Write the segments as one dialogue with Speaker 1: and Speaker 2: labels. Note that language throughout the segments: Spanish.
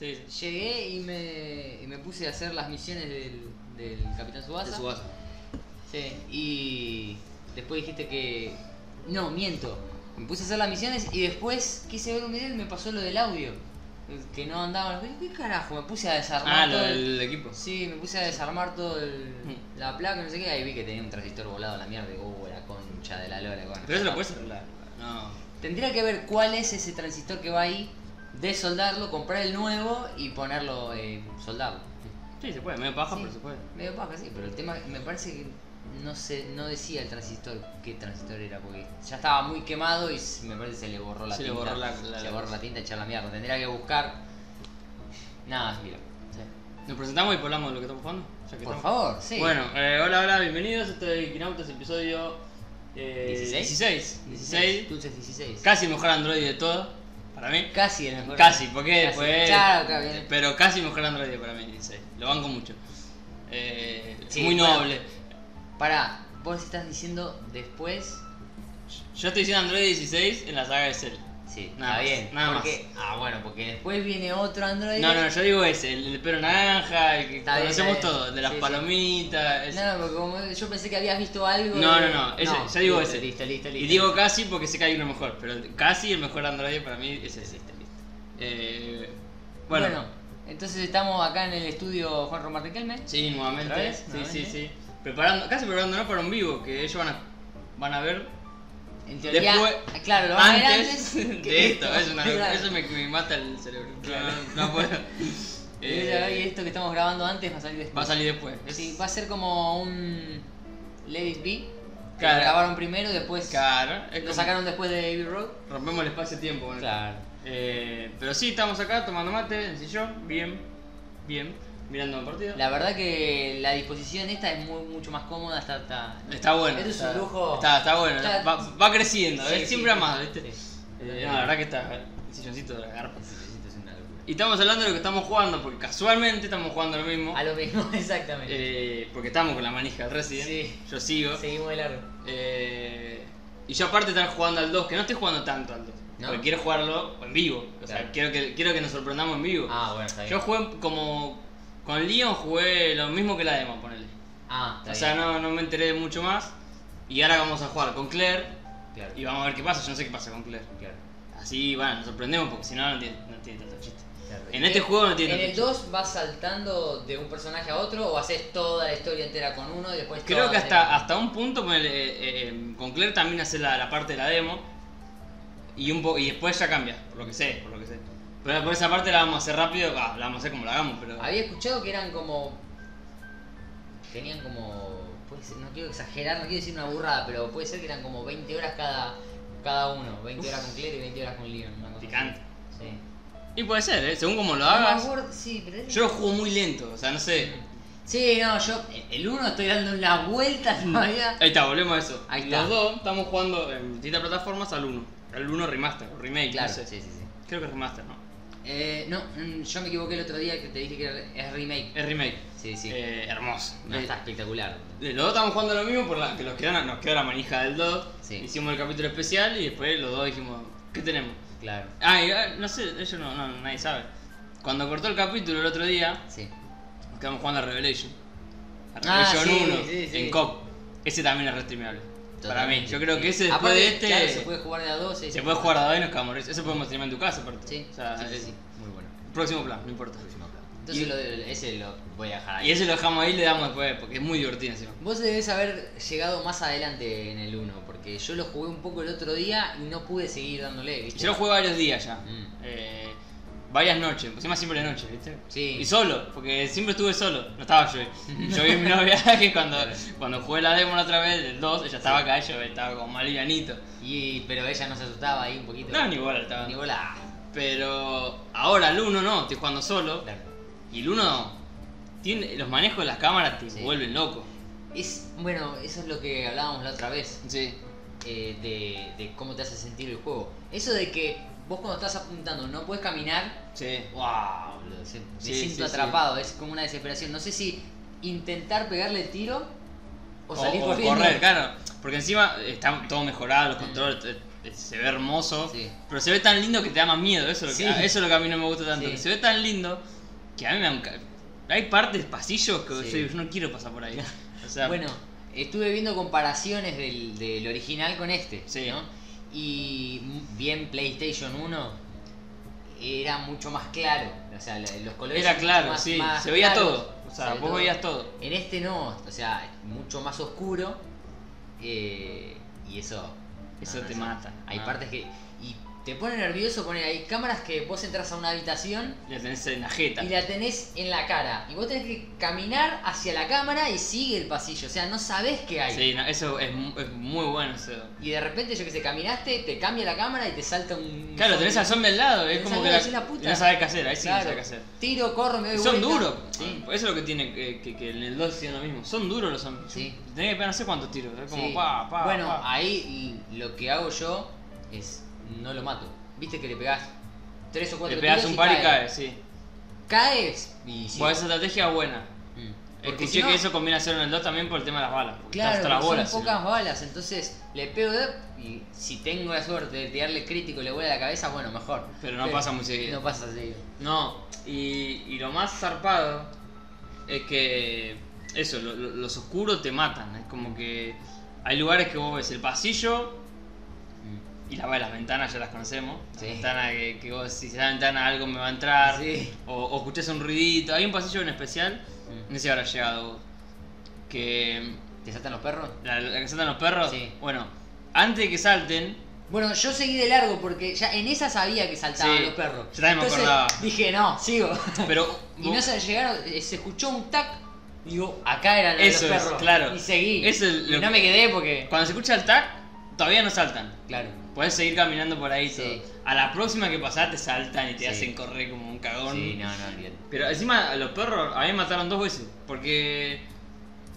Speaker 1: llegué y me, y me puse a hacer las misiones del, del Capitán Subasa.
Speaker 2: De su base.
Speaker 1: Sí, y después dijiste que. No, miento. Me puse a hacer las misiones y después quise ver un video y me pasó lo del audio. Que no andaba. ¿Qué, qué carajo? Me puse a desarmar.
Speaker 2: Ah, lo
Speaker 1: todo el-
Speaker 2: del equipo.
Speaker 1: Sí, me puse a desarmar todo el, la placa, no sé qué. Ahí vi que tenía un transistor volado a la mierda. Y, oh, la concha de la lora. bueno.
Speaker 2: Pero eso lo puedes arreglar. No.
Speaker 1: Tendría que ver cuál es ese transistor que va ahí, desoldarlo, comprar el nuevo y ponerlo, eh, soldarlo.
Speaker 2: Sí, se puede, medio paja,
Speaker 1: Sí.
Speaker 2: pero se puede.
Speaker 1: Medio paja, sí, pero el tema, me parece que no sé, no decía el transistor qué transistor era, porque ya estaba muy quemado y se- me parece que se le borró la
Speaker 2: Se le
Speaker 1: tinta.
Speaker 2: borró la- la-
Speaker 1: se
Speaker 2: la-
Speaker 1: borró la tinta y echar la mierda. Tendría que buscar. Nada, mira.
Speaker 2: Sí. Nos presentamos y poblamos lo que estamos jugando. Ya que
Speaker 1: Por
Speaker 2: estamos.
Speaker 1: favor, sí.
Speaker 2: Bueno, eh, hola, hola, bienvenidos. Esto es Kinautas, episodio eh,
Speaker 1: 16.
Speaker 2: 16. 16.
Speaker 1: Dulces 16.
Speaker 2: Casi el mejor Android de todo, para mí.
Speaker 1: Casi el mejor.
Speaker 2: Casi, porque
Speaker 1: Casi.
Speaker 2: después.
Speaker 1: Claro, claro, bien.
Speaker 2: Pero casi mejor Android para mí, 16. Lo banco mucho. Eh,
Speaker 1: Sí,
Speaker 2: muy
Speaker 1: bueno.
Speaker 2: noble.
Speaker 1: Pará, vos estás diciendo después.
Speaker 2: Yo estoy diciendo Android 16 en la saga de Cell.
Speaker 1: Sí, está
Speaker 2: Nada más,
Speaker 1: bien.
Speaker 2: nada
Speaker 1: porque, Ah, bueno, porque después viene otro Android.
Speaker 2: No, no, yo digo ese, el del pelo naranja, el que
Speaker 1: Está bien,
Speaker 2: conocemos
Speaker 1: está bien.
Speaker 2: todos, el de las
Speaker 1: Sí, sí.
Speaker 2: palomitas. ese.
Speaker 1: No, no, porque como yo pensé que habías visto algo.
Speaker 2: No,
Speaker 1: de-
Speaker 2: no, no, ese, yo digo
Speaker 1: listo,
Speaker 2: ese.
Speaker 1: Listo, listo, listo.
Speaker 2: Y digo casi porque sé que hay uno mejor, pero casi el mejor Android para mí es ese. este, Eh, bueno,
Speaker 1: bueno. entonces estamos acá en el estudio Juan Román Riquelme.
Speaker 2: sí, nuevamente.
Speaker 1: ¿Otra vez?
Speaker 2: sí,
Speaker 1: Nuevamente.
Speaker 2: sí, sí. Preparando, casi preparándonos para un vivo que ellos van a, van a ver
Speaker 1: En teoría,
Speaker 2: Después-
Speaker 1: claro, lo vamos a ver
Speaker 2: antes
Speaker 1: antes que
Speaker 2: de esto. Es una,
Speaker 1: Claro.
Speaker 2: eso me, me mata el cerebro. No, No, no puedo.
Speaker 1: Y
Speaker 2: Eh,
Speaker 1: ya ve, y esto que estamos grabando antes va a salir después.
Speaker 2: va a salir después. Es-
Speaker 1: Sí, va a ser como un Let It Be. que
Speaker 2: Claro.
Speaker 1: Lo grabaron primero y después
Speaker 2: Claro, es
Speaker 1: lo
Speaker 2: como-
Speaker 1: sacaron después de Abbey Road.
Speaker 2: Rompemos el espacio-tiempo. con esto.
Speaker 1: Claro.
Speaker 2: Eh, pero sí, estamos acá tomando mate en el sillón, bien, bien, mirando el partido.
Speaker 1: La verdad que la disposición esta es muy, mucho más cómoda. Está, está...
Speaker 2: Está bueno.
Speaker 1: Esto es
Speaker 2: está-
Speaker 1: un lujo.
Speaker 2: Está, está bueno,
Speaker 1: Está-
Speaker 2: va, va creciendo,
Speaker 1: Sí,
Speaker 2: ¿eh?
Speaker 1: sí,
Speaker 2: siempre a
Speaker 1: sí.
Speaker 2: más, ¿viste?
Speaker 1: Sí.
Speaker 2: Eh, no, la verdad que está el silloncito de la garpa.
Speaker 1: Esto es una locura.
Speaker 2: Y estamos hablando de lo que estamos jugando, porque casualmente estamos jugando lo mismo.
Speaker 1: A lo mismo, exactamente.
Speaker 2: eh, porque estamos con la manija del Resident.
Speaker 1: Sí.
Speaker 2: Yo sigo.
Speaker 1: Seguimos de largo.
Speaker 2: Eh, y yo aparte estar jugando al 2, que no estoy jugando tanto al 2.
Speaker 1: ¿No?
Speaker 2: Porque quiero jugarlo en vivo. O sea,
Speaker 1: Claro.
Speaker 2: quiero que, quiero que nos sorprendamos en vivo.
Speaker 1: Ah, bueno, está bien.
Speaker 2: Yo jugué como. Con Leon jugué lo mismo que la demo, ponele.
Speaker 1: Ah, está
Speaker 2: o sea,
Speaker 1: bien.
Speaker 2: no, no me enteré de mucho más. Y ahora vamos a jugar con Claire.
Speaker 1: Claro.
Speaker 2: Y vamos a ver qué pasa. Yo no sé qué pasa con Claire.
Speaker 1: Claro.
Speaker 2: Así, bueno, nos sorprendemos porque si no, no tiene, no tiene tanto chiste.
Speaker 1: Claro.
Speaker 2: En
Speaker 1: ¿Y
Speaker 2: este
Speaker 1: qué-
Speaker 2: juego no tiene
Speaker 1: ¿En
Speaker 2: tanto
Speaker 1: el 2 vas saltando de un personaje a otro o haces toda la historia entera con uno y después
Speaker 2: Creo
Speaker 1: toda
Speaker 2: que
Speaker 1: la-
Speaker 2: hasta, hasta un punto ponele, eh, eh, con Claire también hace la, la parte de la demo. Y un po- y después ya cambia, por lo que sé, por lo que sé. Pero por esa parte la vamos a hacer rápido, bah, la vamos a hacer como la hagamos, pero.
Speaker 1: Había escuchado que eran como... Tenían como... puede ser- no quiero exagerar, no quiero decir una burrada, pero puede ser que eran como 20 horas cada, cada uno. 20 horas con Claire y 20 horas con Leon. una cosa así.
Speaker 2: Picante.
Speaker 1: Sí.
Speaker 2: Y puede ser, eh, según como lo
Speaker 1: No me
Speaker 2: hagas.
Speaker 1: acuerdo- sí, pero es-
Speaker 2: Yo lo juego muy lento, o sea, no sé.
Speaker 1: Sí, no, yo... El 1 estoy dando una vuelta todavía.
Speaker 2: Ahí está, volvemos a eso.
Speaker 1: Ahí
Speaker 2: Los
Speaker 1: está.
Speaker 2: dos estamos jugando en distintas plataformas al 1. Al 1 remaster, o remake,
Speaker 1: Claro,
Speaker 2: no sé.
Speaker 1: sí, sí, sí.
Speaker 2: Creo que es remaster, ¿no?
Speaker 1: Eh, no, mm, yo me equivoqué el otro día que te dije que era- es remake.
Speaker 2: Es remake.
Speaker 1: Sí, sí.
Speaker 2: Eh, hermoso.
Speaker 1: No,
Speaker 2: Eh,
Speaker 1: está espectacular.
Speaker 2: Los dos estamos jugando lo mismo por la que los quedó- nos quedó la manija del 2.
Speaker 1: Sí.
Speaker 2: Hicimos el capítulo especial y después los dos dijimos, ¿qué tenemos?
Speaker 1: Claro.
Speaker 2: Ah, y, ah, no sé, ellos no, no, nadie sabe. Cuando cortó el capítulo el otro día,
Speaker 1: Sí.
Speaker 2: nos quedamos jugando a Revelation. A
Speaker 1: Ah,
Speaker 2: Revelation
Speaker 1: sí,
Speaker 2: 1,
Speaker 1: sí, sí.
Speaker 2: en COP. Ese también es restreamable. Para mí,
Speaker 1: Totalmente.
Speaker 2: yo creo que
Speaker 1: Sí.
Speaker 2: ese después
Speaker 1: Aparte,
Speaker 2: de este
Speaker 1: claro, se puede jugar de a dos. sí, sí.
Speaker 2: se puede jugar a dos y nos quedamos. re- Eso podemos streamear en tu casa, aparte.
Speaker 1: Sí.
Speaker 2: O sea,
Speaker 1: sí, sí,
Speaker 2: es-
Speaker 1: sí. Muy bueno.
Speaker 2: próximo plan, no importa.
Speaker 1: Entonces
Speaker 2: Y-
Speaker 1: lo de- ese lo voy a dejar ahí.
Speaker 2: Y ese lo dejamos ahí y le damos después, porque es muy divertido encima.
Speaker 1: Vos debes haber llegado más adelante en el 1, porque yo lo jugué un poco el otro día y no pude seguir dándole. ¿viste?
Speaker 2: Yo lo jugué varios días ya.
Speaker 1: Mm.
Speaker 2: Eh, varias noches, encima siempre de noche, ¿viste?
Speaker 1: Sí.
Speaker 2: Y solo, porque siempre estuve solo, no estaba yo. Yo vi a mi novia que cuando, cuando jugué la demo la otra vez, el 2, ella estaba acá, yo estaba como más livianito.
Speaker 1: Y, pero ella no se asustaba ahí un poquito.
Speaker 2: No, ni bola estaba.
Speaker 1: Ni bola.
Speaker 2: Pero ahora el 1 no, estoy jugando solo.
Speaker 1: Claro.
Speaker 2: Y el 1, tiene, los manejos de las cámaras te
Speaker 1: Sí.
Speaker 2: vuelven loco.
Speaker 1: Es, bueno, eso es lo que hablábamos la otra vez.
Speaker 2: Sí.
Speaker 1: eh, de, de cómo te hace sentir el juego. Eso de que vos cuando estás apuntando no puedes caminar,
Speaker 2: Sí.
Speaker 1: wow, boludo, se- me
Speaker 2: Sí, sí,
Speaker 1: siento
Speaker 2: sí.
Speaker 1: atrapado, es como una desesperación. No sé si intentar pegarle el tiro o,
Speaker 2: O,
Speaker 1: salir
Speaker 2: o
Speaker 1: corriendo.
Speaker 2: correr, claro. Porque encima está todo mejorado, los controles, eh, eh, se ve hermoso.
Speaker 1: Sí.
Speaker 2: Pero se ve tan lindo que te da más miedo. Eso es lo que,
Speaker 1: Sí.
Speaker 2: eso es lo que a mí no me gusta tanto.
Speaker 1: Sí.
Speaker 2: Que se ve tan lindo Que a mí me dan ca- Hay partes, pasillos que
Speaker 1: Sí.
Speaker 2: yo digo, yo no quiero pasar por ahí. O sea,
Speaker 1: Bueno, estuve viendo comparaciones del, del original con este,
Speaker 2: Sí.
Speaker 1: ¿no? Y m- bien PlayStation 1 era mucho más claro, o sea, la- los colores
Speaker 2: era
Speaker 1: eran
Speaker 2: claro,
Speaker 1: más-
Speaker 2: sí.
Speaker 1: más
Speaker 2: se veía
Speaker 1: claros,
Speaker 2: todo. O
Speaker 1: se
Speaker 2: sea,
Speaker 1: ve
Speaker 2: vos
Speaker 1: todo.
Speaker 2: veías todo.
Speaker 1: En este no, o sea, mucho más oscuro eh, y eso
Speaker 2: Eso te mata.
Speaker 1: Hay
Speaker 2: Ah.
Speaker 1: partes que y te pone nervioso poner hay cámaras que vos entras a una habitación
Speaker 2: La tenés en la jeta.
Speaker 1: y la tenés en la cara. Y vos tenés que caminar hacia la cámara y sigue el pasillo. O sea, no sabés qué hay.
Speaker 2: Sí, no, eso es, mu- es muy bueno. Eso.
Speaker 1: Y de repente, yo que sé, caminaste, te cambia la cámara y te salta un.
Speaker 2: Claro, tenés al
Speaker 1: zombie.
Speaker 2: zombie al lado, es
Speaker 1: Tenés
Speaker 2: como
Speaker 1: al
Speaker 2: que
Speaker 1: lado,
Speaker 2: la-
Speaker 1: decís la puta.
Speaker 2: y no sabés qué hacer, ahí sí
Speaker 1: Claro.
Speaker 2: no sabés qué hacer.
Speaker 1: Tiro, corro, me doy
Speaker 2: Son
Speaker 1: vuelta.
Speaker 2: duros,
Speaker 1: Sí.
Speaker 2: eso es lo que tiene que, que- que en el 2 hicieron lo mismo. Son duros los zombies.
Speaker 1: Sí.
Speaker 2: Tenés que pegar no sé cuántos tiros, es como
Speaker 1: Sí.
Speaker 2: pa, pa.
Speaker 1: bueno,
Speaker 2: pa.
Speaker 1: ahí l- lo que hago yo es no lo mato. Viste que le pegás tres o cuatro
Speaker 2: le pegás
Speaker 1: tiros
Speaker 2: un par y
Speaker 1: cae.
Speaker 2: cae, sí.
Speaker 1: Caes y sí.
Speaker 2: Bueno, esa estrategia es buena.
Speaker 1: Mm. Porque
Speaker 2: Escuché
Speaker 1: si no-
Speaker 2: que eso combina hacerlo en el 2 también por el tema de las balas. porque
Speaker 1: Claro,
Speaker 2: hasta las
Speaker 1: porque
Speaker 2: bolas.
Speaker 1: son
Speaker 2: sí.
Speaker 1: pocas balas, entonces le pego de- y si tengo la suerte de tirarle crítico y le vuela la cabeza, bueno, mejor.
Speaker 2: Pero no pasa muy seguido.
Speaker 1: No pasa seguido.
Speaker 2: No, y, y lo más zarpado es que eso, lo- lo- los oscuros te matan. Es como que hay lugares que vos ves el pasillo y la, las ventanas ya las conocemos. La
Speaker 1: Sí.
Speaker 2: ventana que, que vos, si se da ventana algo me va a entrar.
Speaker 1: Sí.
Speaker 2: O, o escuchás un ruidito. Hay un pasillo en especial, no sé si habrá llegado vos, que
Speaker 1: Mm. ¿Te saltan los perros?
Speaker 2: la, la que saltan los perros.
Speaker 1: Sí.
Speaker 2: Bueno, antes de que salten,
Speaker 1: Bueno, yo seguí de largo porque ya en esa sabía que saltaban
Speaker 2: Sí,
Speaker 1: los perros.
Speaker 2: yo también me
Speaker 1: Entonces,
Speaker 2: acordaba.
Speaker 1: Dije, no, sigo.
Speaker 2: pero...
Speaker 1: y no se llegaron, eh, se escuchó un tac. Digo, acá eran los
Speaker 2: Eso es,
Speaker 1: perros.
Speaker 2: claro.
Speaker 1: Y seguí.
Speaker 2: Eso es
Speaker 1: y
Speaker 2: lo
Speaker 1: no
Speaker 2: que-
Speaker 1: me quedé porque.
Speaker 2: Cuando se escucha el tac, todavía no saltan.
Speaker 1: Claro.
Speaker 2: Puedes seguir caminando por ahí.
Speaker 1: Sí.
Speaker 2: todo. A la próxima que pasás te saltan y te
Speaker 1: Sí.
Speaker 2: hacen correr como un cagón.
Speaker 1: Sí, no, no, olvídate.
Speaker 2: Pero encima a los perros a mí me mataron dos veces. Porque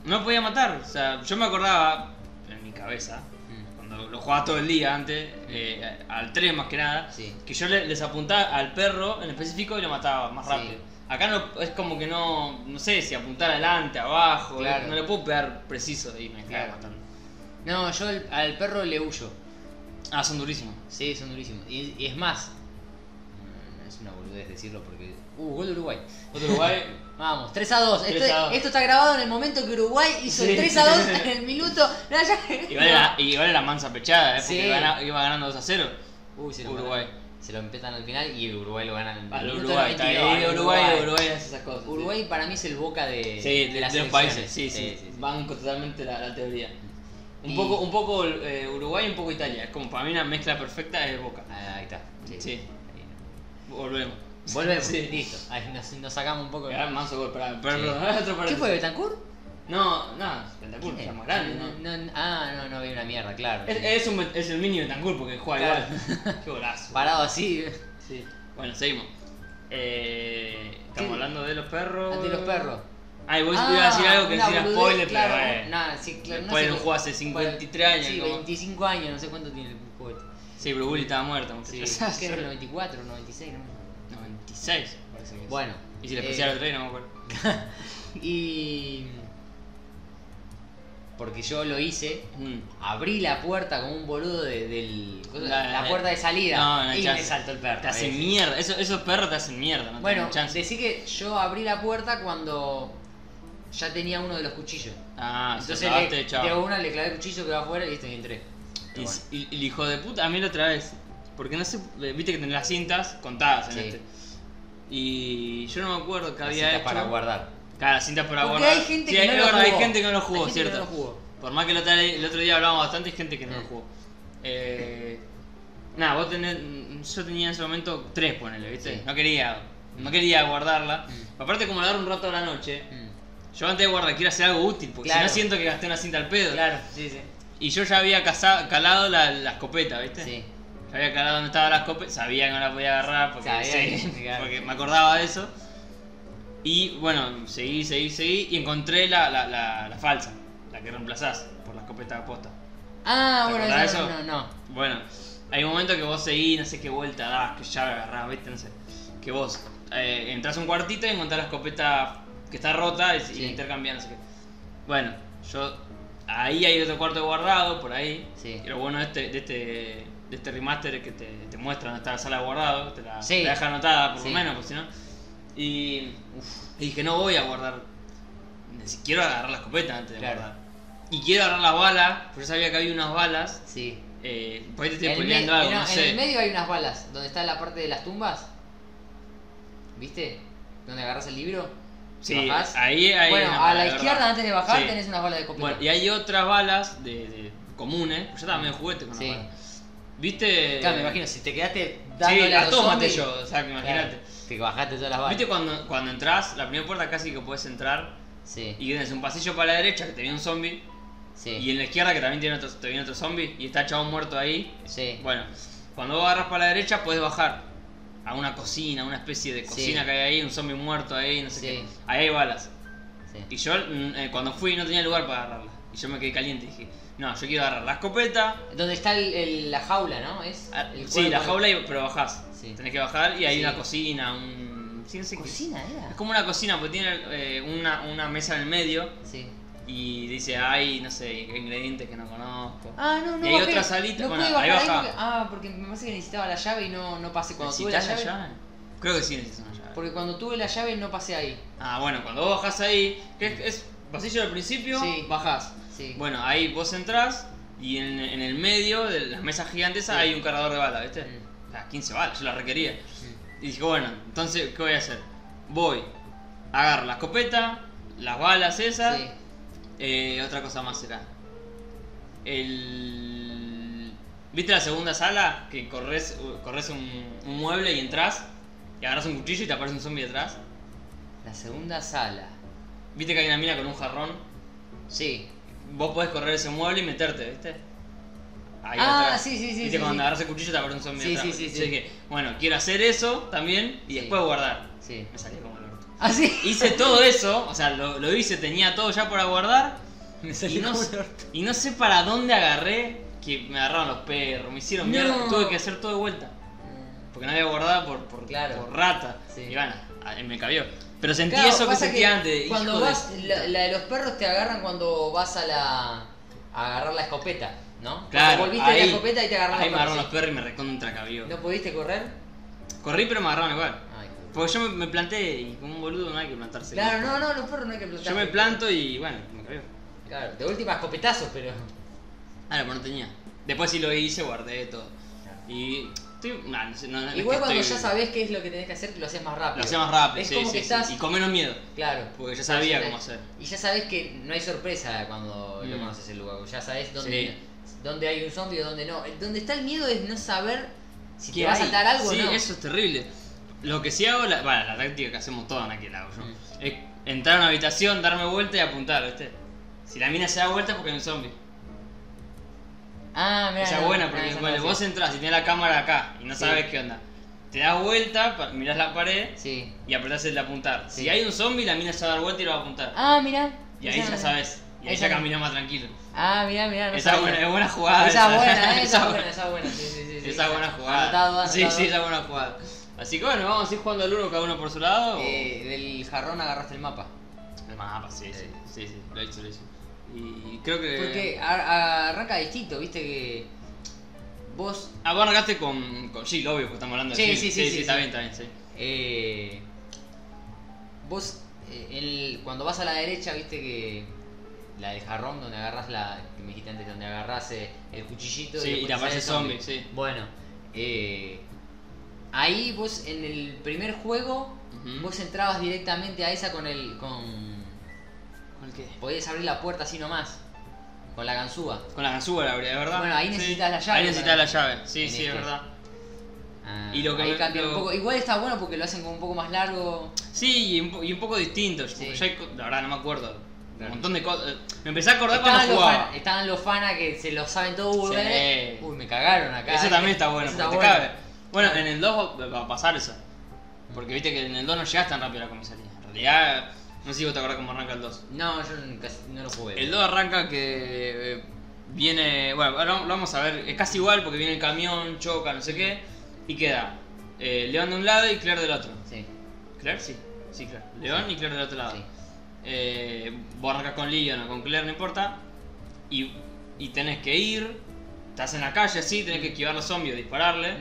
Speaker 2: no podía matar. O sea, yo me acordaba en mi cabeza,
Speaker 1: Mm.
Speaker 2: cuando lo jugaba todo el día antes, eh, al 3 más que nada,
Speaker 1: Sí.
Speaker 2: que yo le- les apuntaba al perro en específico y lo mataba más
Speaker 1: Sí.
Speaker 2: rápido. Acá no, es como que no, no sé si apuntar adelante, abajo, eh,
Speaker 1: Claro.
Speaker 2: no le puedo pegar preciso y me
Speaker 1: Claro.
Speaker 2: cago matando.
Speaker 1: No, yo al- al perro le huyo.
Speaker 2: Ah, son durísimos.
Speaker 1: Sí, son durísimos. Y, y es más, mm, es una boludez decirlo porque. Uh, gol de Uruguay.
Speaker 2: Otro Uruguay,
Speaker 1: Vamos, 3 a 2. Esto,
Speaker 2: 3 a 2.
Speaker 1: esto está grabado en el momento que Uruguay hizo
Speaker 2: Sí.
Speaker 1: el 3 a 2 en el minuto. No, ya-
Speaker 2: y vale, la, y vale la mansa pechada, ¿eh? porque
Speaker 1: Sí.
Speaker 2: gana- iba ganando 2 a 0.
Speaker 1: Uy, se lo
Speaker 2: Uruguay.
Speaker 1: mataron. Se lo empetan al final y Uruguay lo gana en
Speaker 2: Al
Speaker 1: el minuto
Speaker 2: Uruguay, está ahí,
Speaker 1: 92. Al
Speaker 2: Uruguay, Uruguay hace esas cosas. sí.
Speaker 1: Uruguay para mí es el boca de,
Speaker 2: Sí, de,
Speaker 1: las
Speaker 2: de los
Speaker 1: selecciones.
Speaker 2: países, sí, sí, Banco totalmente la, la teoría. Un
Speaker 1: Y-
Speaker 2: poco, un poco eh, Uruguay y un poco Italia. Es como para mí una mezcla perfecta es Boca.
Speaker 1: Ah, ahí está. Sí.
Speaker 2: Sí.
Speaker 1: Ahí no.
Speaker 2: Volvemos.
Speaker 1: Volvemos,
Speaker 2: Sí.
Speaker 1: listo. Ahí nos, nos sacamos un poco de.
Speaker 2: Gran manso gol, pará, pará,
Speaker 1: Sí.
Speaker 2: pará, otro pará.
Speaker 1: ¿Qué fue Betancourt?
Speaker 2: No, no, Bentancur,
Speaker 1: ¿Quién
Speaker 2: ya
Speaker 1: es?
Speaker 2: más grande, ¿no?
Speaker 1: No, no, ah, no, no vi una mierda, claro.
Speaker 2: Es, es un, es el mini Bentancur porque
Speaker 1: Claro.
Speaker 2: juega igual. Qué golazo.
Speaker 1: Parado así.
Speaker 2: Sí. Bueno, seguimos. Eh, estamos
Speaker 1: Sí.
Speaker 2: hablando de los perros.
Speaker 1: Ante los perros. Ah,
Speaker 2: Ay, vos iba a decir algo que
Speaker 1: una
Speaker 2: decía
Speaker 1: boludez,
Speaker 2: spoiler,
Speaker 1: claro,
Speaker 2: pero bueno.
Speaker 1: nada, sí, claro,
Speaker 2: Spoiler
Speaker 1: no
Speaker 2: lo
Speaker 1: sé
Speaker 2: jugó hace 53 años,
Speaker 1: Sí,
Speaker 2: como-
Speaker 1: 25 años, no sé cuánto tiene el juego este.
Speaker 2: Sí, pero Bully estaba muerto.
Speaker 1: Sí,
Speaker 2: muchachos.
Speaker 1: creo que 94, 96, no me acuerdo.
Speaker 2: 96, parece que es.
Speaker 1: Bueno.
Speaker 2: Y si le
Speaker 1: eh,
Speaker 2: especial al rey, no me acuerdo.
Speaker 1: Y. Porque yo lo hice.
Speaker 2: Mm.
Speaker 1: Abrí la puerta como un boludo de- del.
Speaker 2: No,
Speaker 1: la
Speaker 2: no,
Speaker 1: puerta de salida.
Speaker 2: no, no hay
Speaker 1: y
Speaker 2: chance.
Speaker 1: me saltó el perro.
Speaker 2: Te hacen
Speaker 1: ¿ves?
Speaker 2: mierda. Eso- esos perros te hacen mierda, no
Speaker 1: Bueno,
Speaker 2: tienen chance.
Speaker 1: decí que yo abrí la puerta cuando ya tenía uno de los cuchillos.
Speaker 2: Ah,
Speaker 1: Entonces
Speaker 2: se lo clavaste,
Speaker 1: le,
Speaker 2: chao.
Speaker 1: de una le clavé el cuchillo que va afuera y listo, y entré.
Speaker 2: Y,
Speaker 1: Pero bueno.
Speaker 2: y- y el hijo de puta, a mí la otra vez. Porque no sé, viste que tenés las cintas contadas en
Speaker 1: Sí.
Speaker 2: este. Y yo no me acuerdo que
Speaker 1: Las
Speaker 2: había
Speaker 1: citas
Speaker 2: hecho.
Speaker 1: para guardar.
Speaker 2: Claro, las cintas para
Speaker 1: Porque
Speaker 2: guardar.
Speaker 1: hay gente
Speaker 2: Sí,
Speaker 1: que
Speaker 2: es
Speaker 1: no lo
Speaker 2: verdad,
Speaker 1: jugó.
Speaker 2: hay gente que no lo jugó,
Speaker 1: Hay gente
Speaker 2: cierto.
Speaker 1: que no lo jugó.
Speaker 2: Por más que el otro, el otro día hablábamos bastante, hay gente que no lo
Speaker 1: Mm.
Speaker 2: jugó. Eh, nada, vos tenés. Yo tenía en ese momento tres, ponele, ¿viste?
Speaker 1: Sí.
Speaker 2: No quería. No quería guardarla.
Speaker 1: Mm.
Speaker 2: Aparte, como la dar un rato a la noche,
Speaker 1: Mm.
Speaker 2: yo antes de guardarla quiero hacer algo útil, porque si
Speaker 1: Claro.
Speaker 2: no siento que gasté una cinta al pedo.
Speaker 1: Claro, sí, sí.
Speaker 2: Y yo ya había caza- calado la, la escopeta, ¿viste?
Speaker 1: Sí.
Speaker 2: Ya había calado donde estaba la escopeta, sabía que no la podía agarrar porque,
Speaker 1: Sabía
Speaker 2: sí,
Speaker 1: que- claro.
Speaker 2: porque me acordaba de eso. Y bueno, seguí, seguí, seguí y encontré la, la, la, la falsa, la que reemplazás por la escopeta de aposta.
Speaker 1: Ah,
Speaker 2: ¿Te
Speaker 1: bueno,
Speaker 2: acordás
Speaker 1: eso,
Speaker 2: de eso?
Speaker 1: no, no.
Speaker 2: Bueno, hay un momento que vos seguís, no sé qué vuelta das, que llave agarrás, ¿viste? No sé. Que vos eh, entras a un cuartito y encontrás la escopeta que está rota y,
Speaker 1: Sí.
Speaker 2: y intercambiás, no sé qué. Bueno, yo. Ahí hay otro cuarto guardado, por ahí.
Speaker 1: Sí.
Speaker 2: Y lo bueno de este, de este, de este remaster es que te, te muestra dónde está la sala de guardado, te la,
Speaker 1: Sí.
Speaker 2: te la deja anotada por
Speaker 1: Sí.
Speaker 2: lo menos, porque si no. Y, uf, y dije, no voy a guardar. Quiero agarrar la escopeta antes de
Speaker 1: Claro.
Speaker 2: guardar. Y quiero agarrar las balas, porque yo sabía que había unas balas.
Speaker 1: Sí.
Speaker 2: Eh, por ahí te
Speaker 1: En
Speaker 2: estoy
Speaker 1: el
Speaker 2: poniendo
Speaker 1: me-
Speaker 2: algo,
Speaker 1: no,
Speaker 2: no,
Speaker 1: en
Speaker 2: sé.
Speaker 1: el medio hay unas balas, donde está la parte de las tumbas. ¿Viste? Donde agarras el libro.
Speaker 2: Sí,
Speaker 1: bajás.
Speaker 2: ahí hay
Speaker 1: bueno,
Speaker 2: una
Speaker 1: a
Speaker 2: bala,
Speaker 1: la
Speaker 2: de
Speaker 1: izquierda
Speaker 2: verdad.
Speaker 1: antes de bajar
Speaker 2: Sí.
Speaker 1: tenés unas balas de copia.
Speaker 2: Bueno, y hay otras balas de, de comunes. Yo estaba medio juguete con las
Speaker 1: Sí.
Speaker 2: balas. ¿Viste?
Speaker 1: Claro, me imagino, si te quedaste dándole
Speaker 2: Sí,
Speaker 1: a
Speaker 2: a
Speaker 1: los
Speaker 2: todos maté
Speaker 1: zombies,
Speaker 2: yo, o sea, que
Speaker 1: claro,
Speaker 2: imagínate.
Speaker 1: Te bajaste todas las balas.
Speaker 2: ¿Viste cuando, cuando entras, la primera puerta casi que puedes entrar
Speaker 1: Sí,
Speaker 2: y tienes un pasillo para la derecha que te viene un zombie
Speaker 1: sí,
Speaker 2: y en la izquierda que también tiene otro, te viene otro zombie y está el chabón muerto ahí?
Speaker 1: sí.
Speaker 2: Bueno, cuando vos agarras para la derecha puedes bajar a una cocina, una especie de cocina
Speaker 1: Sí.
Speaker 2: que hay ahí, un zombie muerto ahí, no sé
Speaker 1: Sí.
Speaker 2: qué. Ahí hay balas.
Speaker 1: sí.
Speaker 2: Y yo mm, eh, cuando fui no tenía lugar para agarrarla. Y yo me quedé caliente y dije, no, yo quiero agarrar la escopeta.
Speaker 1: Donde está el- el- la jaula, ¿no? Es
Speaker 2: ah,
Speaker 1: el
Speaker 2: sí,
Speaker 1: cuerpo
Speaker 2: la
Speaker 1: de-
Speaker 2: jaula, y- pero bajás.
Speaker 1: Sí.
Speaker 2: Tenés que bajar y hay
Speaker 1: Sí.
Speaker 2: una cocina, un... Sí, no sé qué.
Speaker 1: ¿Cocina era?
Speaker 2: Es como una cocina, porque tiene eh, una, una mesa en el medio
Speaker 1: Sí.
Speaker 2: y dice, hay, no sé, ingredientes que no conozco.
Speaker 1: Ah, no, no.
Speaker 2: Y hay
Speaker 1: bajé.
Speaker 2: otra salita,
Speaker 1: No
Speaker 2: bueno,
Speaker 1: pude
Speaker 2: ahí
Speaker 1: bajar
Speaker 2: baja.
Speaker 1: porque- ah, porque me parece que necesitaba la llave y no, no pasé. Cuando tuve la
Speaker 2: ¿Necesitas
Speaker 1: llave.
Speaker 2: la llave? Creo que sí necesitas una llave.
Speaker 1: Porque cuando tuve la llave no pasé ahí.
Speaker 2: Ah, bueno, cuando vos bajás ahí, que es, es pasillo del principio,
Speaker 1: Sí.
Speaker 2: bajás.
Speaker 1: Sí.
Speaker 2: Bueno, ahí vos entrás y en, en el medio de las mesas gigantes
Speaker 1: Sí.
Speaker 2: hay un cargador de balas, ¿viste?
Speaker 1: Mm.
Speaker 2: Las 15 balas, yo las requería. Y dije, bueno, entonces, ¿qué voy a hacer? Voy, agarro la escopeta, las balas esas.
Speaker 1: Sí.
Speaker 2: Eh, otra cosa más será. El... ¿Viste la segunda sala? Que corres, corres un, un mueble y entras y agarras un cuchillo y te aparece un zombie detrás.
Speaker 1: La segunda sala.
Speaker 2: ¿Viste que hay una mina con un jarrón?
Speaker 1: Sí.
Speaker 2: Vos podés correr ese mueble y meterte, ¿viste? Ahí
Speaker 1: Ah,
Speaker 2: atrás.
Speaker 1: sí, sí, sí, sí,
Speaker 2: ¿Viste cuando
Speaker 1: sí.
Speaker 2: agarras el cuchillo te aparece un zombie
Speaker 1: Sí,
Speaker 2: detrás?
Speaker 1: sí, sí,
Speaker 2: Yo
Speaker 1: sí.
Speaker 2: dije, bueno, quiero hacer eso también y
Speaker 1: Sí.
Speaker 2: después guardar.
Speaker 1: Sí.
Speaker 2: Me salió como el orto.
Speaker 1: Ah, sí.
Speaker 2: Hice todo eso, o sea, lo, lo hice, tenía todo ya para guardar. Y no, sé- y no sé para dónde agarré, que me agarraron los perros, me hicieron
Speaker 1: No.
Speaker 2: mierda, y tuve que hacer todo de vuelta. Porque no había guardado por, por,
Speaker 1: Claro.
Speaker 2: por rata.
Speaker 1: Sí.
Speaker 2: Y bueno, a- me cabió. Pero sentí
Speaker 1: Claro,
Speaker 2: eso que
Speaker 1: pasa
Speaker 2: sentía antes.
Speaker 1: Cuando
Speaker 2: hijo de
Speaker 1: vas,
Speaker 2: puta.
Speaker 1: la, la de los perros te agarran cuando vas a la. a agarrar la escopeta, ¿no?
Speaker 2: Claro,
Speaker 1: Cuando volviste de
Speaker 2: ahí-
Speaker 1: la escota y te agarraron
Speaker 2: Ahí me
Speaker 1: los perros.
Speaker 2: agarraron los perros y me recontra cabió.
Speaker 1: sí. ¿No pudiste correr?
Speaker 2: Corrí pero me agarraron igual.
Speaker 1: Ay,
Speaker 2: Porque yo me, me planté y como un boludo no hay que plantarse.
Speaker 1: claro, no, no, los perros no hay que
Speaker 2: Yo
Speaker 1: explotar.
Speaker 2: me planto y bueno, me cabió.
Speaker 1: Claro, de última escopetazos, pero.
Speaker 2: Ah, no, pero no tenía. Después sí lo hice, guardé todo. Y estoy. nah, no sé, no- no es
Speaker 1: Igual
Speaker 2: que
Speaker 1: cuando
Speaker 2: estoy-
Speaker 1: ya sabés qué es lo que tenés que hacer, lo haces más rápido.
Speaker 2: Lo hacía más rápido,
Speaker 1: Es
Speaker 2: sí,
Speaker 1: como
Speaker 2: sí,
Speaker 1: que
Speaker 2: sí.
Speaker 1: estás.
Speaker 2: Y con menos miedo.
Speaker 1: Claro.
Speaker 2: Porque ya sabía
Speaker 1: Sí,
Speaker 2: cómo hacer.
Speaker 1: Y ya sabés que no hay sorpresa cuando lo
Speaker 2: Mm.
Speaker 1: conoces el lugar. Ya sabés dónde,
Speaker 2: Sí.
Speaker 1: dónde hay un zombie o dónde no. Eh, Donde está el miedo es no saber si
Speaker 2: ¿Qué
Speaker 1: te va a
Speaker 2: hay?
Speaker 1: saltar algo
Speaker 2: Sí,
Speaker 1: o no.
Speaker 2: eso es terrible. Lo que sí hago, la, bueno, la táctica que hacemos todos en aquel hago yo,
Speaker 1: Mm.
Speaker 2: es entrar a una habitación, darme vuelta y apuntar, ¿viste? Si la mina se da vuelta es porque hay un zombie.
Speaker 1: Ah, mira.
Speaker 2: Esa es buena, porque bueno, vos entras y tenés la cámara acá y no
Speaker 1: Sí.
Speaker 2: sabes qué onda. Te das vuelta, pa- mirás la pared
Speaker 1: Sí.
Speaker 2: y apretás el de apuntar.
Speaker 1: Sí.
Speaker 2: Si hay un zombie, la mina se va a dar vuelta y lo va a apuntar.
Speaker 1: Ah, mira.
Speaker 2: y ahí ya sabes. Y ahí
Speaker 1: esa
Speaker 2: ya
Speaker 1: no.
Speaker 2: caminás más tranquilo.
Speaker 1: Ah, mira, mira. No
Speaker 2: esa es
Speaker 1: sabía.
Speaker 2: buena, es buena jugada.
Speaker 1: Esa es buena, eh,
Speaker 2: Esa
Speaker 1: esa
Speaker 2: es
Speaker 1: es buena, esa es buena. Sí, sí, sí, sí.
Speaker 2: Esa es buena jugada.
Speaker 1: Anotado,
Speaker 2: sí,
Speaker 1: anotado.
Speaker 2: sí, esa es buena jugada. Así que bueno, vamos a ir jugando al uno cada uno por su lado. o-
Speaker 1: Eh, del jarrón agarraste el mapa.
Speaker 2: El mapa, sí, sí, sí, sí, lo hice, lo hice. Y creo que.
Speaker 1: Porque a- a- arranca distinto, viste que. Vos
Speaker 2: Ah, vos arrancaste con, con Jill, obvio, porque estamos hablando de
Speaker 1: Sí,
Speaker 2: Jill.
Speaker 1: sí, sí, sí,
Speaker 2: está
Speaker 1: sí.
Speaker 2: bien, está bien, sí.
Speaker 1: Eh, vos, eh, el- cuando vas a la derecha, viste que la del jarrón donde agarras la. que me dijiste antes, donde agarras eh, el cuchillito.
Speaker 2: Sí, y
Speaker 1: después
Speaker 2: te aparece
Speaker 1: sale el
Speaker 2: zombie, sí.
Speaker 1: Bueno, eh, ahí vos en el primer juego,
Speaker 2: Ujú.
Speaker 1: vos entrabas directamente a esa con el. con.
Speaker 2: ¿Con qué?
Speaker 1: podías abrir la puerta así nomás, con la ganzúa.
Speaker 2: Con la ganzúa, la verdad, ¿verdad?
Speaker 1: Bueno, ahí
Speaker 2: Sí.
Speaker 1: necesitas la llave
Speaker 2: Ahí necesitas la
Speaker 1: para-
Speaker 2: llave, sí,
Speaker 1: en
Speaker 2: sí, es
Speaker 1: este.
Speaker 2: verdad.
Speaker 1: Ah,
Speaker 2: Y lo que
Speaker 1: ahí
Speaker 2: me-
Speaker 1: cambia un
Speaker 2: lo-
Speaker 1: poco. Igual está bueno porque lo hacen como un poco más largo.
Speaker 2: Sí, y un, po- y un poco distinto, porque
Speaker 1: Sí.
Speaker 2: ya hay co- la verdad no me acuerdo. Un
Speaker 1: Claro. eh,
Speaker 2: montón de cosas. eh, Me empecé a acordar
Speaker 1: Estaban
Speaker 2: cuando
Speaker 1: los,
Speaker 2: jugaba.
Speaker 1: fan- estaban los fanas que se lo saben todo burlé.
Speaker 2: Sí.
Speaker 1: Uy, me cagaron acá. eh,
Speaker 2: Eso también está bueno,
Speaker 1: Eso
Speaker 2: porque te cabe. Bueno, en el 2 va a pasar eso. Porque viste que en el 2 no llegas tan rápido a la comisaría. En realidad, no sé si vos te acordás cómo arranca el 2.
Speaker 1: No, yo casi no lo jugué.
Speaker 2: El 2 arranca que eh, viene. Bueno, ahora lo vamos a ver. Es casi igual porque viene el camión, choca, no sé qué. Y queda eh, León de un lado y Claire del otro.
Speaker 1: Sí,
Speaker 2: ¿Claire? Sí, sí, Claire. León y Claire del otro lado.
Speaker 1: sí.
Speaker 2: Eh, vos arrancás con Leon o con Claire, no importa. Y, y tenés que ir. Estás Mm. ¿Eh? en la calle así, tenés que esquivar los zombies, dispararle.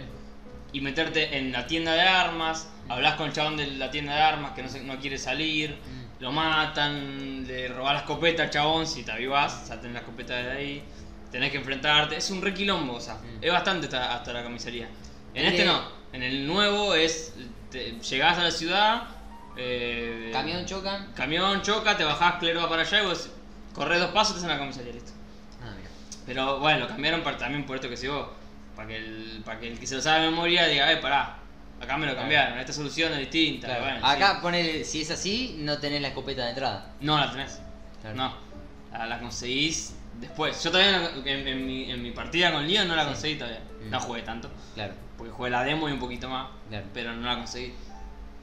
Speaker 2: Y meterte en la tienda de armas. Hablas con el chabón de la tienda de armas que no, se- no quiere salir,
Speaker 1: Mm.
Speaker 2: lo matan, le robás la escopeta al chabón, si te avivás, ya tenés la escopeta de ahí, tenés que enfrentarte, es un requilombo, o sea,
Speaker 1: Mm.
Speaker 2: es bastante hasta, hasta la comisaría. En
Speaker 1: Tiene-
Speaker 2: este no, en el nuevo es, te- llegás a la ciudad, eh,
Speaker 1: Camión chocan.
Speaker 2: camión choca, te bajás clero para allá y vos corres dos pasos, te en la comisaría, listo.
Speaker 1: Ah, mira.
Speaker 2: Pero bueno, lo cambiaron para, también por esto que si vos, para que, el, para que el que se lo sabe de memoria diga, eh, pará, acá me lo cambiaron, esta solución es distinta.
Speaker 1: Claro.
Speaker 2: bueno,
Speaker 1: Acá
Speaker 2: sí.
Speaker 1: ponele, si es así, no tenés la escopeta de entrada.
Speaker 2: No la tenés,
Speaker 1: Claro.
Speaker 2: no, la, la conseguís después. Yo todavía no- en, en mi, en mi partida con Leon no la
Speaker 1: Sí.
Speaker 2: conseguí todavía,
Speaker 1: Mm.
Speaker 2: no jugué tanto,
Speaker 1: Claro,
Speaker 2: porque jugué la demo y un poquito más,
Speaker 1: claro,
Speaker 2: pero no la conseguí.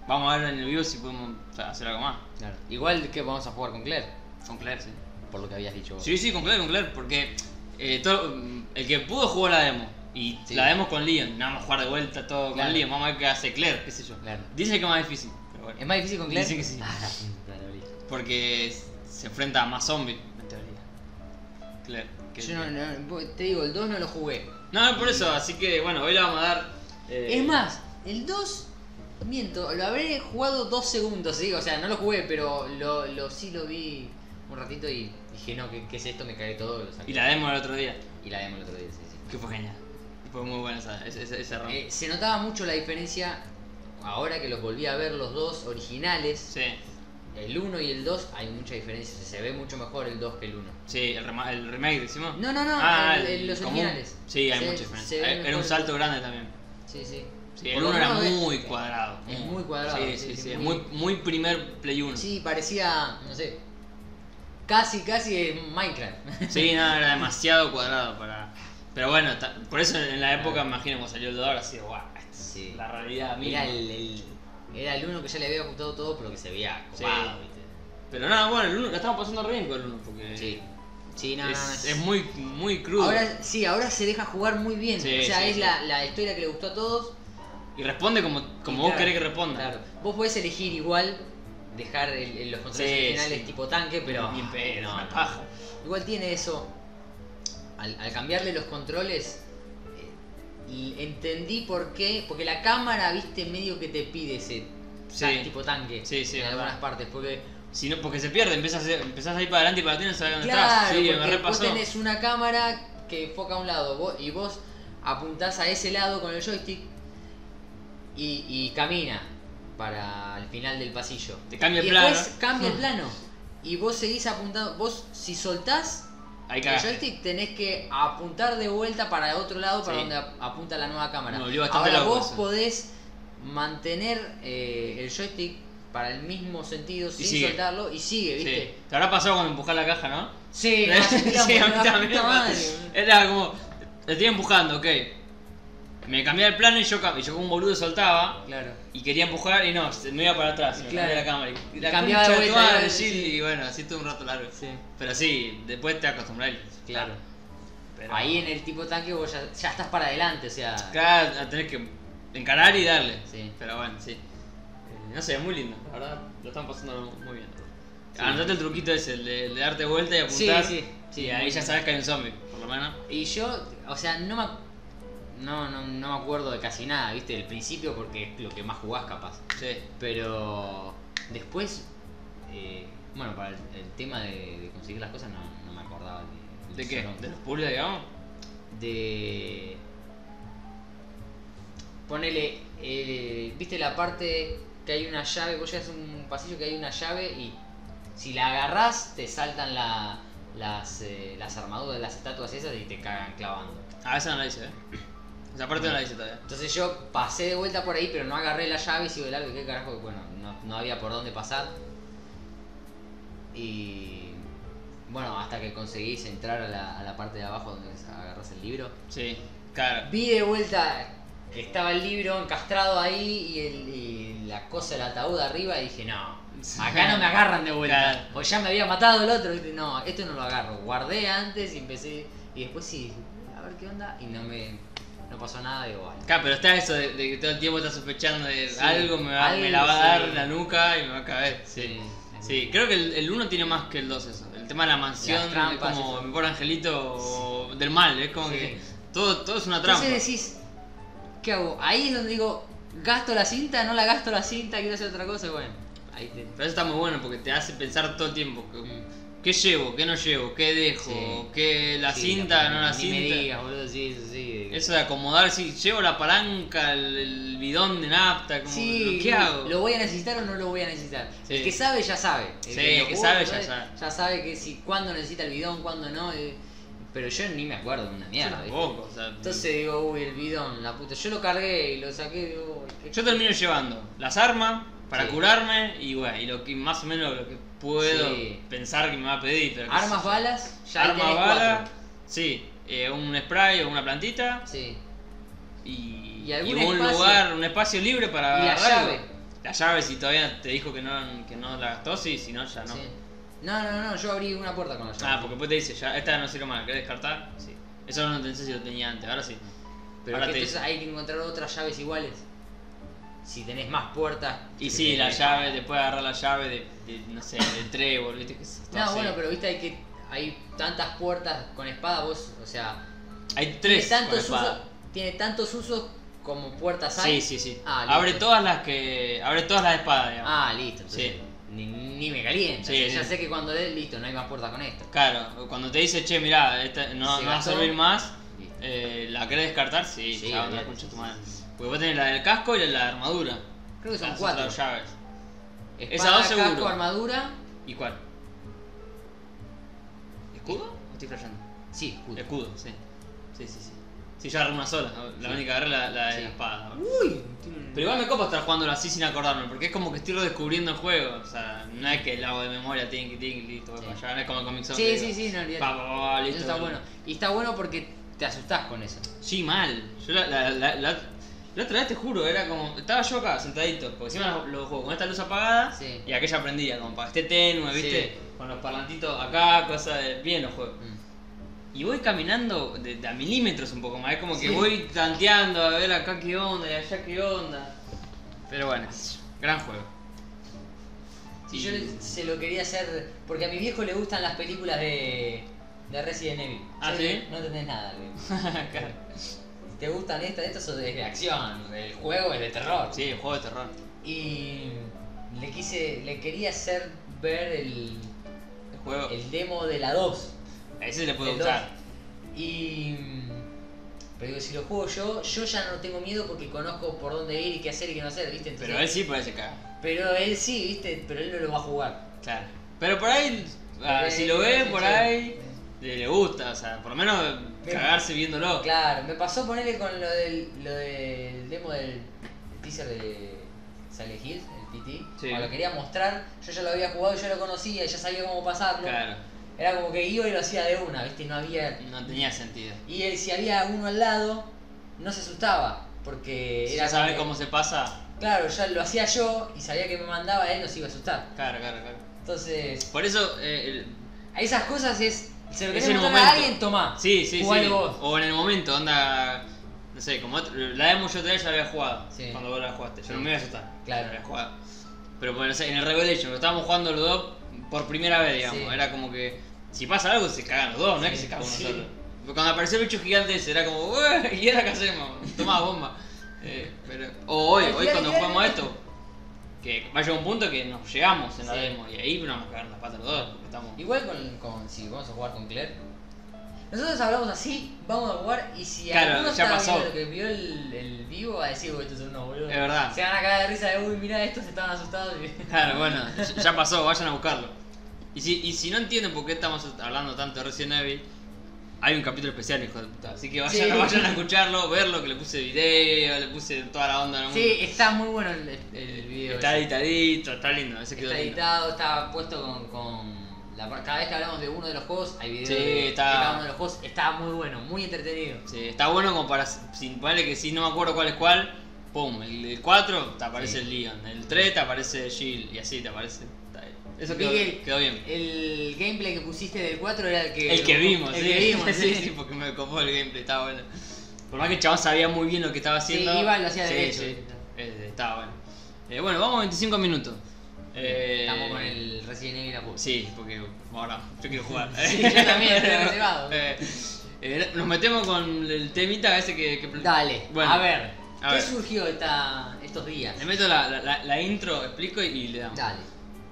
Speaker 2: Vamos a ver en el vivo si podemos o sea, hacer algo más.
Speaker 1: claro. Igual que vamos a jugar con Claire,
Speaker 2: Con Claire, sí.
Speaker 1: por lo que habías dicho vos.
Speaker 2: Sí, sí, con Claire, con Claire, porque eh, todo- el que pudo jugó la demo. Y
Speaker 1: Sí.
Speaker 2: la demo con Leon, no vamos a jugar de vuelta todo
Speaker 1: Claro.
Speaker 2: con Leon, vamos a ver qué hace Claire, qué sé yo.
Speaker 1: Claro.
Speaker 2: Dice que es más difícil, pero bueno.
Speaker 1: ¿Es más difícil con Claire?
Speaker 2: Dicen que sí.
Speaker 1: Ah, la puta de la orilla.
Speaker 2: Porque es- se enfrenta a más zombies, en teoría. Claire. que-
Speaker 1: Yo no, no- vos- te digo, el 2 no lo jugué.
Speaker 2: No, no, por eso, así que bueno, hoy le vamos a dar. eh,
Speaker 1: Es más, el 2, miento, lo habré jugado 2 segundos, ¿sí? o sea, no lo jugué, pero lo, lo sí lo vi un ratito y dije, no, ¿qué, qué es esto? Me cagué todo, lo saqué.
Speaker 2: Y la demo el otro día,
Speaker 1: Y la demo el otro día, sí, sí.
Speaker 2: que fue genial. Fue muy buena esa, esa, esa- esa rama.
Speaker 1: Eh, se notaba mucho la diferencia ahora que los volví a ver los dos originales.
Speaker 2: Sí,
Speaker 1: El 1 y el 2 hay mucha diferencia. o sea, se ve mucho mejor el 2 que el 1.
Speaker 2: sí, el, rema- el remake, decimos.
Speaker 1: No, no, no,
Speaker 2: Ah,
Speaker 1: el-
Speaker 2: el
Speaker 1: el- los
Speaker 2: común.
Speaker 1: originales.
Speaker 2: Sí, hay
Speaker 1: Se-
Speaker 2: mucha
Speaker 1: se
Speaker 2: diferencia.
Speaker 1: ve
Speaker 2: Era un
Speaker 1: mejor.
Speaker 2: salto grande también.
Speaker 1: Sí, sí.
Speaker 2: Sí,
Speaker 1: Por
Speaker 2: el
Speaker 1: lo
Speaker 2: 1 era
Speaker 1: menos es-
Speaker 2: muy cuadrado.
Speaker 1: es muy cuadrado,
Speaker 2: Sí, sí, sí. es Muy, muy primer Play 1. Sí,
Speaker 1: Sí, parecía, no sé, casi, casi Minecraft.
Speaker 2: no, era demasiado cuadrado para. Pero bueno, ta- por eso en la época, me imagino, cuando salió el dólar, así, guau, esta es
Speaker 1: Sí.
Speaker 2: la realidad mira.
Speaker 1: Era el, el- era el uno que ya le había ajustado todo, pero que se veía copado,
Speaker 2: Sí.
Speaker 1: ¿viste?
Speaker 2: Pero nada, bueno, el 1 la estamos pasando re bien con el 1 porque
Speaker 1: Sí. Sí,
Speaker 2: es,
Speaker 1: no, no, no,
Speaker 2: es muy, muy crudo.
Speaker 1: Ahora, sí, ahora se deja jugar muy bien.
Speaker 2: Sí,
Speaker 1: o sea,
Speaker 2: sí,
Speaker 1: es
Speaker 2: sí.
Speaker 1: La, la historia que le gustó a todos.
Speaker 2: Y responde como, como
Speaker 1: Y
Speaker 2: vos
Speaker 1: claro,
Speaker 2: querés que responda.
Speaker 1: Claro. Vos podés elegir igual dejar el- el- los controles
Speaker 2: Sí,
Speaker 1: originales
Speaker 2: sí.
Speaker 1: tipo tanque, pero.
Speaker 2: Ni en pedo,
Speaker 1: no,
Speaker 2: una
Speaker 1: no.
Speaker 2: paja.
Speaker 1: Igual tiene eso. Al, al cambiarle los controles. eh, y entendí por qué. Porque la cámara, viste, medio que te pide ese
Speaker 2: Sí.
Speaker 1: tan- tipo tanque.
Speaker 2: Sí, sí,
Speaker 1: En
Speaker 2: verdad.
Speaker 1: algunas partes. Porque.
Speaker 2: Si no, porque se pierde, empezás, a- empezás a ir para adelante y para atrás y no sabés dónde estás.
Speaker 1: Claro,
Speaker 2: Sí, me
Speaker 1: porque vos
Speaker 2: repasó.
Speaker 1: tenés una cámara que enfoca a un lado vos- y vos apuntás a ese lado con el joystick y, y camina para el final del pasillo.
Speaker 2: Te cambia el
Speaker 1: y
Speaker 2: plano. Mm.
Speaker 1: después cambia el plano. Y vos seguís apuntando. Vos, si soltás
Speaker 2: Ahí
Speaker 1: el
Speaker 2: cagaste.
Speaker 1: joystick, tenés que apuntar de vuelta para otro lado, para
Speaker 2: Sí.
Speaker 1: donde ap- apunta la nueva cámara.
Speaker 2: Me volvió bastante
Speaker 1: Ahora
Speaker 2: loco
Speaker 1: vos
Speaker 2: eso.
Speaker 1: podés mantener eh, el joystick para el mismo sentido sin
Speaker 2: sigue.
Speaker 1: soltarlo y sigue, ¿viste?
Speaker 2: Sí. Te habrá pasado cuando empujás la caja, ¿no?
Speaker 1: Sí,
Speaker 2: Sí, a mí también. Era como. Te estoy empujando, ok. Me cambié el plano y yo, cam- y yo como un boludo soltaba.
Speaker 1: Claro.
Speaker 2: Y quería empujar y no, se- me iba para atrás. me
Speaker 1: Claro.
Speaker 2: cambié la cámara. Y la
Speaker 1: Cambiaba de
Speaker 2: concha
Speaker 1: vuelta,
Speaker 2: tu madre,
Speaker 1: claro,
Speaker 2: Gil,
Speaker 1: sí.
Speaker 2: Y bueno, así estuve un rato largo.
Speaker 1: Sí.
Speaker 2: Pero sí, después te acostumbras.
Speaker 1: Claro.
Speaker 2: Pero-
Speaker 1: Ahí en el tipo tanque vos ya, ya estás para adelante, o sea.
Speaker 2: Claro, tenés que encarar y darle.
Speaker 1: Sí.
Speaker 2: Pero bueno, sí. Eh, No sé, es muy lindo, la verdad. Lo están pasando muy bien.
Speaker 1: Sí.
Speaker 2: Anotate el truquito ese, el de, el de darte vuelta y
Speaker 1: Sí,
Speaker 2: apuntar.
Speaker 1: sí, sí,
Speaker 2: y
Speaker 1: muy
Speaker 2: ahí ya
Speaker 1: bien.
Speaker 2: sabes que hay un zombie, por lo menos.
Speaker 1: Y yo, o sea, no me, ac- no, no, no me acuerdo de casi nada, viste, del principio porque es lo que más jugás capaz.
Speaker 2: Sí.
Speaker 1: Pero después, eh, bueno, para el, el tema de, de conseguir las cosas no, no me acordaba de...
Speaker 2: ¿De qué?
Speaker 1: solo-
Speaker 2: ¿De los puzzles, digamos?
Speaker 1: de ponele eh, viste la parte que hay una llave vos llegas a un pasillo que hay una llave y si la agarrás te saltan la- las, eh, las armaduras las estatuas esas y te cagan clavando
Speaker 2: Ah, esa no la hice, eh. Esa parte no la hice todavía.
Speaker 1: entonces yo pasé de vuelta por ahí pero no agarré la llave y sigo de largo y qué carajo bueno no, no había por dónde pasar y bueno hasta que conseguís entrar a la, a la parte de abajo donde agarras el libro
Speaker 2: Sí, claro.
Speaker 1: Vi de vuelta que estaba el libro encastrado ahí y, el- y la cosa del ataúd arriba y dije, no, acá no me agarran de vuelta.
Speaker 2: Claro.
Speaker 1: Pues ya me había matado el otro. Y dije, no, esto no lo agarro. Guardé antes y empecé. Y después sí, a ver qué onda. Y no me no pasó nada de igual.
Speaker 2: Claro, pero está eso de, de que todo el tiempo estás sospechando de
Speaker 1: Sí,
Speaker 2: algo, me, va- me
Speaker 1: algo,
Speaker 2: la va a dar
Speaker 1: sí.
Speaker 2: la nuca y me va a caer. Sí. Sí, creo que el, el uno tiene más que el dos eso. El tema de la mansión,
Speaker 1: Las trampas,
Speaker 2: es como
Speaker 1: eso.
Speaker 2: mi pobre angelito del mal, es como
Speaker 1: Sí.
Speaker 2: que todo, todo es una trampa.
Speaker 1: Entonces decís, ¿qué hago? Ahí es donde digo, gasto la cinta, no la gasto la cinta, quiero hacer otra cosa, bueno. Ahí te...
Speaker 2: Pero eso está muy bueno porque te hace pensar todo el tiempo. que-
Speaker 1: Mm.
Speaker 2: ¿Qué llevo? ¿Qué no llevo? ¿Qué dejo?
Speaker 1: Sí.
Speaker 2: ¿Qué la
Speaker 1: Sí,
Speaker 2: cinta?
Speaker 1: pa-
Speaker 2: ¿No la
Speaker 1: ni
Speaker 2: cinta?
Speaker 1: me digas, boludo, sí, eso sí.
Speaker 2: Eso de acomodar, si llevo la palanca, el, el bidón de nafta, como,
Speaker 1: Sí,
Speaker 2: ¿qué hago?
Speaker 1: ¿Lo voy a necesitar o no lo voy a necesitar?
Speaker 2: Sí.
Speaker 1: El que sabe, ya sabe. El
Speaker 2: Sí,
Speaker 1: lo
Speaker 2: el que
Speaker 1: jugó,
Speaker 2: sabe, ya sabe.
Speaker 1: Ya sabe que si, cuándo necesita el bidón, cuándo no. eh, pero yo ni me acuerdo de una
Speaker 2: Yo
Speaker 1: mierda. ¿viste?
Speaker 2: tampoco, o sea,
Speaker 1: Entonces digo, uy, el bidón, la puta. Yo lo cargué y lo saqué. Digo, uy, qué-
Speaker 2: yo termino llevando las armas para
Speaker 1: Sí.
Speaker 2: curarme y bueno, y lo que más o menos lo que puedo
Speaker 1: Sí.
Speaker 2: pensar que me va a pedir. Pero qué sé
Speaker 1: Armas,
Speaker 2: yo.
Speaker 1: balas, ya ahí
Speaker 2: armas,
Speaker 1: tenés
Speaker 2: bala,
Speaker 1: cuatro.
Speaker 2: sí, eh, un spray o una plantita
Speaker 1: Sí.
Speaker 2: y,
Speaker 1: Y algún
Speaker 2: un
Speaker 1: espacio.
Speaker 2: lugar, un espacio libre para
Speaker 1: Y la
Speaker 2: agarrar algo.
Speaker 1: llave.
Speaker 2: La llave si todavía te dijo que no, que no la gastó, sí, si no ya no.
Speaker 1: sí. No, no, no, yo abrí una puerta con la llave.
Speaker 2: Ah, porque después te dice, ya, esta no sirve más, ¿querés descartar? Sí. Eso no pensé si lo tenía antes, ahora sí.
Speaker 1: Pero
Speaker 2: ahora
Speaker 1: que
Speaker 2: te
Speaker 1: entonces hay que encontrar otras llaves iguales. Si tenés más puertas.
Speaker 2: Y
Speaker 1: que
Speaker 2: sí, la
Speaker 1: tenés-
Speaker 2: llave, te puede agarrar la llave de, de, no sé, de trébol, viste que es todo
Speaker 1: No,
Speaker 2: así.
Speaker 1: bueno, pero viste, hay que. Hay tantas puertas con espada, vos, o sea.
Speaker 2: Hay
Speaker 1: tiene
Speaker 2: tres con
Speaker 1: tantos
Speaker 2: espada.
Speaker 1: usos. Tiene tantos usos como puertas
Speaker 2: Sí,
Speaker 1: hay.
Speaker 2: sí, sí.
Speaker 1: Ah, listo.
Speaker 2: abre todas las que. Abre todas las espadas, digamos.
Speaker 1: Ah, listo, entonces.
Speaker 2: Sí.
Speaker 1: Ni, ni me calienta.
Speaker 2: Sí,
Speaker 1: ya
Speaker 2: sí.
Speaker 1: sé que cuando dé, listo, no hay más puertas con esta.
Speaker 2: Claro, cuando te dice, che, mirá, esta no,
Speaker 1: Se
Speaker 2: no va a
Speaker 1: gastó.
Speaker 2: servir más,
Speaker 1: Listo.
Speaker 2: eh, ¿la querés descartar? Sí,
Speaker 1: Sí,
Speaker 2: ya, onda,
Speaker 1: olvidate,
Speaker 2: concha
Speaker 1: sí,
Speaker 2: tu madre.
Speaker 1: sí, sí.
Speaker 2: Porque vos tenés la del casco y la de la armadura.
Speaker 1: Creo que son
Speaker 2: Las
Speaker 1: cuatro.
Speaker 2: otras llaves. Esas
Speaker 1: Espada,
Speaker 2: dos seguro.
Speaker 1: casco, armadura.
Speaker 2: ¿Y cuál? ¿Escudo? ¿O estoy flasheando?
Speaker 1: Sí, escudo.
Speaker 2: Escudo, sí. Sí, sí, sí. Sí, yo agarré una sola. La única que agarré la, la de
Speaker 1: Sí.
Speaker 2: la espada.
Speaker 1: Uy,
Speaker 2: Pero igual me copa estar jugándolo así sin acordarme, porque es como que estoy redescubriendo el juego. O sea, no es que lo hago de memoria, ting, ting, listo, voy
Speaker 1: Sí.
Speaker 2: para allá. No es como el Comic Zone.
Speaker 1: Sí, sí, sí, no olvidate. Eso
Speaker 2: listo.
Speaker 1: está bueno. Y está bueno porque te asustás con eso.
Speaker 2: Sí, mal. Yo la, la, la, la, la otra vez te juro, era como. Estaba yo acá, sentadito, porque encima lo, lo juego con esta luz apagada
Speaker 1: Sí.
Speaker 2: y aquella prendida, como para que esté tenue,
Speaker 1: Sí.
Speaker 2: viste, con los parlantitos acá, cosas de. Bien los juegos.
Speaker 1: Mm.
Speaker 2: Y voy caminando de, de a milímetros un poco más, es como que
Speaker 1: Sí.
Speaker 2: voy tanteando a ver acá qué onda y allá qué onda. Pero bueno, gran juego.
Speaker 1: Sí,
Speaker 2: Y-
Speaker 1: yo le- se lo quería hacer. Porque a mi viejo le gustan las películas de. de Resident Evil.
Speaker 2: Ah,
Speaker 1: Yo
Speaker 2: ¿sí?
Speaker 1: le- No tenés nada, güey.
Speaker 2: Claro.
Speaker 1: ¿Te gustan estas? Estas son de acción. El juego es de terror.
Speaker 2: sí, juego de terror.
Speaker 1: Y le quise. le quería hacer ver el.
Speaker 2: El juego.
Speaker 1: el demo de la 2.
Speaker 2: A ese le puede
Speaker 1: el
Speaker 2: gustar.
Speaker 1: dos. Y. Pero digo, si lo juego yo, yo ya no tengo miedo porque conozco por dónde ir y qué hacer y qué no hacer, ¿viste? Entonces-
Speaker 2: Pero él sí puede llegar.
Speaker 1: pero él sí, ¿viste? Pero él no lo va a jugar.
Speaker 2: Claro. Pero por ahí, ah,
Speaker 1: Porque-
Speaker 2: si lo ve,
Speaker 1: sí,
Speaker 2: por
Speaker 1: sí.
Speaker 2: ahí le, le gusta, o sea, por lo menos
Speaker 1: Bien.
Speaker 2: cagarse viéndolo.
Speaker 1: Claro, me pasó ponerle con lo del, lo del demo del teaser de Silent Hill, el PT.
Speaker 2: Sí.
Speaker 1: Cuando lo quería mostrar, yo ya lo había jugado, yo lo conocía, y ya sabía cómo pasarlo.
Speaker 2: Claro,
Speaker 1: Era como que iba y lo hacía de una, ¿viste? No había...
Speaker 2: no tenía sentido.
Speaker 1: Y él, si había uno al lado, no se asustaba, porque
Speaker 2: Si
Speaker 1: era...
Speaker 2: ya sabe
Speaker 1: como-
Speaker 2: cómo se pasa,
Speaker 1: Claro, ya lo hacía yo y sabía que me mandaba, él no se iba a asustar.
Speaker 2: claro, claro, claro.
Speaker 1: Entonces,
Speaker 2: Por eso, eh, el-
Speaker 1: a esas cosas es... Se lo querés
Speaker 2: Es el
Speaker 1: mostrar a
Speaker 2: momento.
Speaker 1: alguien, tomá.
Speaker 2: Sí, sí,
Speaker 1: Jugalo
Speaker 2: sí.
Speaker 1: vos.
Speaker 2: O en el momento, onda. No sé, como otro- la demo yo todavía ya la había jugado.
Speaker 1: Sí.
Speaker 2: Cuando vos la jugaste. Yo
Speaker 1: Sí.
Speaker 2: no me iba a asustar.
Speaker 1: Claro.
Speaker 2: Ya La había jugado. Pero bueno, no sé, en el Revelation lo estábamos jugando los dos por primera vez, digamos.
Speaker 1: Sí.
Speaker 2: Era como que. Si pasa algo, se cagan los dos, no es que
Speaker 1: Sí.
Speaker 2: se caga uno
Speaker 1: Sí.
Speaker 2: solo. Pero Cuando apareció el bicho gigante ese, era como, "Ué, ¿y ahora qué hacemos? Tomá bomba. Eh, pero- o hoy, hoy cuando jugamos esto, que va a llegar un punto que nos llegamos en la
Speaker 1: Sí.
Speaker 2: demo y ahí nos vamos a cagar en las patas los dos, porque estamos.
Speaker 1: Igual con, con- si vamos a jugar con Claire. Nosotros hablamos así, vamos a jugar y si
Speaker 2: Claro,
Speaker 1: alguno
Speaker 2: ya
Speaker 1: está
Speaker 2: pasó.
Speaker 1: viendo lo que vio el, el vivo va a decir, "Uy, estos son unos boludos.
Speaker 2: Es verdad.
Speaker 1: Se van a cagar de risa de, uy, mira, estos estaban asustados. y-
Speaker 2: Claro, bueno, ya- ya pasó, vayan a buscarlo. Y si, y si no entienden por qué estamos hablando tanto de Resident Evil, hay un capítulo especial, hijo de puta. Así que vayan,
Speaker 1: Sí.
Speaker 2: vayan a escucharlo, verlo, que le puse video, le puse toda la onda. del mundo.
Speaker 1: Sí, está muy bueno el, el video.
Speaker 2: está
Speaker 1: ese.
Speaker 2: editadito, está lindo, ese quedó
Speaker 1: Está
Speaker 2: lindo.
Speaker 1: editado, está puesto con... con la par- cada vez que hablamos de uno de los juegos, hay videos
Speaker 2: Sí,
Speaker 1: de,
Speaker 2: está-
Speaker 1: de cada uno de los juegos. Está muy bueno, muy entretenido.
Speaker 2: Sí, está bueno como para, sin ponerle que si no me acuerdo cuál es cuál, pum, el, el 4 te aparece
Speaker 1: Sí.
Speaker 2: el Leon, el 3 te aparece Jill y así te aparece. está- Eso quedó,
Speaker 1: Miguel.
Speaker 2: quedó bien.
Speaker 1: El gameplay que pusiste del 4 era el que...
Speaker 2: El que vimos,
Speaker 1: el
Speaker 2: sí.
Speaker 1: que vimos, sí.
Speaker 2: sí, sí, porque me copó el gameplay, estaba bueno. Por más que el chabón sabía muy bien lo que estaba haciendo.
Speaker 1: iba y lo hacía derecho.
Speaker 2: Eh, estaba bueno. Eh, bueno, vamos a 25 minutos. Eh,
Speaker 1: Estamos con el Resident Evil a full.
Speaker 2: Sí, porque ahora yo quiero jugar.
Speaker 1: Sí, yo también, estoy reservado.
Speaker 2: Eh, eh, nos metemos con el temita ese que, que-
Speaker 1: Dale,
Speaker 2: Bueno.
Speaker 1: a ver,
Speaker 2: A
Speaker 1: ¿Qué
Speaker 2: ver. Em-
Speaker 1: surgió esta, estos días?
Speaker 2: Le meto la, la- la- la intro, explico y, y le damos.
Speaker 1: Dale.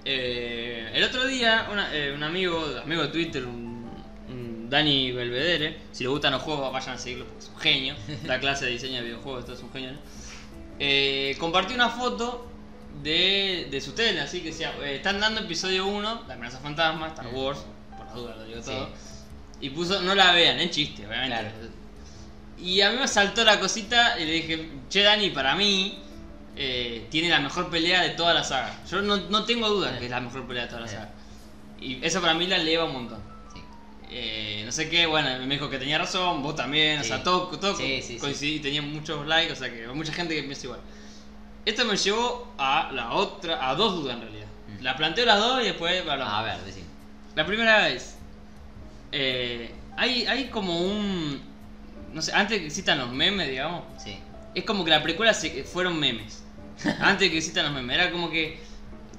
Speaker 2: Eh, el otro día, una- eh, un amigo, amigo de Twitter, un, un Dani Belvedere, si le gustan los juegos, vayan a seguirlo porque es un genio. La clase de diseño de videojuegos, todo es un genio. ¿no? Eh, compartió una foto de, de su tele, así que decía, eh, están dando episodio 1, La amenaza fantasma, Star
Speaker 1: Mm.
Speaker 2: Wars, por la duda lo digo
Speaker 1: Sí.
Speaker 2: todo. Y puso, no la vean, es chiste, obviamente.
Speaker 1: Claro.
Speaker 2: Y a mí me saltó la cosita y le dije, che Dani, para mí eh, tiene la mejor pelea de toda la saga. Yo no, no tengo duda que es la mejor pelea de toda la
Speaker 1: Sí.
Speaker 2: saga. Y eso para mí la eleva un montón.
Speaker 1: Sí.
Speaker 2: Eh, no sé qué, bueno, me dijo que tenía razón, vos también, o
Speaker 1: Sí.
Speaker 2: sea, todo, todo
Speaker 1: Sí, sí, sí.
Speaker 2: coincidí, tenía muchos likes, o sea que mucha gente que piensa igual. Esto me llevó a la otra, a dos dudas en realidad.
Speaker 1: Mm.
Speaker 2: La planteo las dos y después hablamos.
Speaker 1: A ver, decime.
Speaker 2: La primera es. eh, hay, hay como un. No sé, antes que existan los memes, digamos.
Speaker 1: Sí.
Speaker 2: Es como que la precuela se, fueron memes. antes que existan los memes. Era como que.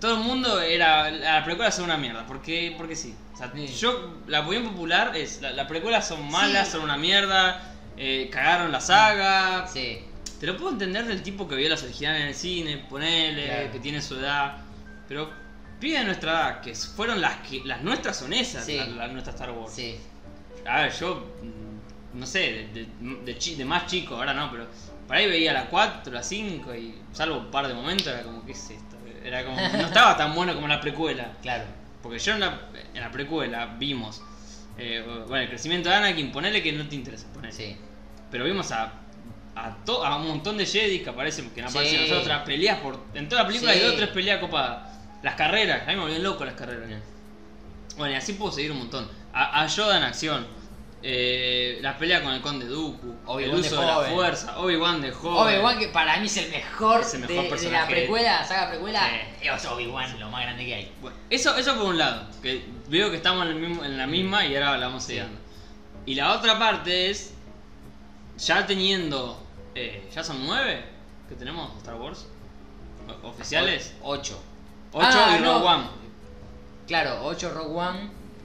Speaker 2: Todo el mundo era. La precuela son una mierda. Porque, porque sí. O sea,
Speaker 1: Sí.
Speaker 2: yo. La opinión popular es. La, la precuela son malas,
Speaker 1: Sí.
Speaker 2: son una mierda. eh, cagaron la saga.
Speaker 1: Sí.
Speaker 2: Te lo puedo entender del tipo que vio las originales en el cine, ponele,
Speaker 1: Claro.
Speaker 2: que tiene su edad. Pero pide nuestra edad, que fueron las que. las nuestras son esas,
Speaker 1: Sí.
Speaker 2: las, las nuestras Star Wars.
Speaker 1: Sí.
Speaker 2: A ver, yo. mm, No sé, de, de- de chi- de más chico, ahora no, pero. Por ahí veía la 4, la 5 y salvo un par de momentos, era como, ¿qué es esto? Era como, no estaba tan bueno como la precuela.
Speaker 1: Claro.
Speaker 2: Porque yo en la, en la precuela vimos, eh, bueno, el crecimiento de Anakin, ponele que no te interesa, ponele.
Speaker 1: Sí.
Speaker 2: Pero vimos a, a, to- a un montón de Jedi que aparecen, que no aparecen
Speaker 1: Sí.
Speaker 2: en las otras peleas por. En toda la película
Speaker 1: Sí.
Speaker 2: hay dos o tres peleas copadas. Las carreras, a mí me volvían loco las carreras. Bueno, y así puedo seguir un montón. A, a Yoda en acción. eh, la pelea con el conde Dooku.
Speaker 1: Obi-Wan
Speaker 2: el
Speaker 1: de
Speaker 2: uso de, la
Speaker 1: joven.
Speaker 2: fuerza. Obi-Wan de joven.
Speaker 1: Obi-Wan, que para mí es el mejor,
Speaker 2: Es el mejor
Speaker 1: de- de, la
Speaker 2: personaje.
Speaker 1: precuela, saga precuela.
Speaker 2: Sí.
Speaker 1: Es Obi-Wan, lo más grande que hay.
Speaker 2: Bueno, eso, eso por un lado. Que veo que estamos en, el mismo- en la misma y ahora la vamos
Speaker 1: Sí.
Speaker 2: siguiendo. Y la otra parte es. Ya teniendo. eh, ya son nueve que tenemos de Star Wars. o- Oficiales.
Speaker 1: 8.
Speaker 2: 8
Speaker 1: Ah,
Speaker 2: y
Speaker 1: no.
Speaker 2: Rogue One.
Speaker 1: Claro, 8 Rogue One,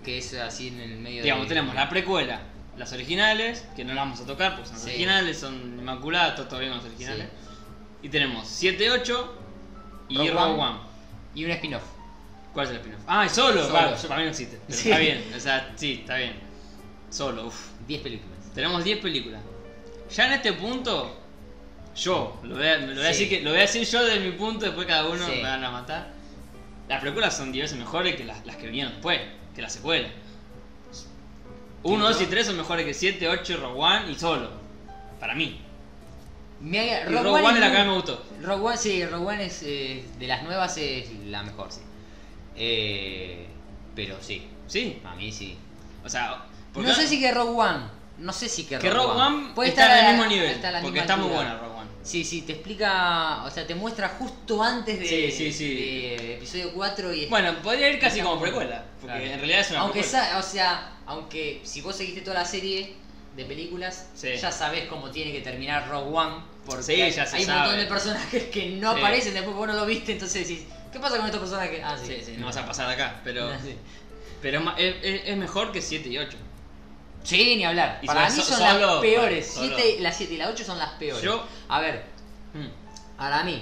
Speaker 1: que es así en el medio
Speaker 2: Digamos,
Speaker 1: de-
Speaker 2: tenemos la precuela, las originales, que no las vamos a tocar porque son las
Speaker 1: Sí.
Speaker 2: originales, son inmaculadas, todo, todo bien con las originales. Y tenemos 7, 8 y
Speaker 1: Rogue
Speaker 2: Rogue,
Speaker 1: One.
Speaker 2: One.
Speaker 1: Y un spin-off.
Speaker 2: ¿Cuál es el spin-off? Ah, es solo.
Speaker 1: Solo.
Speaker 2: Claro, yo- para mí no existe. pero
Speaker 1: Sí.
Speaker 2: Está bien, o sea, sí, está bien. Solo, uff.
Speaker 1: 10 películas.
Speaker 2: Tenemos 10 películas. Ya en este punto, yo, lo voy a, lo voy a
Speaker 1: Sí.
Speaker 2: decir, que, lo voy a decir yo desde mi punto, después cada uno
Speaker 1: Sí.
Speaker 2: me van a matar. Las películas son 10 veces mejores que las, las que vinieron después, que las secuelas. 1,
Speaker 1: ¿no?
Speaker 2: 2 y 3 son mejores que 7, 8, Rogue One y solo. Para mí.
Speaker 1: Me haga-
Speaker 2: Y Rogue, One es la que más
Speaker 1: muy-
Speaker 2: me gustó.
Speaker 1: Rogue One, sí, Rogue One es, eh, de las nuevas es la mejor, sí. Eh, pero sí,
Speaker 2: Sí.
Speaker 1: a mí sí.
Speaker 2: O sea,
Speaker 1: No
Speaker 2: porque-
Speaker 1: sé si que Rogue One. No sé si que Rogue,
Speaker 2: que Rogue One,
Speaker 1: Puede
Speaker 2: está
Speaker 1: estar
Speaker 2: al
Speaker 1: a-
Speaker 2: mismo nivel.
Speaker 1: está a la
Speaker 2: porque
Speaker 1: misma
Speaker 2: está muy
Speaker 1: altura.
Speaker 2: buena Rogue One.
Speaker 1: Sí, sí, te explica, o sea, te muestra justo antes de,
Speaker 2: Sí, sí, sí.
Speaker 1: de episodio 4 y
Speaker 2: Bueno, podría ir casi
Speaker 1: Está
Speaker 2: como
Speaker 1: muy buena.
Speaker 2: precuela, porque
Speaker 1: Claro.
Speaker 2: en realidad es una
Speaker 1: aunque
Speaker 2: precuela.
Speaker 1: sa- o sea, aunque si vos seguiste toda la serie de películas,
Speaker 2: Sí.
Speaker 1: ya sabés cómo tiene que terminar Rogue One, porque
Speaker 2: Sí,
Speaker 1: hay,
Speaker 2: ya se
Speaker 1: hay un
Speaker 2: sabe.
Speaker 1: montón de personajes que no
Speaker 2: Sí.
Speaker 1: aparecen, después vos no lo viste, entonces decís, ¿qué pasa con estos personajes? Ah, sí,
Speaker 2: Sí, sí, no vas a pasar de acá, pero.
Speaker 1: Sí.
Speaker 2: Pero es ma- es, es- es mejor que 7 y 8.
Speaker 1: Sí, ni hablar.
Speaker 2: Y
Speaker 1: Para
Speaker 2: so-
Speaker 1: mí
Speaker 2: so-
Speaker 1: son las
Speaker 2: solo-
Speaker 1: peores.
Speaker 2: solo.
Speaker 1: Siete- las 7 y la 8 son las peores.
Speaker 2: Yo-
Speaker 1: A ver, para mí,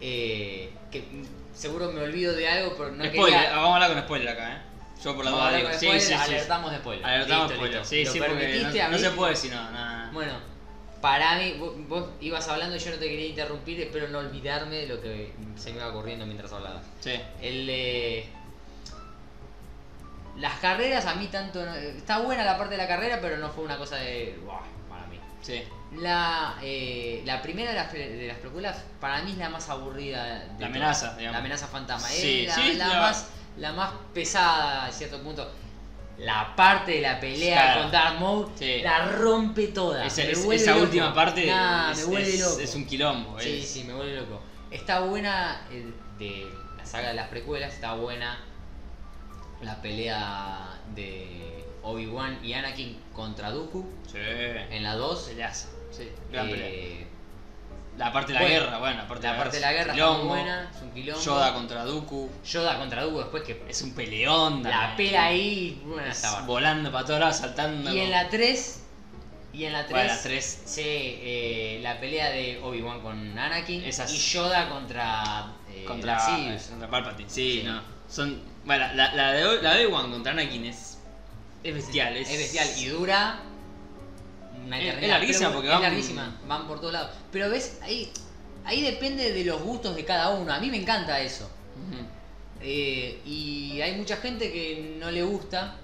Speaker 1: eh, que mm, seguro me olvido de algo, pero no
Speaker 2: spoiler,
Speaker 1: quería...
Speaker 2: ah, vamos a hablar con spoiler acá, ¿eh? Yo por
Speaker 1: Vamos a
Speaker 2: la duda
Speaker 1: hablar
Speaker 2: digo.
Speaker 1: con
Speaker 2: Sí,
Speaker 1: spoiler,
Speaker 2: sí, sí.
Speaker 1: alertamos de spoiler.
Speaker 2: Alertamos
Speaker 1: Listo,
Speaker 2: spoiler.
Speaker 1: listo.
Speaker 2: Sí,
Speaker 1: Lo
Speaker 2: sí, porque
Speaker 1: permitiste,
Speaker 2: no- no,
Speaker 1: abriste.
Speaker 2: se puede si no, nada.
Speaker 1: Bueno, para mí, vos, vos ibas hablando y yo no te quería interrumpir, espero no olvidarme de lo que se me iba ocurriendo mientras hablabas.
Speaker 2: Sí.
Speaker 1: El, eh, las carreras a mí tanto... no- está buena la parte de la carrera, pero no fue una cosa de... "Buah", para mí.
Speaker 2: Sí.
Speaker 1: La, eh, la primera de las, de las películas para mí es la más aburrida. De
Speaker 2: La
Speaker 1: todas.
Speaker 2: amenaza, digamos.
Speaker 1: La amenaza fantasma.
Speaker 2: Sí,
Speaker 1: es la,
Speaker 2: sí,
Speaker 1: la
Speaker 2: la-
Speaker 1: Más, la más pesada a cierto punto. La parte de la pelea
Speaker 2: Claro.
Speaker 1: con Darth Maul
Speaker 2: Sí.
Speaker 1: la rompe toda.
Speaker 2: Esa,
Speaker 1: Me
Speaker 2: es-
Speaker 1: vuelve
Speaker 2: esa
Speaker 1: loco.
Speaker 2: última parte
Speaker 1: Nah,
Speaker 2: es,
Speaker 1: me vuelve
Speaker 2: es-
Speaker 1: loco.
Speaker 2: es un quilombo.
Speaker 1: Sí,
Speaker 2: es-
Speaker 1: sí, me vuelve loco. Está buena eh, de la saga de las precuelas, está buena la pelea de Obi-Wan y Anakin contra Dooku
Speaker 2: Sí.
Speaker 1: en la 2.
Speaker 2: Peleazo. Sí, gran
Speaker 1: Eh,
Speaker 2: pelea. La parte de la
Speaker 1: bueno,
Speaker 2: guerra, bueno, la parte de
Speaker 1: La
Speaker 2: la,
Speaker 1: parte de la guerra está muy
Speaker 2: quilombo,
Speaker 1: buena, es un quilombo.
Speaker 2: Yoda contra Dooku.
Speaker 1: Yoda contra Dooku después que
Speaker 2: Es un peleón.
Speaker 1: la
Speaker 2: también.
Speaker 1: pela ahí, bueno,
Speaker 2: Es
Speaker 1: está bárbaro.
Speaker 2: volando para todos lados, saltando.
Speaker 1: Y en
Speaker 2: como-
Speaker 1: la 3 Y en la 3,
Speaker 2: Bueno, la tres.
Speaker 1: sí, eh, la pelea de Obi-Wan con Anakin
Speaker 2: Esa
Speaker 1: y
Speaker 2: es-
Speaker 1: Yoda contra, eh,
Speaker 2: contra,
Speaker 1: Darth Sidious.
Speaker 2: contra Palpatine. Sí,
Speaker 1: Sí.
Speaker 2: no. Son, bueno, la- la, la de hoy- la de Obi-Wan contra Anakin es, es bestial. Es,
Speaker 1: Es bestial y dura. Una
Speaker 2: Es-
Speaker 1: eternidad.
Speaker 2: es larguísima
Speaker 1: Pero
Speaker 2: porque
Speaker 1: es
Speaker 2: van-
Speaker 1: larguísima, van por todos lados. Pero ves, ahí, ahí depende de los gustos de cada uno. A mí me encanta eso.
Speaker 2: Ujú.
Speaker 1: Eh, y hay mucha gente que no le gusta.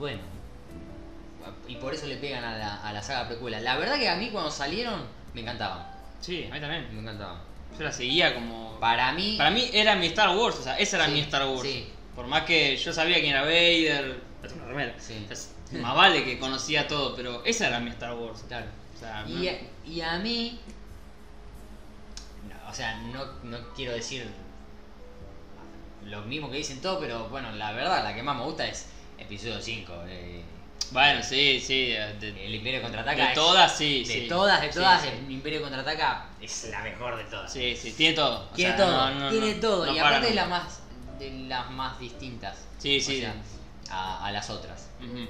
Speaker 1: Bueno. Y por eso le pegan a la, a la saga precuela. La verdad que a mí cuando salieron me encantaban.
Speaker 2: Sí, a mí también.
Speaker 1: Me encantaban.
Speaker 2: Yo la seguía como...
Speaker 1: Para mí.
Speaker 2: Para mí era mi Star Wars, o sea, esa era
Speaker 1: Sí,
Speaker 2: mi Star Wars.
Speaker 1: sí.
Speaker 2: Por más que yo sabía quién era Vader, yo tengo una remera.
Speaker 1: Sí.
Speaker 2: O sea, más vale que conocía todo, pero esa era mi Star Wars.
Speaker 1: Claro.
Speaker 2: O sea,
Speaker 1: Y eh,
Speaker 2: ¿no?
Speaker 1: a, y a mí. no, o sea, no, no quiero decir lo mismo que dicen todos, pero bueno, la verdad, la que más me gusta es episodio 5. eh,
Speaker 2: Bueno, sí, sí. De, de-
Speaker 1: el Imperio contraataca.
Speaker 2: de
Speaker 1: eh, es-
Speaker 2: todas, sí.
Speaker 1: De
Speaker 2: sí.
Speaker 1: todas, de
Speaker 2: Sí,
Speaker 1: todas,
Speaker 2: sí.
Speaker 1: el Imperio contraataca es la mejor de todas.
Speaker 2: Sí, sí, tiene todo. O
Speaker 1: Tiene
Speaker 2: sea,
Speaker 1: todo,
Speaker 2: no- no-
Speaker 1: tiene
Speaker 2: no-
Speaker 1: todo.
Speaker 2: no
Speaker 1: y
Speaker 2: para
Speaker 1: aparte es la
Speaker 2: nunca.
Speaker 1: más, de las más distintas.
Speaker 2: Sí,
Speaker 1: o
Speaker 2: sí.
Speaker 1: sea, a- a las otras.
Speaker 2: Ujú.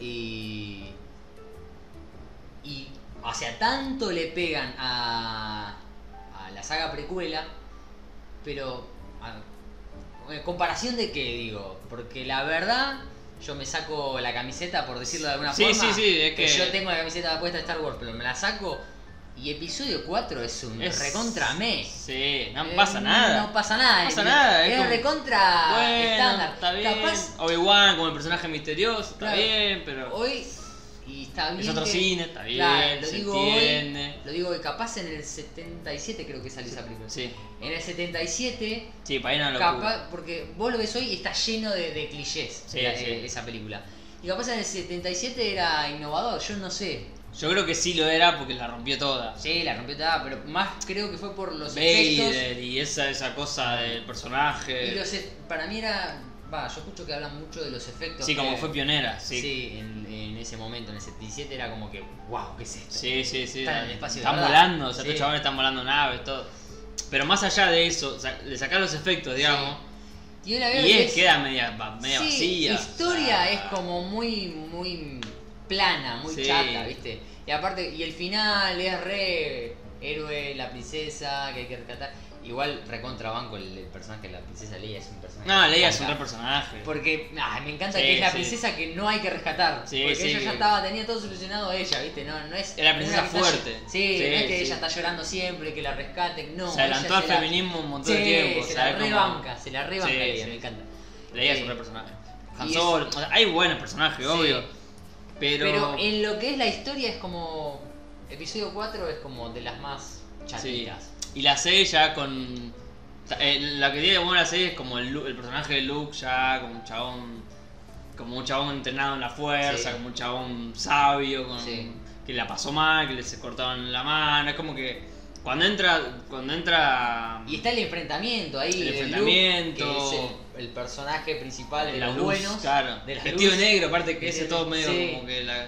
Speaker 1: Y. Y. O sea, tanto le pegan a. a la saga precuela. Pero. a- en comparación de qué, digo. Porque la verdad. Yo me saco la camiseta, por decirlo de alguna
Speaker 2: Sí,
Speaker 1: forma.
Speaker 2: sí, sí, es que-
Speaker 1: Yo tengo la camiseta puesta de Star Wars, pero me la saco. Y episodio 4 es un
Speaker 2: Es-
Speaker 1: recontra me.
Speaker 2: Sí, no
Speaker 1: Eh,
Speaker 2: pasa nada.
Speaker 1: No pasa nada.
Speaker 2: No pasa
Speaker 1: es-
Speaker 2: nada, es
Speaker 1: Es,
Speaker 2: como-
Speaker 1: recontra
Speaker 2: bueno,
Speaker 1: estándar.
Speaker 2: está bien.
Speaker 1: Capaz
Speaker 2: Obi-Wan como el personaje misterioso, está
Speaker 1: Claro.
Speaker 2: bien, pero
Speaker 1: hoy. Y está bien.
Speaker 2: es otro
Speaker 1: que-
Speaker 2: cine, está bien,
Speaker 1: Claro, lo
Speaker 2: se
Speaker 1: digo
Speaker 2: entiende.
Speaker 1: hoy. Lo digo hoy, capaz en el 77 creo que salió esa película.
Speaker 2: Sí,
Speaker 1: En el 77,
Speaker 2: sí, para ir a una locura.
Speaker 1: capaz, porque vos lo ves hoy y está lleno de, de clichés
Speaker 2: Sí,
Speaker 1: la-
Speaker 2: sí.
Speaker 1: eh, esa película. Y capaz en el 77 era innovador, yo no sé.
Speaker 2: Yo creo que sí lo era porque la rompió toda.
Speaker 1: Sí, la rompió toda, pero más creo que fue por los efectos.
Speaker 2: Vader y esa, esa cosa del personaje.
Speaker 1: Y los e- para mí era. Va, yo escucho que hablan mucho de los efectos.
Speaker 2: Sí, como
Speaker 1: que-
Speaker 2: fue pionera, sí.
Speaker 1: Sí, en, en ese momento, en el 77, era como que, wow, ¿qué es esto?
Speaker 2: Sí, sí, sí.
Speaker 1: Están en el espacio,
Speaker 2: Están
Speaker 1: ¿verdad?
Speaker 2: volando, o sea,
Speaker 1: Sí.
Speaker 2: estos chavales están volando naves, todo. Pero más allá de eso, sa- le sacar los efectos, digamos.
Speaker 1: Y, hoy la veo
Speaker 2: Y es,
Speaker 1: es-
Speaker 2: queda media, va- media
Speaker 1: sí,
Speaker 2: vacía.
Speaker 1: La historia
Speaker 2: o sea,
Speaker 1: es como muy, muy plana, muy
Speaker 2: Sí.
Speaker 1: chata, ¿viste? Y aparte, y el final es re héroe, la princesa que hay que rescatar. Igual recontrabanco el, el personaje, la princesa Leia es un personaje.
Speaker 2: No,
Speaker 1: que
Speaker 2: Leia es un
Speaker 1: encanta.
Speaker 2: re personaje.
Speaker 1: Porque ah, me encanta
Speaker 2: Sí,
Speaker 1: que es la
Speaker 2: sí.
Speaker 1: princesa que no hay que rescatar.
Speaker 2: Sí,
Speaker 1: porque
Speaker 2: sí,
Speaker 1: ella ya
Speaker 2: que-
Speaker 1: estaba, tenía todo solucionado ella, ¿viste? No, no es.
Speaker 2: Es la princesa
Speaker 1: una que está-
Speaker 2: fuerte.
Speaker 1: sí,
Speaker 2: Sí,
Speaker 1: no es que
Speaker 2: sí.
Speaker 1: ella está llorando siempre, que la rescaten. No,
Speaker 2: se adelantó
Speaker 1: ella
Speaker 2: al
Speaker 1: se la-
Speaker 2: feminismo un montón
Speaker 1: Sí,
Speaker 2: de tiempo.
Speaker 1: se
Speaker 2: o sea,
Speaker 1: la
Speaker 2: es como-
Speaker 1: rebanca, se la rebanca
Speaker 2: Sí,
Speaker 1: Leia,
Speaker 2: sí.
Speaker 1: me encanta.
Speaker 2: Leia es
Speaker 1: Eh,
Speaker 2: un re personaje. Han
Speaker 1: y es-
Speaker 2: Solo, o sea, hay buenos personajes,
Speaker 1: Sí.
Speaker 2: obvio. Pero.
Speaker 1: Pero en lo que es la historia es como. Episodio 4 es como de las más chatitas.
Speaker 2: Y la serie ya con. eh, la que tiene buena la serie es como el, Lu- el personaje de Luke ya, como un chabón. Como un chabón entrenado en la fuerza,
Speaker 1: Sí.
Speaker 2: como un chabón sabio, con-
Speaker 1: Sí.
Speaker 2: que la pasó mal, que le se cortaban la mano. Es como que. Cuando entra. Cuando entra.
Speaker 1: Y está el enfrentamiento ahí.
Speaker 2: El
Speaker 1: de Luke,
Speaker 2: enfrentamiento.
Speaker 1: que es el, el personaje principal de
Speaker 2: la
Speaker 1: los
Speaker 2: luz,
Speaker 1: buenos.
Speaker 2: claro.
Speaker 1: de la
Speaker 2: Vestido
Speaker 1: luz.
Speaker 2: de negro, aparte que ese
Speaker 1: Sí.
Speaker 2: todo medio
Speaker 1: Sí.
Speaker 2: como que la,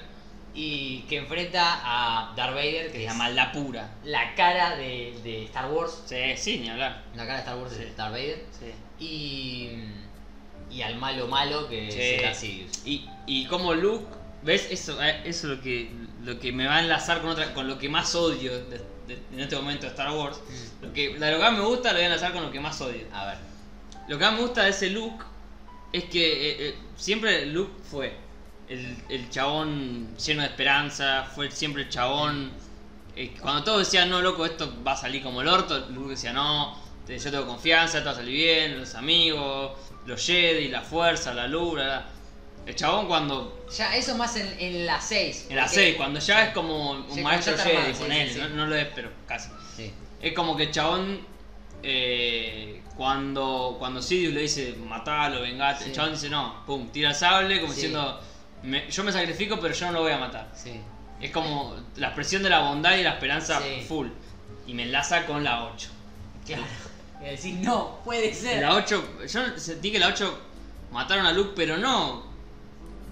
Speaker 1: Y que enfrenta a Darth Vader, que
Speaker 2: la
Speaker 1: es
Speaker 2: maldad pura.
Speaker 1: la cara de, de Star Wars.
Speaker 2: Sí, sí, ni hablar.
Speaker 1: La cara de Star Wars
Speaker 2: Sí.
Speaker 1: es Darth Vader.
Speaker 2: Sí.
Speaker 1: Y. Y al malo malo que
Speaker 2: Sí.
Speaker 1: es Darth Sidious.
Speaker 2: Y, y como Luke, ¿ves? Eso, eh, eso es lo que, lo que me va a enlazar con otra con lo que más odio de- de- en este momento de Star Wars.
Speaker 1: Mm.
Speaker 2: Lo que, la- lo que más me gusta lo voy a enlazar con lo que más odio.
Speaker 1: A ver.
Speaker 2: Lo que más me gusta de ese Luke es que eh, eh, siempre Luke fue el, el chabón lleno de esperanza, fue siempre el chabón... eh, cuando todos decían, no, loco, esto va a salir como el orto, Luke decía, no, te- yo tengo confianza, todo va a salir bien, los amigos, los Jedi, la fuerza, la luz, bla, bla". El chabón cuando
Speaker 1: Ya, eso más en, en la 6.
Speaker 2: en la 6, cuando ya es como un
Speaker 1: Sí,
Speaker 2: maestro
Speaker 1: cuando ya está
Speaker 2: Jedi,
Speaker 1: armado, sí,
Speaker 2: ponele,
Speaker 1: sí, sí.
Speaker 2: No, no lo es, pero casi.
Speaker 1: Sí.
Speaker 2: Es como que el chabón, eh, cuando, cuando Sidious le dice matalo, vengate,
Speaker 1: Sí.
Speaker 2: el chabón dice no, pum, tira el sable, como
Speaker 1: Sí.
Speaker 2: diciendo "Me- yo me sacrifico, pero yo no lo voy a matar.
Speaker 1: Sí.
Speaker 2: Es como la expresión de la bondad y la esperanza
Speaker 1: Sí.
Speaker 2: full. Y me enlaza con la 8.
Speaker 1: Claro. Y decir, no, puede ser.
Speaker 2: La 8, yo sentí que la 8 mataron a Luke, pero no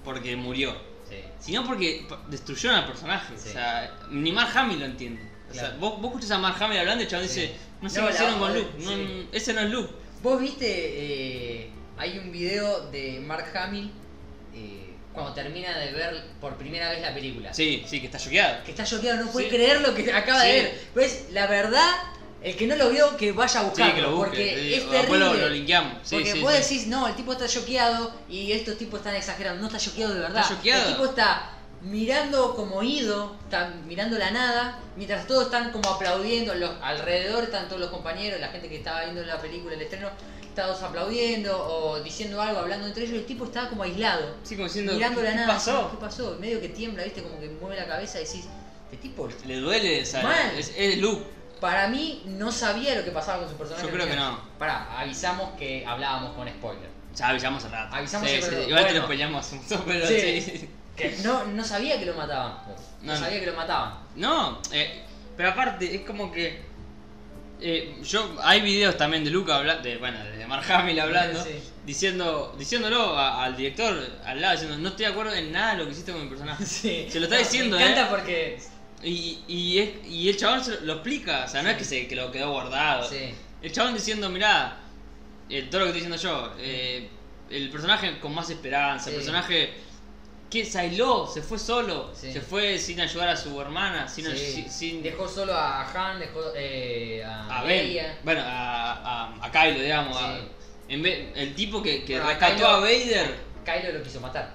Speaker 2: porque murió.
Speaker 1: Sí.
Speaker 2: sino porque p- destruyeron al personaje.
Speaker 1: Sí.
Speaker 2: O sea, ni Mark Hamill lo entiende. O sea,
Speaker 1: Claro.
Speaker 2: vos, vos escuchás a Mark Hamill hablando y el chabón
Speaker 1: Sí.
Speaker 2: dice, no sé
Speaker 1: No,
Speaker 2: qué
Speaker 1: la
Speaker 2: hicieron con
Speaker 1: joder,
Speaker 2: Luke, no,
Speaker 1: sí.
Speaker 2: ese no es Luke.
Speaker 1: Vos viste, eh, hay un video de Mark Hamill eh, cuando termina de ver por primera vez la película.
Speaker 2: Sí, sí, que está choqueado.
Speaker 1: Que está choqueado, no puede
Speaker 2: Sí.
Speaker 1: creer lo que acaba de
Speaker 2: Sí.
Speaker 1: ver. Pues la verdad, el que no lo vio, que vaya a
Speaker 2: Sí,
Speaker 1: buscarlo.
Speaker 2: que lo busque.
Speaker 1: porque
Speaker 2: sí.
Speaker 1: es
Speaker 2: O
Speaker 1: terrible.
Speaker 2: después lo, lo linkeamos. Sí,
Speaker 1: porque
Speaker 2: sí,
Speaker 1: vos
Speaker 2: sí.
Speaker 1: decís, no, el tipo está choqueado y estos tipos están exagerando. No está choqueado de verdad.
Speaker 2: Está choqueado.
Speaker 1: El tipo está mirando como ido, está mirando la nada, mientras todos están como aplaudiendo. Los, alrededor están todos los compañeros, la gente que estaba viendo la película, el estreno, todos aplaudiendo o diciendo algo, hablando entre ellos. El tipo estaba como aislado
Speaker 2: Sí, como diciendo,
Speaker 1: mirando
Speaker 2: ¿qué
Speaker 1: la nada.
Speaker 2: pasó?
Speaker 1: ¿Qué pasó? Medio que tiembla, viste, como que mueve la cabeza y decís, este tipo,
Speaker 2: Le duele, esa
Speaker 1: Mal.
Speaker 2: Es, es Luke.
Speaker 1: para mí no sabía lo que pasaba con su personaje.
Speaker 2: Yo creo que
Speaker 1: original.
Speaker 2: no.
Speaker 1: Pará, avisamos que hablábamos con spoiler.
Speaker 2: Ya avisamos hace rato.
Speaker 1: Avisamos
Speaker 2: sí,
Speaker 1: hace
Speaker 2: sí.
Speaker 1: rato.
Speaker 2: Igual te
Speaker 1: Bueno.
Speaker 2: lo spoileamos un poco, pero
Speaker 1: Sí.
Speaker 2: sí.
Speaker 1: Que no, no sabía que lo mataban. No,
Speaker 2: No, no.
Speaker 1: sabía que lo mataban.
Speaker 2: No, eh, pero aparte, es como que. eh, yo hay videos también de Luca hablando, de, bueno, de Mark Hamill hablando,
Speaker 1: Sí.
Speaker 2: diciendo, diciéndolo a- al director al lado, diciendo, no estoy de acuerdo en nada de lo que hiciste con mi personaje.
Speaker 1: Sí.
Speaker 2: Se lo está diciendo,
Speaker 1: me encanta
Speaker 2: ¿eh?
Speaker 1: porque.
Speaker 2: Y, y, es- y el chabón se lo, lo explica, o sea, no
Speaker 1: Sí.
Speaker 2: es que, se, que lo quedó guardado.
Speaker 1: Sí.
Speaker 2: El chabón diciendo, mirá, eh, todo lo que estoy diciendo yo, eh, el personaje con más esperanza,
Speaker 1: Sí.
Speaker 2: el personaje que se aisló, se fue solo,
Speaker 1: Sí.
Speaker 2: se fue sin ayudar a su hermana, sin...
Speaker 1: sí.
Speaker 2: si- sin-
Speaker 1: Dejó solo a Han, dejó eh, a,
Speaker 2: a Ben,
Speaker 1: Leia.
Speaker 2: bueno, a, a, a Kylo, digamos. a-
Speaker 1: Sí.
Speaker 2: en vez- el tipo que, que
Speaker 1: Bueno, a
Speaker 2: rescató
Speaker 1: Kylo-
Speaker 2: a Vader.
Speaker 1: Kylo lo quiso matar.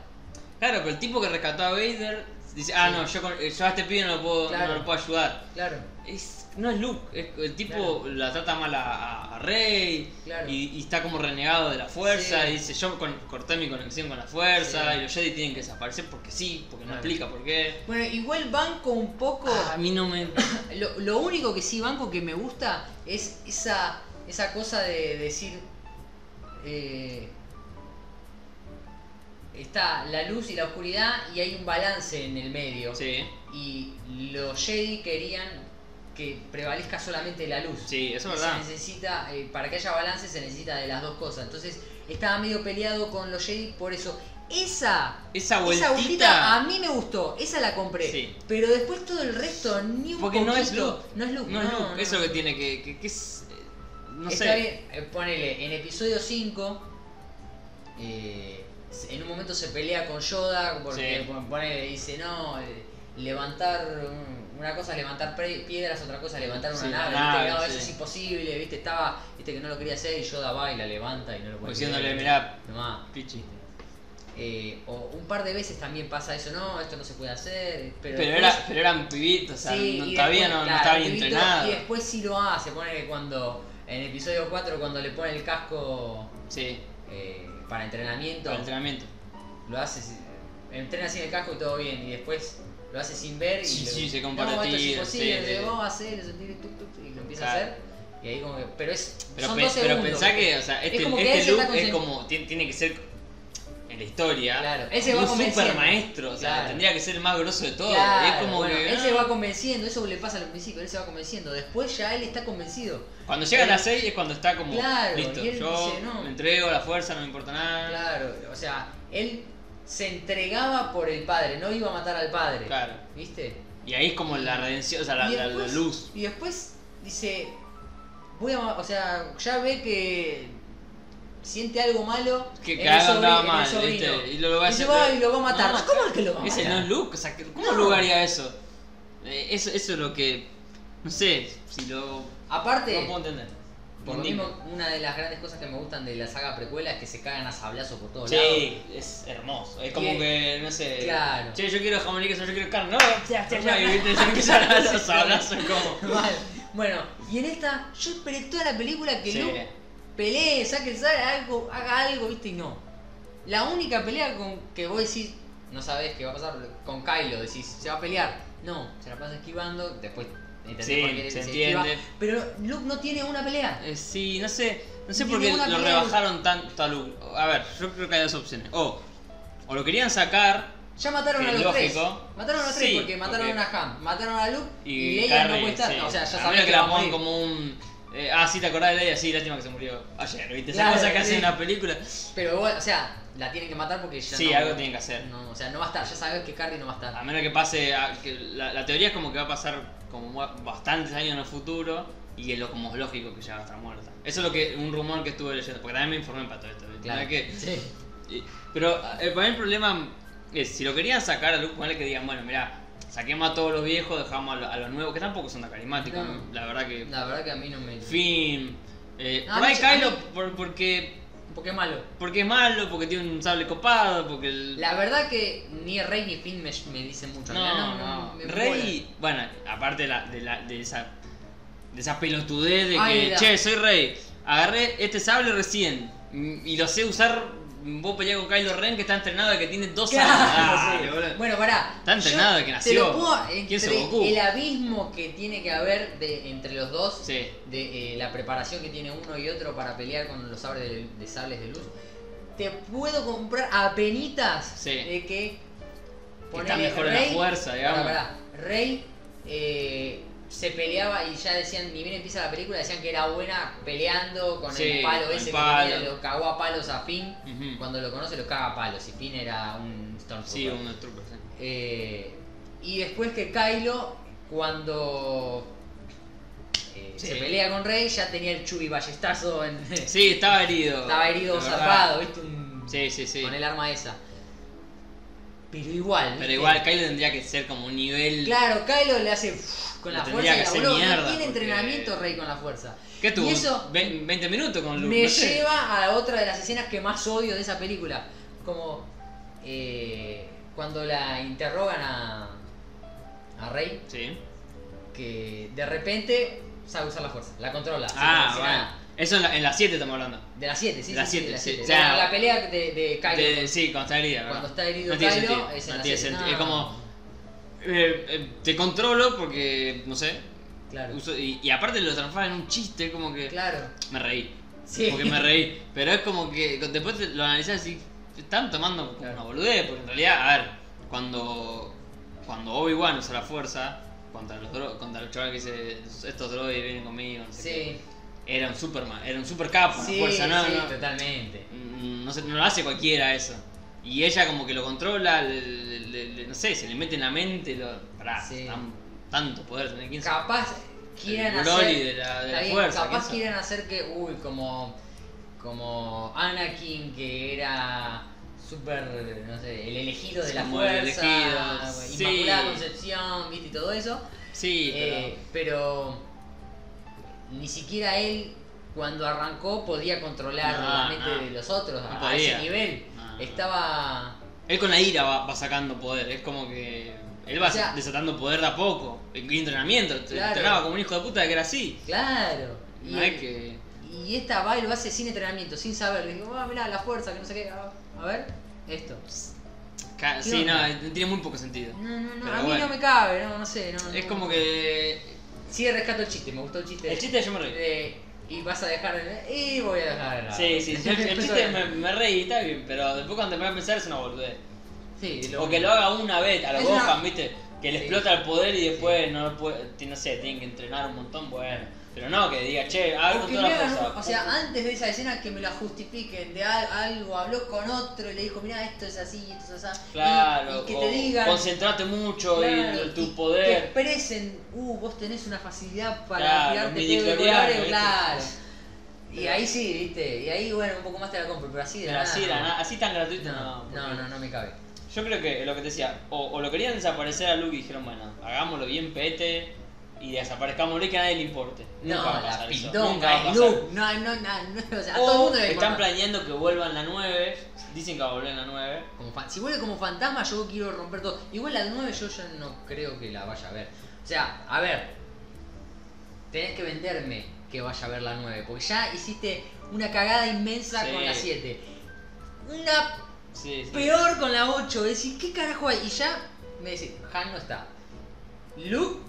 Speaker 2: Claro, pero el tipo que rescató a Vader dice, ah,
Speaker 1: Sí.
Speaker 2: no, yo, con- eh, yo a este pibe no lo puedo,
Speaker 1: Claro.
Speaker 2: no lo puedo ayudar.
Speaker 1: Claro.
Speaker 2: Es, no es Luke, es- el tipo la trata mal a, a- a Rey
Speaker 1: Claro.
Speaker 2: y, y está como renegado de la fuerza
Speaker 1: Sí.
Speaker 2: y dice, yo con- corté mi conexión con la fuerza
Speaker 1: Sí.
Speaker 2: y los Jedi tienen que desaparecer porque sí, porque
Speaker 1: Claro.
Speaker 2: no explica por qué.
Speaker 1: Bueno, igual banco un poco.
Speaker 2: Ah, a mí no me...
Speaker 1: Lo, lo único que sí banco que me gusta es esa, esa cosa de decir. eh, está la luz y la oscuridad y hay un balance en el medio.
Speaker 2: sí,
Speaker 1: Y los Jedi querían que prevalezca solamente la luz.
Speaker 2: sí, eso es
Speaker 1: Se
Speaker 2: verdad.
Speaker 1: necesita, eh, para que haya balance se necesita de las dos cosas. Entonces estaba medio peleado con los Jedi por eso. Esa
Speaker 2: Esa vueltita...
Speaker 1: esa vueltita a mí me gustó, esa la compré.
Speaker 2: Sí.
Speaker 1: Pero después todo el resto, ni un
Speaker 2: Porque
Speaker 1: poquito.
Speaker 2: no es Luke.
Speaker 1: No es Luke.
Speaker 2: No, es Luke,
Speaker 1: no.
Speaker 2: eso que tiene que. que, que es, eh, no
Speaker 1: Está
Speaker 2: sé.
Speaker 1: bien, eh, ponele, en episodio 5, eh, en un momento se pelea con Yoda, porque
Speaker 2: Sí.
Speaker 1: pon- ponele, dice, no, eh, levantar, un- una cosa es levantar pre- piedras, otra cosa es levantar una
Speaker 2: Sí,
Speaker 1: nave,
Speaker 2: la
Speaker 1: ¿viste?
Speaker 2: nave,
Speaker 1: No,
Speaker 2: sí.
Speaker 1: eso es imposible, viste, estaba, viste que no lo quería hacer y Yoda va y la levanta y no lo
Speaker 2: Como
Speaker 1: puede
Speaker 2: Pues diciéndole,
Speaker 1: creer.
Speaker 2: mirá,
Speaker 1: Tomá,
Speaker 2: pichi.
Speaker 1: eh, o un par de veces también pasa eso, no, esto no se puede hacer. Pero,
Speaker 2: Pero,
Speaker 1: después-
Speaker 2: era, pero eran pibitos, o sea,
Speaker 1: Sí,
Speaker 2: no-
Speaker 1: y
Speaker 2: todavía
Speaker 1: después,
Speaker 2: no,
Speaker 1: claro,
Speaker 2: no estaban bien
Speaker 1: pibito,
Speaker 2: entrenados.
Speaker 1: Y después sí lo hace, pone que cuando, en episodio 4, cuando le pone el casco
Speaker 2: Sí,
Speaker 1: eh, para entrenamiento,
Speaker 2: para el entrenamiento.
Speaker 1: lo hace, si- entrena sin el casco y todo bien, y después lo hace sin ver y
Speaker 2: Sí,
Speaker 1: lo-
Speaker 2: sí, se comparte
Speaker 1: no, esto es
Speaker 2: tiro,
Speaker 1: imposible,
Speaker 2: sí, sí.
Speaker 1: vos vas a hacer, eso, tiro, tuc, tuc, tuc, y lo empieza a
Speaker 2: Claro.
Speaker 1: hacer, y ahí como que, pero es,
Speaker 2: Pero,
Speaker 1: son
Speaker 2: pe-
Speaker 1: dos
Speaker 2: pero
Speaker 1: segundos.
Speaker 2: pensá que, o sea, este,
Speaker 1: como que él
Speaker 2: este
Speaker 1: se está
Speaker 2: Luke es
Speaker 1: concent-
Speaker 2: como. Tiene, tiene que ser en la historia.
Speaker 1: Claro, él se va
Speaker 2: un
Speaker 1: convenciendo.
Speaker 2: super maestro, o sea,
Speaker 1: Claro.
Speaker 2: tendría que ser el más grosso de todos.
Speaker 1: Claro,
Speaker 2: es como
Speaker 1: bueno,
Speaker 2: que,
Speaker 1: él
Speaker 2: ah,
Speaker 1: se va convenciendo, eso le pasa al principio, él se va convenciendo, después ya él está convencido.
Speaker 2: Cuando llega a las 6 es cuando está como.
Speaker 1: Claro,
Speaker 2: listo,
Speaker 1: y él
Speaker 2: yo
Speaker 1: dice, no.
Speaker 2: me entrego a la fuerza, no me importa nada.
Speaker 1: Claro, o sea, él se entregaba por el padre, no iba a matar al padre.
Speaker 2: Claro.
Speaker 1: ¿Viste?
Speaker 2: Y ahí es como la redención, o sea, la,
Speaker 1: y
Speaker 2: la- la luz.
Speaker 1: Y después dice, voy a, ma- o sea, ya ve que siente algo malo.
Speaker 2: Que,
Speaker 1: en
Speaker 2: que
Speaker 1: el
Speaker 2: algo
Speaker 1: sobrino-
Speaker 2: andaba
Speaker 1: en el
Speaker 2: mal,
Speaker 1: sobrino.
Speaker 2: ¿viste? Y lo va a
Speaker 1: Y se
Speaker 2: hacer-
Speaker 1: va y lo va a matar.
Speaker 2: No,
Speaker 1: Ah, ¿Cómo es que lo va a
Speaker 2: Ese no
Speaker 1: matar?
Speaker 2: es Luke, o sea, que- ¿cómo
Speaker 1: No.
Speaker 2: Luke haría eso? Eh, eso? Eso es lo que. No sé, si lo.
Speaker 1: Aparte,
Speaker 2: No puedo entender.
Speaker 1: por lo
Speaker 2: Indigo.
Speaker 1: mismo, una de las grandes cosas que me gustan de la saga precuela es que se cagan a sablazo por todos lados.
Speaker 2: Sí, es hermoso. Es como
Speaker 1: Y-
Speaker 2: que, no sé.
Speaker 1: claro.
Speaker 2: Che, yo quiero jamón y queso, yo quiero carne. No,
Speaker 1: ya, ya,
Speaker 2: No,
Speaker 1: ya.
Speaker 2: y viste, se empiezan a dar los abrazos como.
Speaker 1: Mal. Bueno, y en esta, yo esperé toda la película que
Speaker 2: Sí.
Speaker 1: Luke pelee, saque el sable, algo, haga algo, viste, y no. La única pelea con que vos decís, no sabés qué va a pasar, con Kylo decís, se va a pelear. No, se la pasa esquivando, después entendés
Speaker 2: Sí,
Speaker 1: por qué
Speaker 2: se
Speaker 1: esquiva,
Speaker 2: entiende.
Speaker 1: pero Luke no tiene una pelea.
Speaker 2: Eh, sí, no sé. No sé
Speaker 1: Ni
Speaker 2: por qué
Speaker 1: ninguna
Speaker 2: lo
Speaker 1: pelea.
Speaker 2: rebajaron tanto a Luke. A ver, yo creo que hay dos opciones. O, o lo querían sacar.
Speaker 1: Ya mataron
Speaker 2: Que
Speaker 1: a los tres.
Speaker 2: lógico.
Speaker 1: Mataron a los tres
Speaker 2: Sí,
Speaker 1: porque mataron
Speaker 2: porque-
Speaker 1: a Han, mataron a Luke y,
Speaker 2: y,
Speaker 1: Leia no
Speaker 2: Carrie,
Speaker 1: puede estar.
Speaker 2: sí.
Speaker 1: O sea, ya
Speaker 2: a menos
Speaker 1: sabés
Speaker 2: que
Speaker 1: que va
Speaker 2: la
Speaker 1: a morir.
Speaker 2: pongan como un eh, ah sí te acordás de Leia sí lástima que se murió ayer viste esa
Speaker 1: Claro,
Speaker 2: cosa que
Speaker 1: sí.
Speaker 2: hacen en la película
Speaker 1: Pero bueno, o sea, la tienen que matar porque ya
Speaker 2: sí
Speaker 1: no-
Speaker 2: algo tienen que Ah, hacer
Speaker 1: No, o sea, no va a estar, ya sabes que Carrie no va a
Speaker 2: a
Speaker 1: estar.
Speaker 2: menos que pase a- que la, la teoría es como que va a pasar como ba- bastantes años en el futuro y es lo como lógico que ya va a estar muerta eso es lo que un rumor que estuve leyendo porque también me informé para todo esto ¿viste? No es que-
Speaker 1: Sí.
Speaker 2: y- pero eh, para mí el problema es, si lo querían sacar a luz, ponle que digan, bueno, mirá, saquemos a todos los viejos, dejamos a, lo- a los nuevos, que tampoco son tan carismáticos,
Speaker 1: No.
Speaker 2: la verdad que...
Speaker 1: La verdad que a mí no me.
Speaker 2: Finn... Eh,
Speaker 1: Ah,
Speaker 2: por ahí
Speaker 1: no sé,
Speaker 2: Kylo
Speaker 1: a mí-
Speaker 2: por- porque,
Speaker 1: Porque es malo.
Speaker 2: porque es malo, porque tiene un sable copado, porque... El...
Speaker 1: La verdad que ni Rey ni Finn me, me dicen mucho.
Speaker 2: No, no,
Speaker 1: me
Speaker 2: Rey, bueno, aparte de, la, de, la- de esa de esa pelotudez de
Speaker 1: Ay,
Speaker 2: que,
Speaker 1: la-
Speaker 2: che, soy rey, agarré este sable recién mm, y lo sé usar, mm, vos peleás con Kylo Ren que está entrenado de que tiene dos
Speaker 1: Claro,
Speaker 2: años. Dale,
Speaker 1: sí.
Speaker 2: boludo.
Speaker 1: Bueno, pará.
Speaker 2: Está entrenado de
Speaker 1: Te
Speaker 2: que nació.
Speaker 1: lo puedo
Speaker 2: ¿Quién es
Speaker 1: entre
Speaker 2: Goku?
Speaker 1: el abismo que tiene que haber de, entre los dos,
Speaker 2: Sí.
Speaker 1: de eh, la preparación que tiene uno y otro para pelear con los sables de, de sables de luz. Te puedo comprar a penitas
Speaker 2: Sí.
Speaker 1: de que
Speaker 2: Que está
Speaker 1: ponele,
Speaker 2: mejor en la fuerza, digamos.
Speaker 1: Pará, pará. Rey eh, se peleaba y ya decían, ni bien empieza la película, decían que era buena peleando con
Speaker 2: Sí,
Speaker 1: el palo
Speaker 2: con el
Speaker 1: ese
Speaker 2: palo.
Speaker 1: que tenía, lo cagó a palos a Finn.
Speaker 2: Ujú.
Speaker 1: Cuando lo conoce lo caga a palos y Finn era un
Speaker 2: Sí,
Speaker 1: Stormtrooper.
Speaker 2: unos troopers. sí.
Speaker 1: Eh, y después que Kylo, cuando eh,
Speaker 2: Sí.
Speaker 1: se pelea con Rey, ya tenía el chubi ballestazo en...
Speaker 2: Sí, estaba herido.
Speaker 1: Estaba herido,
Speaker 2: la verdad.
Speaker 1: zarpado, ¿viste? Un-
Speaker 2: Sí, sí, sí.
Speaker 1: Con el arma esa. Pero igual.
Speaker 2: Pero
Speaker 1: ¿viste?
Speaker 2: igual Kylo tendría que ser como un nivel.
Speaker 1: Claro, Kylo le hace uff, con
Speaker 2: Lo
Speaker 1: la fuerza y
Speaker 2: tendría que
Speaker 1: la
Speaker 2: hacer
Speaker 1: boludo,
Speaker 2: mierda,
Speaker 1: No tiene
Speaker 2: porque-
Speaker 1: entrenamiento Rey con la fuerza.
Speaker 2: ¿Qué tuvo?
Speaker 1: Y eso-
Speaker 2: Ve- 20 minutos con Luke.
Speaker 1: Me
Speaker 2: no sé.
Speaker 1: lleva a otra de las escenas que más odio de esa película. Como eh, cuando la interrogan a, a Rey,
Speaker 2: Sí.
Speaker 1: que de repente sabe usar la fuerza, la controla. así
Speaker 2: Ah,
Speaker 1: como si
Speaker 2: bueno.
Speaker 1: nada.
Speaker 2: Eso en la- en las 7 estamos hablando.
Speaker 1: De las 7, sí.
Speaker 2: De las
Speaker 1: sí, sí,
Speaker 2: siete,
Speaker 1: de las
Speaker 2: sí.
Speaker 1: siete.
Speaker 2: O sea,
Speaker 1: Bueno, la pelea de, de Kylo.
Speaker 2: De- sí, cuando está herida.
Speaker 1: cuando
Speaker 2: ¿verdad?
Speaker 1: está herido
Speaker 2: no tiene
Speaker 1: Kylo,
Speaker 2: sentido.
Speaker 1: es en
Speaker 2: no
Speaker 1: la
Speaker 2: tiene
Speaker 1: siete.
Speaker 2: sentido.
Speaker 1: No.
Speaker 2: Es como. eh, eh, te controlo porque. No sé.
Speaker 1: Claro.
Speaker 2: uso- y, y aparte lo transforma en un chiste, como que.
Speaker 1: Claro.
Speaker 2: Me reí.
Speaker 1: Sí.
Speaker 2: Porque me reí. Pero es como que co- después te- lo analizás y te están tomando como
Speaker 1: Claro.
Speaker 2: una boludez. Porque en realidad, a ver, cuando. Cuando Obi-Wan usa la fuerza contra los, dro- contra los chavales que dice estos droides vienen conmigo, no sé
Speaker 1: Sí.
Speaker 2: qué", Era un Superman, era un super capo,
Speaker 1: Sí,
Speaker 2: fuerza, no,
Speaker 1: sí,
Speaker 2: no.
Speaker 1: totalmente.
Speaker 2: Mm, no, sé, no lo hace cualquiera eso. Y ella como que lo controla, le- le- le- le- no sé, se le mete en la mente, lo, pará,
Speaker 1: Sí.
Speaker 2: tan- tanto poder tener 15
Speaker 1: Capaz quieran
Speaker 2: el
Speaker 1: hacer.
Speaker 2: Broly de la, de
Speaker 1: Está
Speaker 2: la
Speaker 1: bien,
Speaker 2: fuerza.
Speaker 1: capaz
Speaker 2: ¿quién
Speaker 1: quieran hacer que, uy, como, como Anakin, que era súper, no sé, el elegido de la
Speaker 2: Como el
Speaker 1: fuerza,
Speaker 2: elegido,
Speaker 1: Inmaculada
Speaker 2: sí.
Speaker 1: Concepción, viste, y todo eso.
Speaker 2: sabe? Sí, pero-
Speaker 1: Eh, pero ni siquiera él, cuando arrancó, podía controlar
Speaker 2: No,
Speaker 1: la mente
Speaker 2: no.
Speaker 1: de los otros
Speaker 2: No
Speaker 1: a,
Speaker 2: podía.
Speaker 1: ese nivel.
Speaker 2: No, no.
Speaker 1: Estaba...
Speaker 2: él con la ira va, va sacando poder, es como que él va
Speaker 1: O sea-
Speaker 2: desatando poder de a poco. Y entrenamiento, te-
Speaker 1: Claro.
Speaker 2: entrenaba como un hijo de puta que era así.
Speaker 1: Claro. Y,
Speaker 2: No es que...
Speaker 1: y esta va y lo hace sin entrenamiento, sin saber. Le digo, ah, mirá, la fuerza, que no sé qué. ah, a ver, esto.
Speaker 2: ca-
Speaker 1: ¿Qué
Speaker 2: Sí, no,
Speaker 1: onda?
Speaker 2: tiene muy poco sentido.
Speaker 1: No, no, no,
Speaker 2: Pero
Speaker 1: a mí
Speaker 2: bueno.
Speaker 1: no me cabe, no, no sé. No,
Speaker 2: Es
Speaker 1: no.
Speaker 2: como que...
Speaker 1: Sí, rescato el chiste, me gustó el chiste.
Speaker 2: El chiste yo me reí.
Speaker 1: de- y vas a dejar. de- Y voy a dejar. de-
Speaker 2: Sí, sí, yo- el chiste me, me reí, está bien, pero después cuando te pones a pensar es una boludez.
Speaker 1: Sí,
Speaker 2: O que lo haga una vez, a los
Speaker 1: Es una-
Speaker 2: Gohan, viste, que le
Speaker 1: Sí.
Speaker 2: explota el poder y después no lo puede, ti- no sé, tienen que entrenar un montón, bueno. Pero no, que diga, che, hago
Speaker 1: O que
Speaker 2: toda
Speaker 1: le
Speaker 2: la
Speaker 1: hagan
Speaker 2: fuerza.
Speaker 1: un- o sea, antes de esa escena que me la justifiquen de al- algo, habló con otro y le dijo, mira, esto es así, esto es así. y-
Speaker 2: claro,
Speaker 1: y, que
Speaker 2: o
Speaker 1: te digan,
Speaker 2: concentrate mucho
Speaker 1: claro,
Speaker 2: y tu
Speaker 1: y Que
Speaker 2: poder.
Speaker 1: expresen, uh, vos tenés una facilidad para
Speaker 2: Claro,
Speaker 1: tirarte
Speaker 2: midi
Speaker 1: pedo de
Speaker 2: coreano,
Speaker 1: colores,
Speaker 2: ¿viste?
Speaker 1: claro. Y ahí sí, viste, y ahí bueno, un poco más te la compro, pero así de
Speaker 2: Pero
Speaker 1: nada.
Speaker 2: así, era, na- así tan gratuito,
Speaker 1: No,
Speaker 2: no.
Speaker 1: no,
Speaker 2: porque-
Speaker 1: no, no me cabe.
Speaker 2: Yo creo que lo que te decía, o, o lo querían desaparecer a Luke y dijeron, bueno, hagámoslo bien pete y desaparezcamos a Luke que a nadie le importe.
Speaker 1: No,
Speaker 2: Nunca va a
Speaker 1: la
Speaker 2: pasar eso, nunca va a
Speaker 1: pindonga, el
Speaker 2: pasar.
Speaker 1: look, no, no, no, no, o sea, a todo el
Speaker 2: O
Speaker 1: mundo le
Speaker 2: están
Speaker 1: importa.
Speaker 2: planeando que vuelvan la 9. Dicen que va a volver la 9.
Speaker 1: Como fan- si vuelve como fantasma, yo quiero romper todo. Igual la 9 yo ya no creo que la vaya a ver. O sea, a ver. Tenés que venderme que vaya a ver la 9. Porque ya hiciste una cagada inmensa
Speaker 2: Sí.
Speaker 1: con la 7. Una
Speaker 2: Sí, sí.
Speaker 1: peor con la 8. Es decir, ¿qué carajo hay? Y ya me decís, Han no está. Luke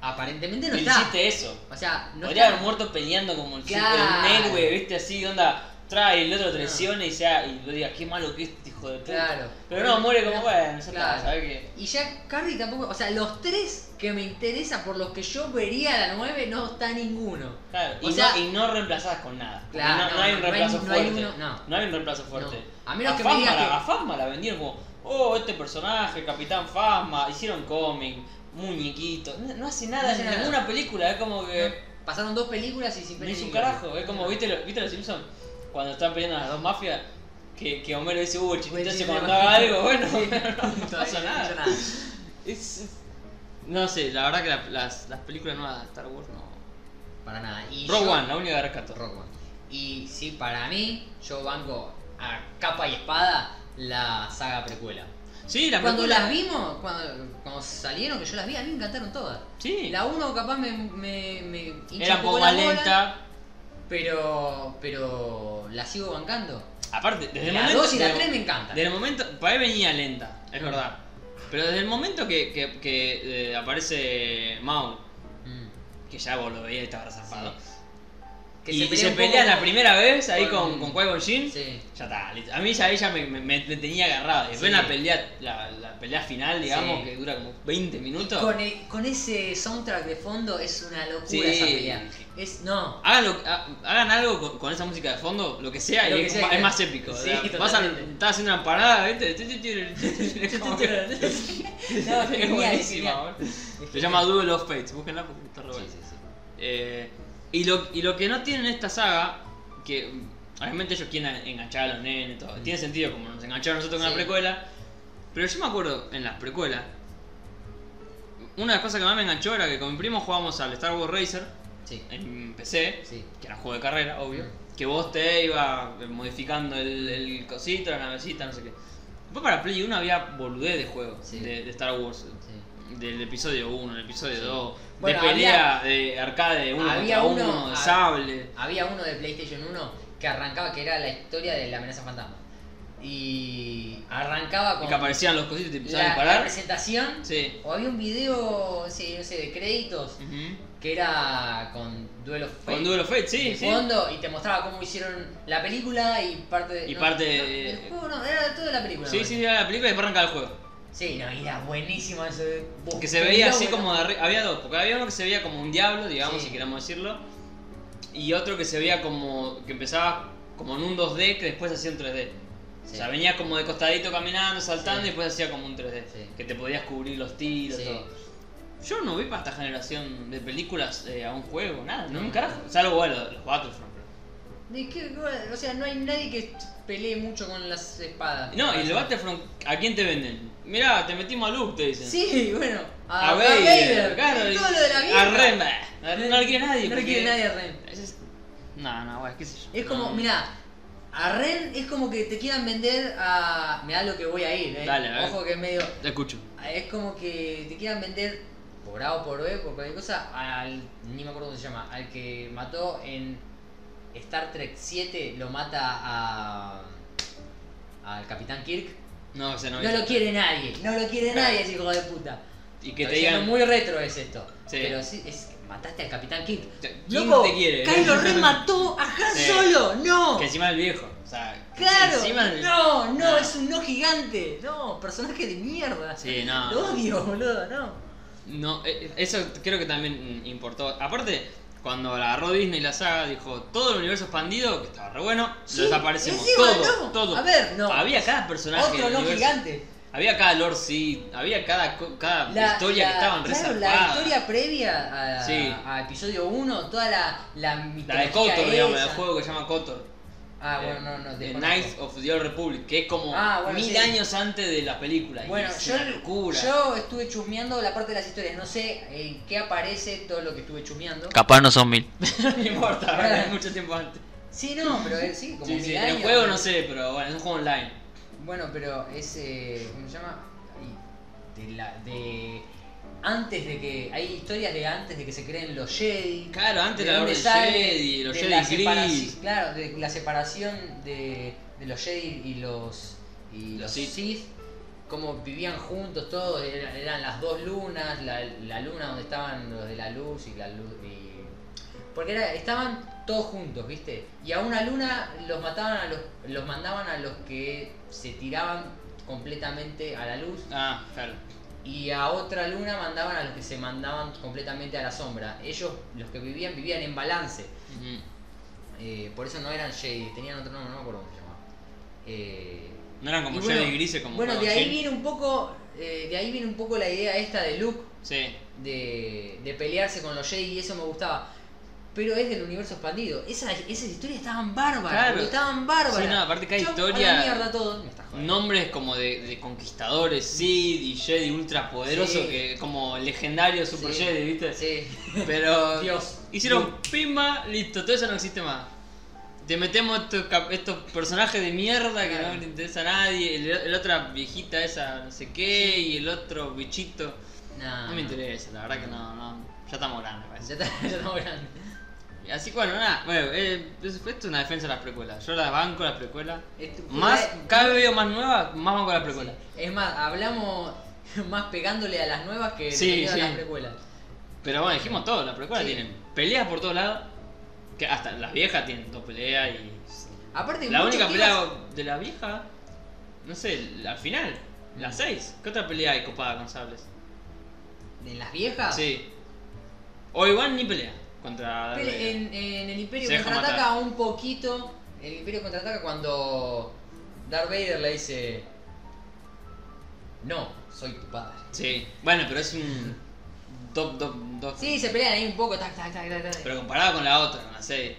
Speaker 1: aparentemente no
Speaker 2: Pero
Speaker 1: está.
Speaker 2: hiciste eso.
Speaker 1: O sea, no
Speaker 2: Podría
Speaker 1: está.
Speaker 2: haber muerto peleando como el
Speaker 1: Claro.
Speaker 2: un héroe, viste así, onda. Trae el otro traiciona y sea. Y vos digas, qué malo que es este hijo de puta.
Speaker 1: Claro.
Speaker 2: Pero no, muere como
Speaker 1: No,
Speaker 2: bueno, ya
Speaker 1: claro.
Speaker 2: está, ¿sabes qué?
Speaker 1: Y ya Carrie tampoco. O sea, los tres que me interesan por los que yo vería la 9 no está ninguno.
Speaker 2: Claro.
Speaker 1: O
Speaker 2: Y,
Speaker 1: sea-
Speaker 2: no, y no reemplazás con nada. Porque
Speaker 1: Claro, no,
Speaker 2: no, no hay un
Speaker 1: no hay-
Speaker 2: reemplazo
Speaker 1: no hay
Speaker 2: fuerte.
Speaker 1: uno- no.
Speaker 2: hay un reemplazo fuerte.
Speaker 1: No. A menos que me
Speaker 2: Fasma
Speaker 1: digas
Speaker 2: la-
Speaker 1: que-
Speaker 2: A Fasma la vendieron como, oh, este personaje, Capitán Fasma, hicieron cómic, muñequito. No, no hace nada
Speaker 1: No hace
Speaker 2: en
Speaker 1: nada.
Speaker 2: ninguna película, es como que.
Speaker 1: Pasaron dos películas y sin
Speaker 2: No Eh, hizo un
Speaker 1: película.
Speaker 2: carajo, es como, ¿viste, lo- ¿viste los Simpsons? Cuando están peleando las dos mafias, que, que Homero dice, uh, el
Speaker 1: Bueno,
Speaker 2: chiquito
Speaker 1: Pues sí,
Speaker 2: se
Speaker 1: me
Speaker 2: mandaba
Speaker 1: imagino.
Speaker 2: algo, bueno,
Speaker 1: Sí.
Speaker 2: no pasa
Speaker 1: Todavía no
Speaker 2: nada.
Speaker 1: hizo
Speaker 2: Es- es- No sé, la verdad que la- las, las películas nuevas de Star Wars no.
Speaker 1: Para nada. Y
Speaker 2: Rogue
Speaker 1: yo-
Speaker 2: One, la única que rescato.
Speaker 1: Rogue One. Y sí, para mí, yo banco a capa y espada la saga precuela.
Speaker 2: Sí, las
Speaker 1: Cuando
Speaker 2: películas-
Speaker 1: las vimos, cuando, cuando salieron, que yo las vi, a mí me encantaron todas.
Speaker 2: Sí,
Speaker 1: La 1 capaz me, me, me hincha
Speaker 2: era un poco
Speaker 1: la
Speaker 2: más
Speaker 1: bola,
Speaker 2: lenta.
Speaker 1: Pero, pero la sigo bancando.
Speaker 2: Aparte, desde el
Speaker 1: la
Speaker 2: momento.
Speaker 1: 2 y la
Speaker 2: desde-
Speaker 1: 3 me encantan.
Speaker 2: Desde el momento. Para mí venía lenta, es
Speaker 1: Mm.
Speaker 2: verdad. Pero desde el momento que, que- que, eh, aparece Mao,
Speaker 1: Mm.
Speaker 2: que ya vos lo veías y estaba zarpado.
Speaker 1: Que
Speaker 2: y y se,
Speaker 1: un poco
Speaker 2: pelea la
Speaker 1: con-
Speaker 2: primera vez ahí
Speaker 1: con-
Speaker 2: con, con Qui-Gon Jinn,
Speaker 1: Sí.
Speaker 2: Ya está, listo. A mí ya ella me, me, me- me tenía agarrado. Después
Speaker 1: Sí.
Speaker 2: la pelea, la, la pelea final, digamos,
Speaker 1: Sí.
Speaker 2: que dura como 20 minutos.
Speaker 1: Con, e- con ese soundtrack de fondo es una locura
Speaker 2: Sí.
Speaker 1: esa pelea. Es, no,
Speaker 2: Hagan, lo- ha- hagan algo con, con esa música de fondo, lo que sea,
Speaker 1: Lo
Speaker 2: y
Speaker 1: que
Speaker 2: es,
Speaker 1: sea
Speaker 2: ma-
Speaker 1: que-
Speaker 2: es más épico.
Speaker 1: Sí,
Speaker 2: ¿verdad? Vas a,
Speaker 1: totalmente.
Speaker 2: estás haciendo una parada, ¿viste? Es como que-
Speaker 1: genial,
Speaker 2: es buenísima,
Speaker 1: genial.
Speaker 2: boludo. Se llama Duel of Fates, búsquenla porque está re
Speaker 1: Sí,
Speaker 2: buena.
Speaker 1: sí, sí.
Speaker 2: Eh, y, lo, y lo que no tienen esta saga, que mm, obviamente ellos quieren enganchar a los nenes, y todo.
Speaker 1: Mm.
Speaker 2: Tiene sentido como nos engancharon nosotros con
Speaker 1: Sí.
Speaker 2: la precuela. Pero yo me acuerdo en las precuelas, una de las cosas que más me enganchó era que con mi primo jugábamos al Star Wars Racer
Speaker 1: Sí,
Speaker 2: en PC,
Speaker 1: sí.
Speaker 2: que era un juego de carrera, obvio.
Speaker 1: Mm.
Speaker 2: Que vos te ibas modificando el, el cosito, la navecita, no sé qué. Después para Play 1 había boludez de juegos
Speaker 1: Sí.
Speaker 2: de, de Star Wars.
Speaker 1: sí.
Speaker 2: Del episodio 1, el episodio
Speaker 1: Sí.
Speaker 2: 2,
Speaker 1: Bueno,
Speaker 2: de pelea, de arcade, uno
Speaker 1: había
Speaker 2: contra uno,
Speaker 1: uno- ah,
Speaker 2: de sable.
Speaker 1: Había uno de PlayStation 1 que arrancaba, que era la historia de la amenaza fantasma. Y arrancaba
Speaker 2: Y
Speaker 1: con
Speaker 2: que aparecían los cositos y te empezaban a
Speaker 1: la, la
Speaker 2: disparar.
Speaker 1: presentación.
Speaker 2: Sí.
Speaker 1: O había un video, sí, no sé, de créditos,
Speaker 2: Ujú.
Speaker 1: que era con Duel of Fate
Speaker 2: Con Duel of Fate, sí,
Speaker 1: de
Speaker 2: sí.
Speaker 1: fondo y te mostraba cómo hicieron la película y parte de.
Speaker 2: Y
Speaker 1: no,
Speaker 2: parte
Speaker 1: no,
Speaker 2: de-
Speaker 1: del juego, no, era toda la película.
Speaker 2: Sí,
Speaker 1: bueno.
Speaker 2: sí, era la película y después arrancaba el juego.
Speaker 1: Sí, no, y era buenísimo ese.
Speaker 2: Que se veía así como de
Speaker 1: de.
Speaker 2: arriba. Había dos, porque había uno que se veía como un diablo, digamos,
Speaker 1: Sí.
Speaker 2: si queremos decirlo. Y otro que se veía como. que empezaba como en un 2D que después hacía un 3D. O sea, venía como de costadito caminando, saltando
Speaker 1: Sí.
Speaker 2: y después hacía como un 3D.
Speaker 1: Sí.
Speaker 2: Que te podías cubrir los tiros,
Speaker 1: Sí.
Speaker 2: todo. Yo no vi para esta generación de películas eh, a un juego, nada, no,
Speaker 1: No.
Speaker 2: un carajo. Salvo bueno, los Battlefront. pero-
Speaker 1: ¿De qué- qué- o sea, no hay nadie que pelee mucho con las espadas.
Speaker 2: No, y el Battlefront, ¿a quién te venden? Mirá, te metimos a Luke, te dicen.
Speaker 1: Sí, bueno.
Speaker 2: a, Vader, claro,
Speaker 1: claro,
Speaker 2: y-
Speaker 1: todo lo de la vida.
Speaker 2: A Rem, bah, a Rem no le quiere
Speaker 1: No
Speaker 2: nadie.
Speaker 1: le
Speaker 2: porque-
Speaker 1: quiere nadie a Ren.
Speaker 2: Ese es- No, no, bueno, qué sé yo.
Speaker 1: Es como,
Speaker 2: No.
Speaker 1: mirá, a Ren es como que te quieran vender a. Mirá lo que voy a ir, eh.
Speaker 2: Dale, a ver.
Speaker 1: Ojo que es medio.
Speaker 2: Te escucho.
Speaker 1: Es como que te quieran vender por A o por B, por cualquier cosa, al. Ni me acuerdo cómo se llama. Al que mató en Star Trek 7, lo mata a. al Capitán Kirk.
Speaker 2: No, o sea, no.
Speaker 1: No lo quiere nadie, no lo quiere nadie ese hijo de puta.
Speaker 2: Y que te
Speaker 1: Estoy siendo
Speaker 2: digan.
Speaker 1: muy retro es esto.
Speaker 2: Sí.
Speaker 1: Pero sí, es, mataste al Capitán Kirk.
Speaker 2: ¿Quién
Speaker 1: Loco,
Speaker 2: te quiere?
Speaker 1: Kylo Ren mató a Han
Speaker 2: Sí.
Speaker 1: Solo, no.
Speaker 2: Que encima el viejo. O sea, que
Speaker 1: Claro,
Speaker 2: encima Ah. el-
Speaker 1: no, no,
Speaker 2: No.
Speaker 1: es un no gigante. No, personaje de mierda.
Speaker 2: Sí, no.
Speaker 1: Lo odio, boludo, no.
Speaker 2: No, eh, eso creo que también mm, importó. Aparte, cuando la agarró Disney la saga, dijo todo el universo expandido, que estaba re bueno,
Speaker 1: Sí,
Speaker 2: lo desaparecemos.
Speaker 1: encima,
Speaker 2: todo,
Speaker 1: no.
Speaker 2: todo.
Speaker 1: A ver, no.
Speaker 2: Había cada personaje.
Speaker 1: Otro
Speaker 2: del
Speaker 1: no
Speaker 2: universo.
Speaker 1: gigante.
Speaker 2: Había cada Lord Seed, había cada, co- cada historia que estaban
Speaker 1: claro, la
Speaker 2: resaltadas.
Speaker 1: historia previa a,
Speaker 2: Sí.
Speaker 1: a episodio 1 toda la, la
Speaker 2: La
Speaker 1: mitología
Speaker 2: de Kotor, digamos,
Speaker 1: esa.
Speaker 2: el juego que se llama Kotor.
Speaker 1: Ah,
Speaker 2: Eh,
Speaker 1: bueno, no, no.
Speaker 2: The
Speaker 1: desconozco.
Speaker 2: Knights of the Old Republic, que es como
Speaker 1: Ah, bueno,
Speaker 2: mil
Speaker 1: sí.
Speaker 2: años antes de la película. y
Speaker 1: Bueno,
Speaker 2: es
Speaker 1: yo,
Speaker 2: una locura.
Speaker 1: yo estuve chusmeando la parte de las historias. No sé en qué aparece todo lo que estuve chusmeando.
Speaker 3: Capaz no son mil.
Speaker 2: no importa, es mucho tiempo antes.
Speaker 1: Sí, no, pero eh, sí, como
Speaker 2: Sí,
Speaker 1: mil
Speaker 2: sí,
Speaker 1: años.
Speaker 2: el juego no sé, pero bueno, es un juego online.
Speaker 1: Bueno, pero ese. ¿Cómo se llama? Ahí, de la. de. Antes de que. Hay historias de antes de que se creen los Jedi.
Speaker 2: Claro, antes
Speaker 1: de
Speaker 2: la
Speaker 1: dónde
Speaker 2: Orden
Speaker 1: sale,
Speaker 2: Jedi, los
Speaker 1: de
Speaker 2: Jedi
Speaker 1: la
Speaker 2: Gris.
Speaker 1: separaci- Claro, de la separación de, de los Jedi y los. y
Speaker 2: Los
Speaker 1: los
Speaker 2: Sith.
Speaker 1: Sith. Cómo vivían juntos todos, era- eran las dos lunas, la, la luna donde estaban los de la luz y la luz. y- Porque era, estaban todos juntos, ¿viste? Y a una luna los mataban a los, los mandaban a los que se tiraban completamente a la luz
Speaker 2: Ah, claro.
Speaker 1: y a otra luna mandaban a los que se mandaban completamente a la sombra. Ellos, los que vivían, vivían en balance.
Speaker 2: Ujú.
Speaker 1: Eh, por eso no eran Jedi, tenían otro nombre, no me acuerdo cómo se llamaba. Eh,
Speaker 2: No eran como
Speaker 1: y
Speaker 2: Jedi grises como
Speaker 1: bueno,
Speaker 2: Dragon
Speaker 1: de ahí
Speaker 2: Ball.
Speaker 1: viene un poco, eh, de ahí viene un poco la idea esta de Luke
Speaker 2: Sí.
Speaker 1: de, de pelearse con los Jedi y eso me gustaba. pero es del universo expandido. Esa- esas historias estaban bárbaras,
Speaker 2: Claro.
Speaker 1: boludo, estaban bárbaras.
Speaker 2: Sí, no, aparte cada
Speaker 1: Chau,
Speaker 2: historia-
Speaker 1: a la mierda todo. Me está jodiendo.
Speaker 2: Nombres como de, de conquistadores, Sid y Jedi ultra poderoso,
Speaker 1: Sí.
Speaker 2: que como legendario Super
Speaker 1: Sí.
Speaker 2: Jedi, ¿viste?
Speaker 1: Sí.
Speaker 2: Pero
Speaker 1: Dios.
Speaker 2: hicieron pimba, listo, todo eso no existe más. Te metemos estos, cap- estos personajes de mierda que no
Speaker 1: Claro.
Speaker 2: le interesa a nadie, el, el otra viejita esa no sé qué, y el otro bichito.
Speaker 1: Ah, No,
Speaker 2: No me interesa, la verdad que no, no. Ya estamos grandes, me
Speaker 1: Ya
Speaker 2: parece.
Speaker 1: está- ya estamos grandes.
Speaker 2: Así que bueno, nada, bueno, eh, esto es una defensa de las precuelas. Yo las banco las precuelas.
Speaker 1: Esto-
Speaker 2: Más,
Speaker 1: Sí.
Speaker 2: cada vez veo más nuevas, más banco las precuelas.
Speaker 1: Es más, hablamos más pegándole a las nuevas que
Speaker 2: Sí,
Speaker 1: teniendo a
Speaker 2: sí.
Speaker 1: las precuelas.
Speaker 2: Pero bueno, dijimos todo, las precuelas
Speaker 1: Sí.
Speaker 2: tienen peleas por todos lados, que hasta las viejas tienen dos peleas y...
Speaker 1: Aparte,
Speaker 2: La
Speaker 1: muchos
Speaker 2: única
Speaker 1: temas-
Speaker 2: pelea de la vieja, no sé, la- al final, la
Speaker 1: Mm.
Speaker 2: 6. ¿Qué otra pelea hay copada con sables?
Speaker 1: ¿De las viejas?
Speaker 2: Sí. O igual ni pelea contra... Darth
Speaker 1: Pele-
Speaker 2: Vader.
Speaker 1: en, en el Imperio
Speaker 2: Se deja
Speaker 1: contraataca
Speaker 2: matar.
Speaker 1: un poquito. El Imperio contraataca cuando Darth Vader le dice: No, soy tu padre.
Speaker 2: Sí. Bueno, pero es un... Top, top, top.
Speaker 1: Sí, se pelean ahí un poco. Tac, tac, tac, tac, tac.
Speaker 2: Pero comparado con la otra, con la 6.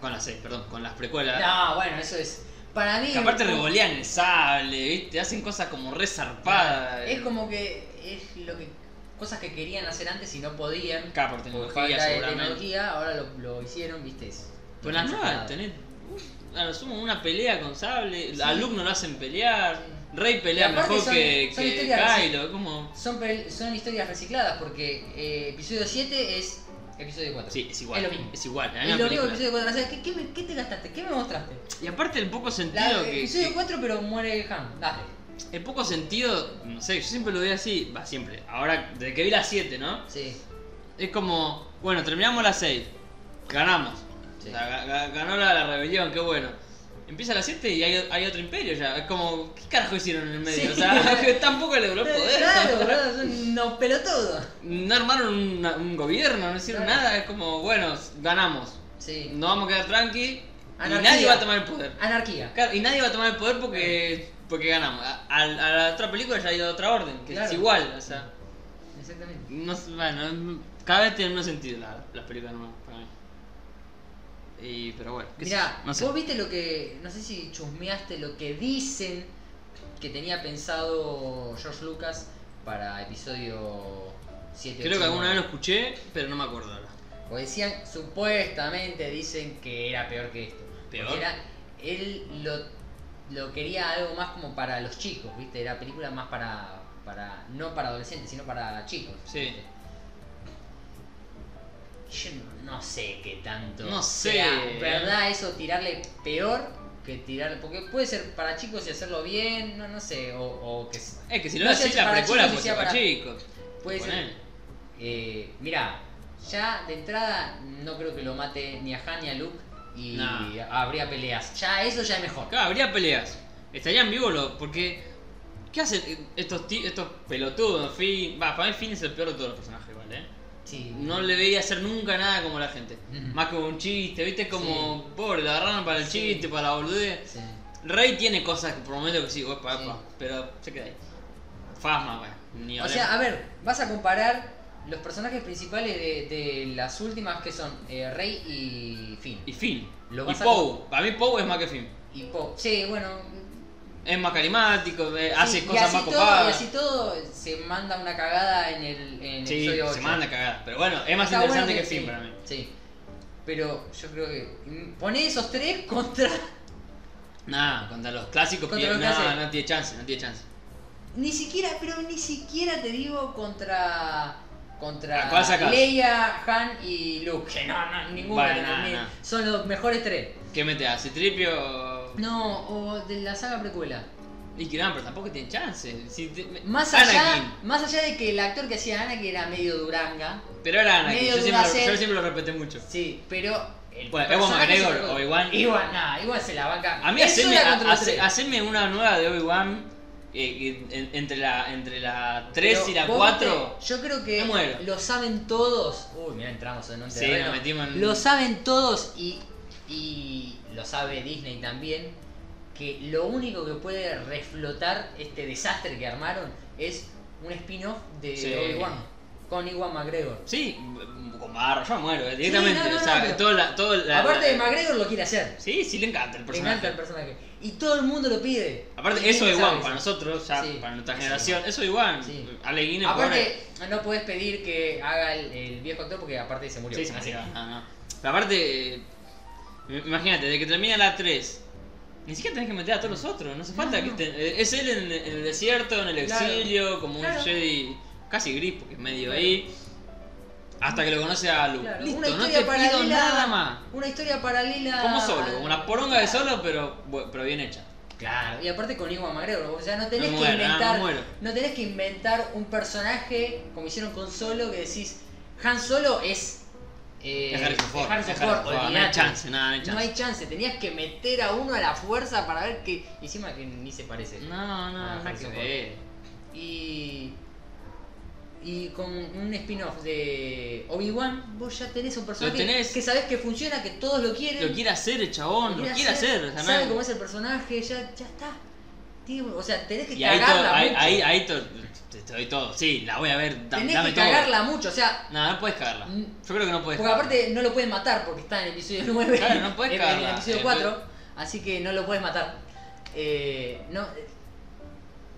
Speaker 2: Con la 6, perdón, con las precuelas.
Speaker 1: No, bueno, eso es. Para mí.
Speaker 2: Que aparte
Speaker 1: es, como-
Speaker 2: revolean el sable, ¿viste? Hacen cosas como re zarpadas.
Speaker 1: es como que. Es lo que. Cosas que querían hacer antes y no podían.
Speaker 2: Acá por
Speaker 1: Por
Speaker 2: tecnología,
Speaker 1: falta de
Speaker 2: seguramente.
Speaker 1: tecnología, ahora lo, lo hicieron, viste. Es-
Speaker 2: Con las nuevas
Speaker 1: Claro.
Speaker 2: tenés. uh, A lo sumo una pelea con sable.
Speaker 1: Sí.
Speaker 2: A Luke no lo hacen pelear.
Speaker 1: Sí.
Speaker 2: Rey pelea
Speaker 1: Y aparte
Speaker 2: mejor
Speaker 1: son-
Speaker 2: que,
Speaker 1: son
Speaker 2: que
Speaker 1: historias que
Speaker 2: Kylo. es como.
Speaker 1: Son, pel- son historias recicladas porque eh, episodio 7 es episodio 4.
Speaker 2: Sí, es igual.
Speaker 1: Es lo mismo.
Speaker 2: igual. la
Speaker 1: Y
Speaker 2: misma
Speaker 1: lo único que
Speaker 2: película.
Speaker 1: episodio 4 ¿qué, qué, me- qué te gastaste? ¿Qué me mostraste?
Speaker 2: Y aparte el poco sentido
Speaker 1: La,
Speaker 2: que.
Speaker 1: episodio
Speaker 2: que-
Speaker 1: 4 pero muere Han. Dale.
Speaker 2: El poco sentido. No sé, yo siempre lo veo así. Va, siempre. Ahora, desde que vi la 7, ¿no?
Speaker 1: Sí.
Speaker 2: Es como. Bueno, terminamos la 6. Ganamos.
Speaker 1: Sí.
Speaker 2: O sea, ga- ga- ganó la, la rebelión, qué bueno. Empieza la 7 y hay, hay otro imperio ya. Es como, ¿qué carajo hicieron en el medio?
Speaker 1: Sí.
Speaker 2: O sea, tampoco le duró el poder.
Speaker 1: Eh, Claro, boludo, son- nos peló todo.
Speaker 2: No armaron una- un gobierno, no hicieron
Speaker 1: Claro.
Speaker 2: nada, es como, bueno, ganamos.
Speaker 1: Sí.
Speaker 2: Nos vamos a quedar tranqui y
Speaker 1: Anarquía.
Speaker 2: nadie va a tomar el poder.
Speaker 1: Anarquía.
Speaker 2: Claro, Y nadie va a tomar el poder porque porque ganamos. A, a- a la otra película ya hay otra orden, que es
Speaker 1: Claro.
Speaker 2: igual, o sea,
Speaker 1: Exactamente.
Speaker 2: no, sé, bueno, cada vez tiene menos sentido la- las películas nuevas para mí. Y, pero bueno, qué sé
Speaker 1: Mirá,
Speaker 2: yo, no sé.
Speaker 1: vos viste lo que. No sé si chusmeaste lo que dicen que tenía pensado George Lucas para episodio 7.
Speaker 2: Creo que alguna vez lo
Speaker 1: vez
Speaker 2: escuché, pero no me acuerdo ahora.
Speaker 1: O decían, supuestamente dicen que era peor que esto.
Speaker 2: ¿Peor?
Speaker 1: Porque era- él lo, lo quería algo más como para los chicos, ¿viste? Era película más para. para no para adolescentes, sino para chicos.
Speaker 2: Sí.
Speaker 1: ¿viste? Yo no, no sé qué tanto.
Speaker 2: No sé.
Speaker 1: sea ¿Verdad eso tirarle peor que tirarle.? Porque puede ser para chicos y hacerlo bien, no, no sé. O, o que. s-
Speaker 2: Es que si no,
Speaker 1: No
Speaker 2: lo
Speaker 1: sé
Speaker 2: hacés
Speaker 1: si
Speaker 2: la
Speaker 1: para
Speaker 2: precuela,
Speaker 1: chicos y
Speaker 2: pues
Speaker 1: sea
Speaker 2: para
Speaker 1: para-
Speaker 2: chicos.
Speaker 1: Puede ser
Speaker 2: Ponele.
Speaker 1: Eh, mira, ya de entrada no creo que lo mate ni a Han ni a Luke y
Speaker 2: No.
Speaker 1: habría peleas. Ya eso ya es mejor.
Speaker 2: Acá habría peleas. Estarían vivos los. Porque. ¿Qué hacen eh, estos, ti- estos pelotudos? Finn. Va, para mí Finn es el peor de todos los personajes, ¿vale?
Speaker 1: Sí.
Speaker 2: No le veía hacer nunca nada como la gente.
Speaker 1: Ujú.
Speaker 2: Más que un chiste, ¿viste? Como. Pobre, lo agarraron para el
Speaker 1: Mm. Sí.
Speaker 2: chiste, para la boludez.
Speaker 1: Sí.
Speaker 2: Rey tiene cosas que por momentos que sí, opa,
Speaker 1: Sí.
Speaker 2: opa. Pero se queda ahí. Fasma, bueno. Ni
Speaker 1: O
Speaker 2: hablemos.
Speaker 1: sea, a ver, vas a comparar los personajes principales de, de las últimas que son eh, Rey y Finn.
Speaker 2: Y Finn.
Speaker 1: Lo
Speaker 2: y
Speaker 1: vas a-
Speaker 2: Poe. Para mí Poe es más que Finn.
Speaker 1: Y Poe. Sí, bueno.
Speaker 2: Es más carismático, eh,
Speaker 1: sí,
Speaker 2: hace
Speaker 1: y
Speaker 2: cosas
Speaker 1: así
Speaker 2: más
Speaker 1: todo-
Speaker 2: copadas.
Speaker 1: Y así todo se manda una cagada en el, en
Speaker 2: Sí,
Speaker 1: episodio 8.
Speaker 2: se manda a cagar. Pero bueno, es más
Speaker 1: Está bueno
Speaker 2: interesante que, Finn
Speaker 1: sí,
Speaker 2: para mí.
Speaker 1: Sí. Pero yo creo que. mm, Poné esos tres contra.
Speaker 2: Nah, contra los clásicos
Speaker 1: Contra
Speaker 2: pierde-
Speaker 1: los
Speaker 2: nah,
Speaker 1: clásicos.
Speaker 2: no tiene chance, no tiene chance.
Speaker 1: Ni siquiera, pero ni siquiera te digo contra.
Speaker 2: ¿A
Speaker 1: Contra
Speaker 2: cuál sacás?
Speaker 1: Leia, Han y Luke. Que no, no, ninguno.
Speaker 2: Vale,
Speaker 1: no,
Speaker 2: no,
Speaker 1: ni-
Speaker 2: no.
Speaker 1: Son los mejores tres.
Speaker 2: ¿Qué mete a Citripio?
Speaker 1: No, o de la saga precuela.
Speaker 2: Y que no, pero tampoco tiene chance. Si te- me-
Speaker 1: Más allá,
Speaker 2: Anakin.
Speaker 1: más allá de que el actor que hacía Anakin era medio duranga.
Speaker 2: Pero era Anakin,
Speaker 1: Medio
Speaker 2: yo siempre, lo,
Speaker 1: Duracell.
Speaker 2: yo siempre lo respeté mucho.
Speaker 1: Sí, pero. El
Speaker 2: Bueno, Ewan
Speaker 1: personaje es
Speaker 2: McGregor
Speaker 1: otra cosa.
Speaker 2: o Obi-Wan.
Speaker 1: Obi-Wan, nah, Obi-Wan se la banca.
Speaker 2: A mí
Speaker 1: Él
Speaker 2: haceme,
Speaker 1: sola
Speaker 2: a-
Speaker 1: contra los
Speaker 2: hace-
Speaker 1: tres.
Speaker 2: haceme una nueva de Obi-Wan eh, en- entre, la, entre la 3
Speaker 1: Pero
Speaker 2: y la
Speaker 1: vos
Speaker 2: 4.
Speaker 1: viste, yo creo que
Speaker 2: me muero.
Speaker 1: lo saben todos. Uy, mira, entramos en un
Speaker 2: Sí,
Speaker 1: terreno.
Speaker 2: nos metimos en-
Speaker 1: Lo saben todos y, y lo sabe Disney también. Que lo único que puede reflotar este desastre que armaron es un spin-off de
Speaker 2: Sí.
Speaker 1: Obi-Wan. con Iwan McGregor.
Speaker 2: Sí, con barro, yo me muero, eh, directamente.
Speaker 1: no, no,
Speaker 2: o sea,
Speaker 1: no, pero-
Speaker 2: todo la, todo la-
Speaker 1: Aparte
Speaker 2: la-
Speaker 1: de McGregor lo quiere hacer.
Speaker 2: Sí, sí, le encanta el
Speaker 1: Le
Speaker 2: personaje.
Speaker 1: encanta el personaje. Y todo el mundo lo pide.
Speaker 2: Aparte,
Speaker 1: Y
Speaker 2: eso
Speaker 1: nadie
Speaker 2: de
Speaker 1: sabe
Speaker 2: One,
Speaker 1: eso.
Speaker 2: para nosotros, ya,
Speaker 1: Sí,
Speaker 2: para nuestra
Speaker 1: eso
Speaker 2: generación, eso de One.
Speaker 1: Sí.
Speaker 2: Ale Guinness, pobre.
Speaker 1: Aparte, no podés pedir que haga el, el viejo actor porque aparte se murió.
Speaker 2: Sí, se me
Speaker 1: Así.
Speaker 2: hacía. Ah, no. Pero aparte, eh, imagínate, de que termina la 3, ni siquiera tenés que meter a todos los otros, no hace falta
Speaker 1: No,
Speaker 2: que
Speaker 1: no.
Speaker 2: te- eh, Es él en, en el desierto, en el
Speaker 1: Claro.
Speaker 2: exilio, como un
Speaker 1: Claro.
Speaker 2: Jedi casi gris, porque es medio
Speaker 1: Claro.
Speaker 2: ahí. Hasta que lo conoce a Luke.
Speaker 1: Claro,
Speaker 2: Listo,
Speaker 1: una
Speaker 2: no
Speaker 1: historia
Speaker 2: te pido
Speaker 1: paralela-
Speaker 2: nada más.
Speaker 1: Una historia paralela.
Speaker 2: Como solo, como una poronga de solo, pero, bu- pero bien hecha.
Speaker 1: Claro, y aparte con Iwan McGregor, o sea, no tenés
Speaker 2: Me
Speaker 1: que
Speaker 2: muero, ah, me
Speaker 1: inventar.
Speaker 2: muero.
Speaker 1: no tenés que inventar un personaje como hicieron con Solo que decís. Han Solo es. eh,
Speaker 2: es Harrison Ford.
Speaker 1: Harrison
Speaker 2: es
Speaker 1: Ford,
Speaker 2: Harrison Ford, No hay
Speaker 1: olvidate.
Speaker 2: chance, nada, no hay
Speaker 1: No
Speaker 2: chance.
Speaker 1: hay chance, tenías que meter a uno a la fuerza para ver que. y Encima que ni se parece.
Speaker 2: No,
Speaker 1: Ah,
Speaker 2: no, no,
Speaker 1: Harrison
Speaker 2: que
Speaker 1: Ford.
Speaker 2: ver.
Speaker 1: Y. Y con un spin-off de Obi-Wan, vos ya tenés un personaje
Speaker 2: tenés.
Speaker 1: que sabés que funciona, que todos lo quieren.
Speaker 2: Lo quiere hacer el chabón, lo quiere hacer. o sea, no
Speaker 1: sabe
Speaker 2: es-
Speaker 1: cómo es el personaje, ya, ya está. Tiene- o sea, tenés que
Speaker 2: Y ahí, todo,
Speaker 1: cagarla
Speaker 2: ahí,
Speaker 1: mucho.
Speaker 2: ahí, ahí to- te, te doy todo. Sí, la voy a ver. da-
Speaker 1: tenés
Speaker 2: dame
Speaker 1: que
Speaker 2: todo.
Speaker 1: cagarla mucho, o sea,
Speaker 2: No, no puedes cagarla.
Speaker 1: Mm.
Speaker 2: Yo creo que no puedes.
Speaker 1: porque aparte no lo pueden matar porque está en el episodio 9.
Speaker 2: Claro, no podés
Speaker 1: en, en
Speaker 2: cagarla.
Speaker 1: el episodio
Speaker 2: Eh,
Speaker 1: 4, así que no lo puedes matar. Eh, no,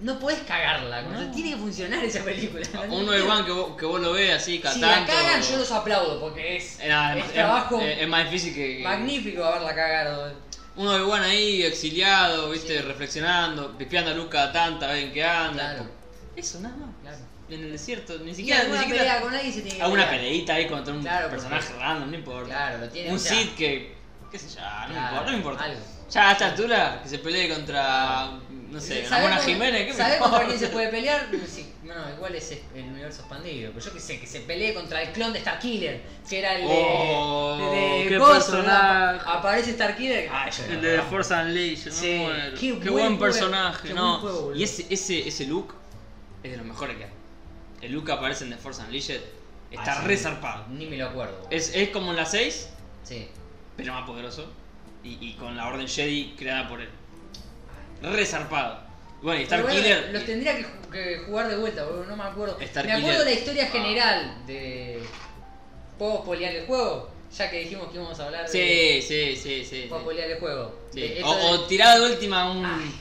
Speaker 1: no podés cagarla, o sea,
Speaker 2: No.
Speaker 1: tiene que funcionar esa película.
Speaker 2: cagarla. Un Obi-Wan que vos, que vos lo ves así, cada
Speaker 1: Si la
Speaker 2: tanto.
Speaker 1: cagan, yo los aplaudo porque es,
Speaker 2: Eh, nada,
Speaker 1: es
Speaker 2: es-
Speaker 1: trabajo
Speaker 2: es, es más difícil que.
Speaker 1: magnífico haberla cagado.
Speaker 2: Un Obi-Wan ahí, exiliado, viste,
Speaker 1: Sí.
Speaker 2: reflexionando, pispeando a Luca tanta, ven que anda.
Speaker 1: Claro.
Speaker 2: Eso, nada más.
Speaker 1: Claro.
Speaker 2: En el desierto, ni
Speaker 1: Y
Speaker 2: siquiera. Ni
Speaker 1: alguna
Speaker 2: siquiera
Speaker 1: pelea con alguien se tiene que
Speaker 2: alguna
Speaker 1: pelear.
Speaker 2: peleita ahí contra un
Speaker 1: Claro,
Speaker 2: personaje
Speaker 1: porque-
Speaker 2: random, no importa.
Speaker 1: Claro, lo tiene.
Speaker 2: un
Speaker 1: o sea,
Speaker 2: Sith que. qué sé yo, no
Speaker 1: Claro,
Speaker 2: me importa, no me importa.
Speaker 1: algo.
Speaker 2: Ya a esta altura, que se pelee contra. no sé, una
Speaker 1: ¿Sabés
Speaker 2: Mona
Speaker 1: con-
Speaker 2: Jiménez, ¿qué me
Speaker 1: ¿Sabés contra quién se
Speaker 2: importa?
Speaker 1: puede pelear? Sí, no, igual es el universo expandido. Pero yo que sé, que se pelee contra el clon de Starkiller, que era el de.
Speaker 2: Oh,
Speaker 1: de- de
Speaker 2: qué
Speaker 1: Gozo,
Speaker 2: personaje.
Speaker 1: ¿no? Aparece Starkiller. Ay, yo
Speaker 2: El
Speaker 1: no,
Speaker 2: de
Speaker 1: no.
Speaker 2: Force Unleashed, no
Speaker 1: Sí,
Speaker 2: me muero.
Speaker 1: qué
Speaker 2: Qué,
Speaker 1: buen
Speaker 2: buen
Speaker 1: juego,
Speaker 2: personaje,
Speaker 1: qué buen
Speaker 2: no.
Speaker 1: juego, boludo.
Speaker 2: y ese, ese, ese look es de los mejores que hay. El look que aparece en The Force Unleashed está
Speaker 1: Ay,
Speaker 2: re
Speaker 1: Ah, sí,
Speaker 2: zarpado.
Speaker 1: Ni me lo acuerdo.
Speaker 2: Es, es como en la 6,
Speaker 1: Sí.
Speaker 2: pero más poderoso. Y, y con la Orden Jedi creada por él. Re zarpado. Bueno, y
Speaker 1: Ah. Pero bueno,
Speaker 2: Starkiller.
Speaker 1: Los tendría que, ju- que jugar de vuelta, boludo, no me acuerdo.
Speaker 2: Starkiller.
Speaker 1: Me acuerdo la historia
Speaker 2: Ah.
Speaker 1: general de. ¿Puedo spoilear el juego? Ya que dijimos que íbamos a hablar de.
Speaker 2: Sí, sí, sí, sí. sí.
Speaker 1: ¿Puedo spoilear el juego?
Speaker 2: Sí.
Speaker 1: De,
Speaker 2: O,
Speaker 1: Eh, esto de- Ah.
Speaker 2: o tirá de última un.
Speaker 1: Ay,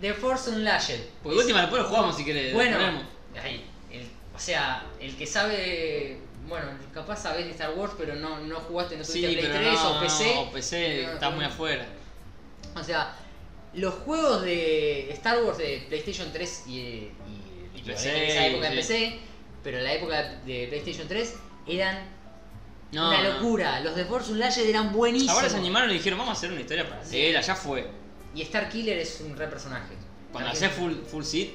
Speaker 1: The Force Unleashed.
Speaker 2: Porque Pues, última después lo jugamos si querés.
Speaker 1: Bueno,
Speaker 2: lo ponemos.
Speaker 1: ahí, el- o sea, el que sabe. Bueno, capaz sabés de Star Wars, pero no, no jugaste, no
Speaker 2: Sí,
Speaker 1: tuviste Play
Speaker 2: pero
Speaker 1: 3
Speaker 2: no,
Speaker 1: o PC.
Speaker 2: no, o PC,
Speaker 1: No,
Speaker 2: está
Speaker 1: no.
Speaker 2: muy afuera.
Speaker 1: O sea, los juegos de Star Wars de PlayStation 3 y, y-
Speaker 2: Y
Speaker 1: y
Speaker 2: PC,
Speaker 1: en esa época de
Speaker 2: sí.
Speaker 1: PC, pero en la época de PlayStation 3 eran
Speaker 2: No,
Speaker 1: una
Speaker 2: no.
Speaker 1: locura. Los de Force Unleashed eran buenísimos.
Speaker 2: Ahora se animaron y dijeron, vamos a hacer una historia paralela, ya fue.
Speaker 1: Y Star Killer es un re personaje.
Speaker 2: Cuando
Speaker 1: También.
Speaker 2: haces full, full seat.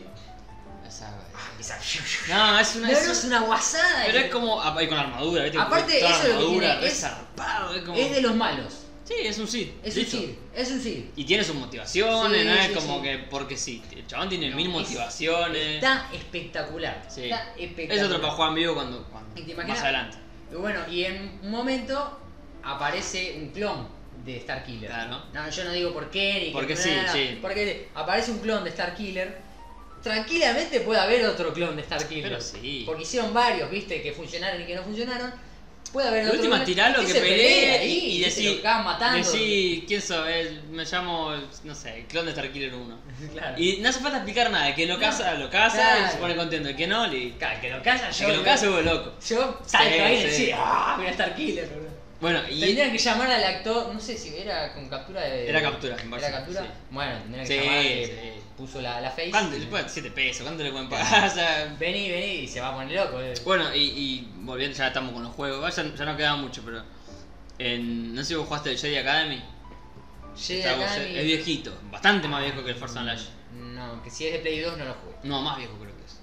Speaker 2: esa-
Speaker 1: Empieza-
Speaker 2: No, es
Speaker 1: No,
Speaker 2: una.
Speaker 1: no,
Speaker 2: es-
Speaker 1: es una guasada.
Speaker 2: pero
Speaker 1: y-
Speaker 2: es como. ah, Y con armadura, ¿viste?
Speaker 1: Aparte,
Speaker 2: Toda
Speaker 1: eso es lo que
Speaker 2: armadura,
Speaker 1: tiene,
Speaker 2: re
Speaker 1: es-
Speaker 2: zarpado, es como-
Speaker 1: Es de los malos.
Speaker 2: Sí, es un seat.
Speaker 1: Es un Sith, es un Sith.
Speaker 2: Y tiene sus motivaciones,
Speaker 1: Sí,
Speaker 2: no es
Speaker 1: sí,
Speaker 2: como
Speaker 1: sí.
Speaker 2: que porque sí. El chabón tiene
Speaker 1: No,
Speaker 2: mil
Speaker 1: es-
Speaker 2: motivaciones.
Speaker 1: Está espectacular.
Speaker 2: Sí.
Speaker 1: Está
Speaker 2: Es
Speaker 1: espectacular.
Speaker 2: otro para jugar en vivo cuando, cuando-
Speaker 1: ¿Y te imaginas?
Speaker 2: más adelante.
Speaker 1: Y bueno, y en un momento aparece un clon de Starkiller.
Speaker 2: Claro.
Speaker 1: No, yo no digo por qué ni
Speaker 2: Porque
Speaker 1: que,
Speaker 2: sí, sí.
Speaker 1: Porque aparece un clon de Starkiller. Tranquilamente puede haber otro clon de Starkiller.
Speaker 2: Pero sí.
Speaker 1: Porque hicieron varios, viste, que funcionaron y que no funcionaron. Puede haber
Speaker 2: La
Speaker 1: otro.
Speaker 2: última,
Speaker 1: clon
Speaker 2: tiralo que
Speaker 1: se pelea
Speaker 2: pelee
Speaker 1: ahí,
Speaker 2: y, y
Speaker 1: que se lo
Speaker 2: decís.
Speaker 1: acaban matando.
Speaker 2: Decí, ¿quién sos? El- me llamo, no sé, el clon de Starkiller 1.
Speaker 1: Claro.
Speaker 2: Y no hace falta explicar nada, el que lo
Speaker 1: No.
Speaker 2: caza, lo caza
Speaker 1: Claro.
Speaker 2: y se pone contento, el que no, le...
Speaker 1: Claro, el que lo casa,
Speaker 2: El
Speaker 1: yo.
Speaker 2: que lo caza, hubo loco.
Speaker 1: Yo salto
Speaker 2: Sí,
Speaker 1: ahí y
Speaker 2: sí.
Speaker 1: decía, ¡ah! Mira Starkiller, boludo.
Speaker 2: Bueno, y...
Speaker 1: Tendrían que llamar al actor, no sé si era con captura de.
Speaker 2: Era captura, me
Speaker 1: ¿Era
Speaker 2: parece,
Speaker 1: captura?
Speaker 2: sí.
Speaker 1: Bueno, tendrían que
Speaker 2: Sí,
Speaker 1: llamar al que
Speaker 2: sí.
Speaker 1: puso la, la face.
Speaker 2: ¿Cuánto? Le pueden 7 pesos, ¿cuánto le pueden pagar? O sea,
Speaker 1: Vení, vení, y se va a poner loco. eh.
Speaker 2: bueno, y, y volviendo, ya estamos con los juegos, Ah, ya, ya no queda mucho, pero... en- no sé si vos jugaste el Jedi Academy.
Speaker 1: Jedi
Speaker 2: Está vos-
Speaker 1: Academy.
Speaker 2: Es viejito, bastante más viejo que el Force Unleashed.
Speaker 1: No, que si es de Play 2 no lo jugué.
Speaker 2: No, más viejo creo que es.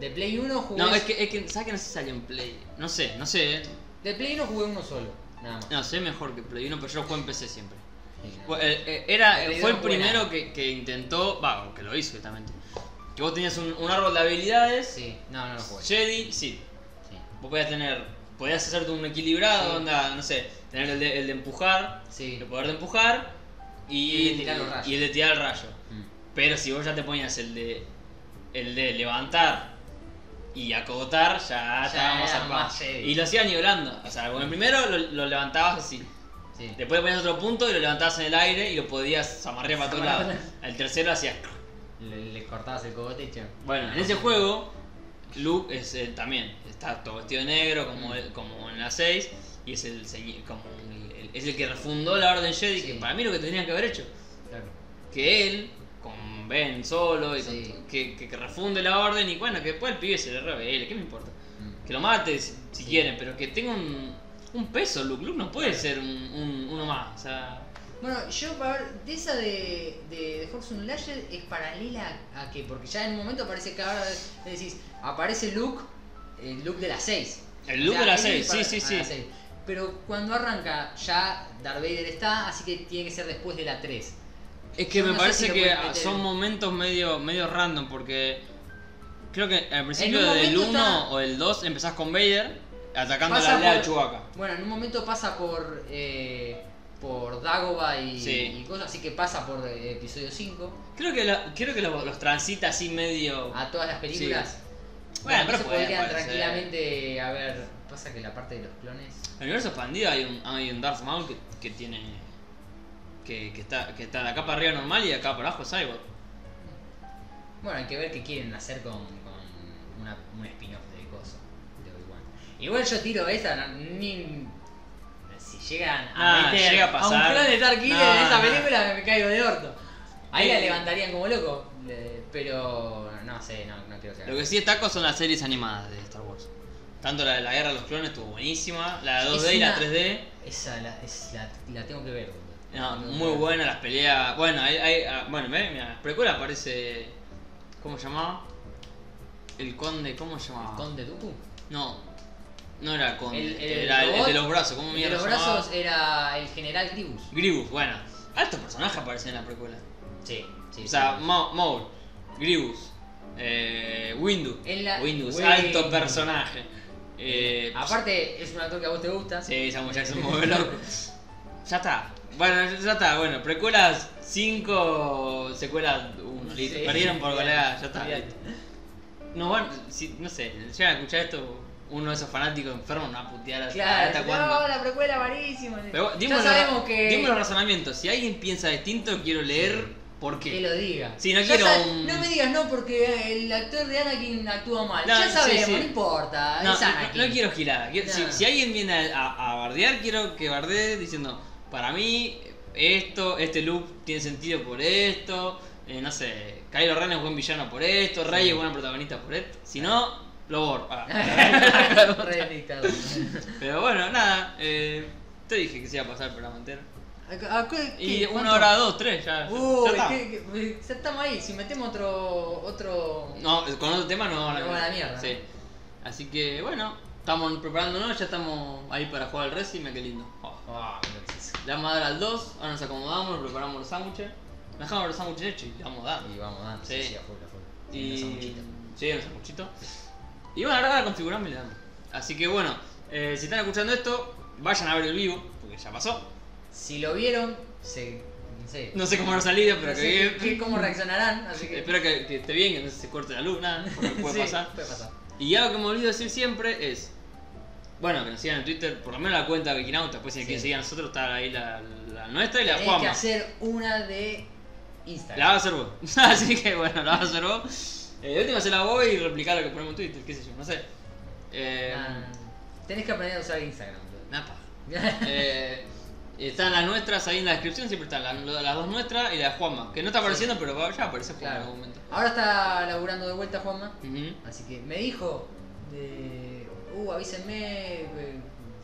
Speaker 1: De Play 1 jugué.
Speaker 2: No, es que, es que, ¿sabes que no sé si salió en Play? No sé, no sé, eh.
Speaker 1: De Play 1 jugué uno solo, nada más.
Speaker 2: No, sé mejor que Play 1, pero yo lo juego en PC siempre.
Speaker 1: Sí, no.
Speaker 2: Bueno, eh, eh, era,
Speaker 1: Pero
Speaker 2: fue el
Speaker 1: no fue
Speaker 2: primero
Speaker 1: nada.
Speaker 2: que, que intentó, va, o que lo hizo directamente. Que vos tenías un, un árbol de habilidades,
Speaker 1: Sí, no, no lo jugué.
Speaker 2: Jedi, sí.
Speaker 1: Sí,
Speaker 2: Vos podías tener, podías hacerte un equilibrado,
Speaker 1: Sí.
Speaker 2: onda, no sé, tener el de, el de empujar,
Speaker 1: sí.
Speaker 2: el poder de empujar y,
Speaker 1: Y el de tirar los rayos.
Speaker 2: y el de tirar el rayo.
Speaker 1: Mm.
Speaker 2: Pero si vos ya te ponías el de, el de levantar y acotar ya, estábamos
Speaker 1: era
Speaker 2: zarpados.
Speaker 1: más heavy.
Speaker 2: Y lo hacías nivelando. O sea, con el primero lo, lo levantabas así.
Speaker 1: Sí.
Speaker 2: Después le ponías otro punto y lo levantabas en el aire y lo podías amarrar para todos lados. El tercero hacías.
Speaker 1: Le, le cortabas el cogote y chao.
Speaker 2: Bueno, en ese juego, Luke es eh, también está todo vestido de negro,
Speaker 1: Mm.
Speaker 2: como, como en la 6, y es el, señi- como el- el- es el que refundó la Orden Jedi,
Speaker 1: Sí.
Speaker 2: que para mí lo que tendrían que haber hecho.
Speaker 1: Claro.
Speaker 2: Que él, con Ben solo, y con-
Speaker 1: Sí.
Speaker 2: que, que, que refunde la Orden, y bueno, que después el pibe se le revele, ¿qué me importa?
Speaker 1: Mm.
Speaker 2: Que lo mate si,
Speaker 1: Sí.
Speaker 2: si quieren, pero que tenga un, un peso, Luke. Luke no puede ser un, un- uno más, o sea.
Speaker 1: Bueno, yo, a ver, de esa de, de, de Force Unleashed es paralela a que, porque ya en un momento parece que ahora decís, aparece Luke, el Luke de las 6.
Speaker 2: El
Speaker 1: O
Speaker 2: Luke
Speaker 1: sea,
Speaker 2: de la
Speaker 1: él
Speaker 2: 6, sí,
Speaker 1: dispara-
Speaker 2: sí,
Speaker 1: a
Speaker 2: sí.
Speaker 1: la seis. Pero cuando arranca, ya Darth Vader está, así que tiene que ser después de la 3.
Speaker 2: Es que
Speaker 1: Yo
Speaker 2: me
Speaker 1: no sé
Speaker 2: parece
Speaker 1: si lo
Speaker 2: que
Speaker 1: pueden meter.
Speaker 2: son momentos medio, medio random porque creo que al principio
Speaker 1: En un
Speaker 2: del 1
Speaker 1: momento está-
Speaker 2: o el 2 empezás con Vader atacando
Speaker 1: Pasa
Speaker 2: la aldea
Speaker 1: por-
Speaker 2: de Chewbacca.
Speaker 1: Bueno, en un momento pasa por eh, por Dagoba y,
Speaker 2: Sí.
Speaker 1: y cosas, así que pasa por eh, episodio 5
Speaker 2: Creo que, la- creo que los, los transita así medio...
Speaker 1: a todas las películas.
Speaker 2: Bueno, pero
Speaker 1: se
Speaker 2: puede-
Speaker 1: podrían
Speaker 2: puede ser.
Speaker 1: tranquilamente, a ver, pasa que la parte de los clones
Speaker 2: En el universo expandido hay un, hay un Darth Maul que, que tiene... Que, que está, que está de acá para arriba normal y de acá para abajo es Cyborg.
Speaker 1: Bueno, hay que ver qué quieren hacer con, con una, un spin-off de Coso, de Obi-Wan. Igual yo tiro esta, no- ni. Si llegan a
Speaker 2: Nah,
Speaker 1: meter
Speaker 2: Ah, llega a
Speaker 1: a,
Speaker 2: pasar.
Speaker 1: un clon de Dark Killer en
Speaker 2: Nah,
Speaker 1: esa
Speaker 2: nah.
Speaker 1: película, me caigo de orto. Ahí la
Speaker 2: Eh.
Speaker 1: levantarían como loco, le- pero no sé, no, no quiero que hagan.
Speaker 2: Lo que sí destaco son las series animadas de Star Wars. Tanto la de la Guerra de los Clones estuvo buenísima, la
Speaker 1: Es
Speaker 2: 2D y la
Speaker 1: una-
Speaker 2: 3D.
Speaker 1: Esa la, es la, la tengo que ver, boludo.
Speaker 2: No, muy buena las peleas. Bueno, hay, hay- ah, bueno, ve, mira, las precuelas aparece. ¿Cómo se llamaba? El conde, ¿cómo se llamaba?
Speaker 1: ¿Conde Dooku?
Speaker 2: No, no era el conde,
Speaker 1: El- el
Speaker 2: este, era el, el
Speaker 1: robot,
Speaker 2: de los brazos, ¿cómo
Speaker 1: El de
Speaker 2: mierda
Speaker 1: los
Speaker 2: se llamaba?
Speaker 1: brazos era el general Gribus.
Speaker 2: Grievous, bueno. Altos personajes aparecen en la precuela.
Speaker 1: Sí, sí.
Speaker 2: o sea,
Speaker 1: sí.
Speaker 2: Mo- Maul, Grievous, eh, Windu.
Speaker 1: En la-
Speaker 2: Windows,
Speaker 1: Windu.
Speaker 2: alto personaje. Eh,
Speaker 1: Aparte, es un actor que a vos te gusta.
Speaker 2: Sí, Samuel Jackson mueve loco. Ya está. Bueno, ya está. Bueno, precuelas 5, secuelas 1. Listo.
Speaker 1: Sí.
Speaker 2: Perdieron por goleada, ya está.
Speaker 1: Olvidate.
Speaker 2: listo. No van, si- no sé, llegan a escuchar esto, uno de esos fanáticos enfermos no va a putear hasta,
Speaker 1: Claro,
Speaker 2: hasta
Speaker 1: no,
Speaker 2: cuándo.
Speaker 1: la precuela malísima.
Speaker 2: Pero
Speaker 1: ya
Speaker 2: bueno, dimos,
Speaker 1: sabemos
Speaker 2: los,
Speaker 1: que,
Speaker 2: dimos los razonamientos. Si alguien piensa distinto, quiero leer por
Speaker 1: que
Speaker 2: qué.
Speaker 1: lo diga.
Speaker 2: Sí, no
Speaker 1: Ya
Speaker 2: quiero
Speaker 1: sabe-
Speaker 2: un-
Speaker 1: No me digas no porque el actor de Anakin actúa mal.
Speaker 2: No,
Speaker 1: ya
Speaker 2: sí,
Speaker 1: sabemos,
Speaker 2: sí.
Speaker 1: no importa.
Speaker 2: No,
Speaker 1: es Anakin.
Speaker 2: no- no quiero girar. Quiero- si,
Speaker 1: No.
Speaker 2: si alguien viene a, a- a bardear, quiero que bardee diciendo, para mí, esto, este loop tiene sentido por esto, eh, no sé, Kylo Ren es buen villano por esto, Rey
Speaker 1: Sí.
Speaker 2: es buena protagonista por esto. Si no, lo borro. Ah.
Speaker 1: Re dictador.
Speaker 2: Pero bueno, nada, eh, te dije que se iba a pasar por la entera.
Speaker 1: ¿A- a qué-
Speaker 2: Y
Speaker 1: qué?
Speaker 2: una
Speaker 1: ¿Cuánto?
Speaker 2: hora, dos, tres, ya. ya-
Speaker 1: Uy,
Speaker 2: ya está.
Speaker 1: qué- qué- ya estamos ahí. Si metemos otro. otro...
Speaker 2: No, con otro tema no
Speaker 1: No, a la mierda.
Speaker 2: Sí. Así que bueno, estamos preparándonos, ya estamos ahí para jugar al Resident, qué lindo. Oh.
Speaker 1: Ah, pero qué es eso.
Speaker 2: Le vamos a dar al 2, ahora nos acomodamos, preparamos los sándwiches. Nos dejamos los sándwiches hechos y le vamos a dar.
Speaker 1: Y vamos ah, dando. Sí,
Speaker 2: Sí.
Speaker 1: sí, a full, a full.
Speaker 2: Y...
Speaker 1: Una sanguchita.
Speaker 2: Sí, los sanguchitos. Y bueno, ahora configuramos y le damos. Así que bueno, eh, si están escuchando esto, vayan a ver el vivo, porque ya pasó.
Speaker 1: Si lo vieron, se. No sé.
Speaker 2: No sé cómo habrá salido, pero
Speaker 1: No
Speaker 2: que
Speaker 1: sé
Speaker 2: bien.
Speaker 1: qué- cómo reaccionarán. Así que.
Speaker 2: Espero que, que esté bien, que no se corte la luz, nada, porque puede
Speaker 1: Sí,
Speaker 2: pasar.
Speaker 1: Puede pasar.
Speaker 2: Y algo que me olvido decir siempre es. Bueno, que nos sigan en Twitter, por lo menos la cuenta de Vikinauta, después si
Speaker 1: Sí.
Speaker 2: quieren seguir a nosotros, está ahí la, la nuestra y la
Speaker 1: Tenés
Speaker 2: de
Speaker 1: que
Speaker 2: Juanma.
Speaker 1: hacer una de Instagram.
Speaker 2: La vas a hacer vos. Así que bueno, la vas a hacer vos. Eh, de última se la voy y replicar lo que ponemos en Twitter, qué sé yo, no sé. Eh,
Speaker 1: Ah, tenés que aprender a usar Instagram. boludo.
Speaker 2: nada, paja. Eh, están las nuestras ahí en la descripción, siempre están las, las dos nuestras y la de Juanma, que no está apareciendo, pero va- ya aparece Juanma en
Speaker 1: Claro.
Speaker 2: algún momento.
Speaker 1: Ahora está laburando de vuelta Juanma.
Speaker 2: Ujú.
Speaker 1: Así que me dijo de. Uh, avísenme. eh,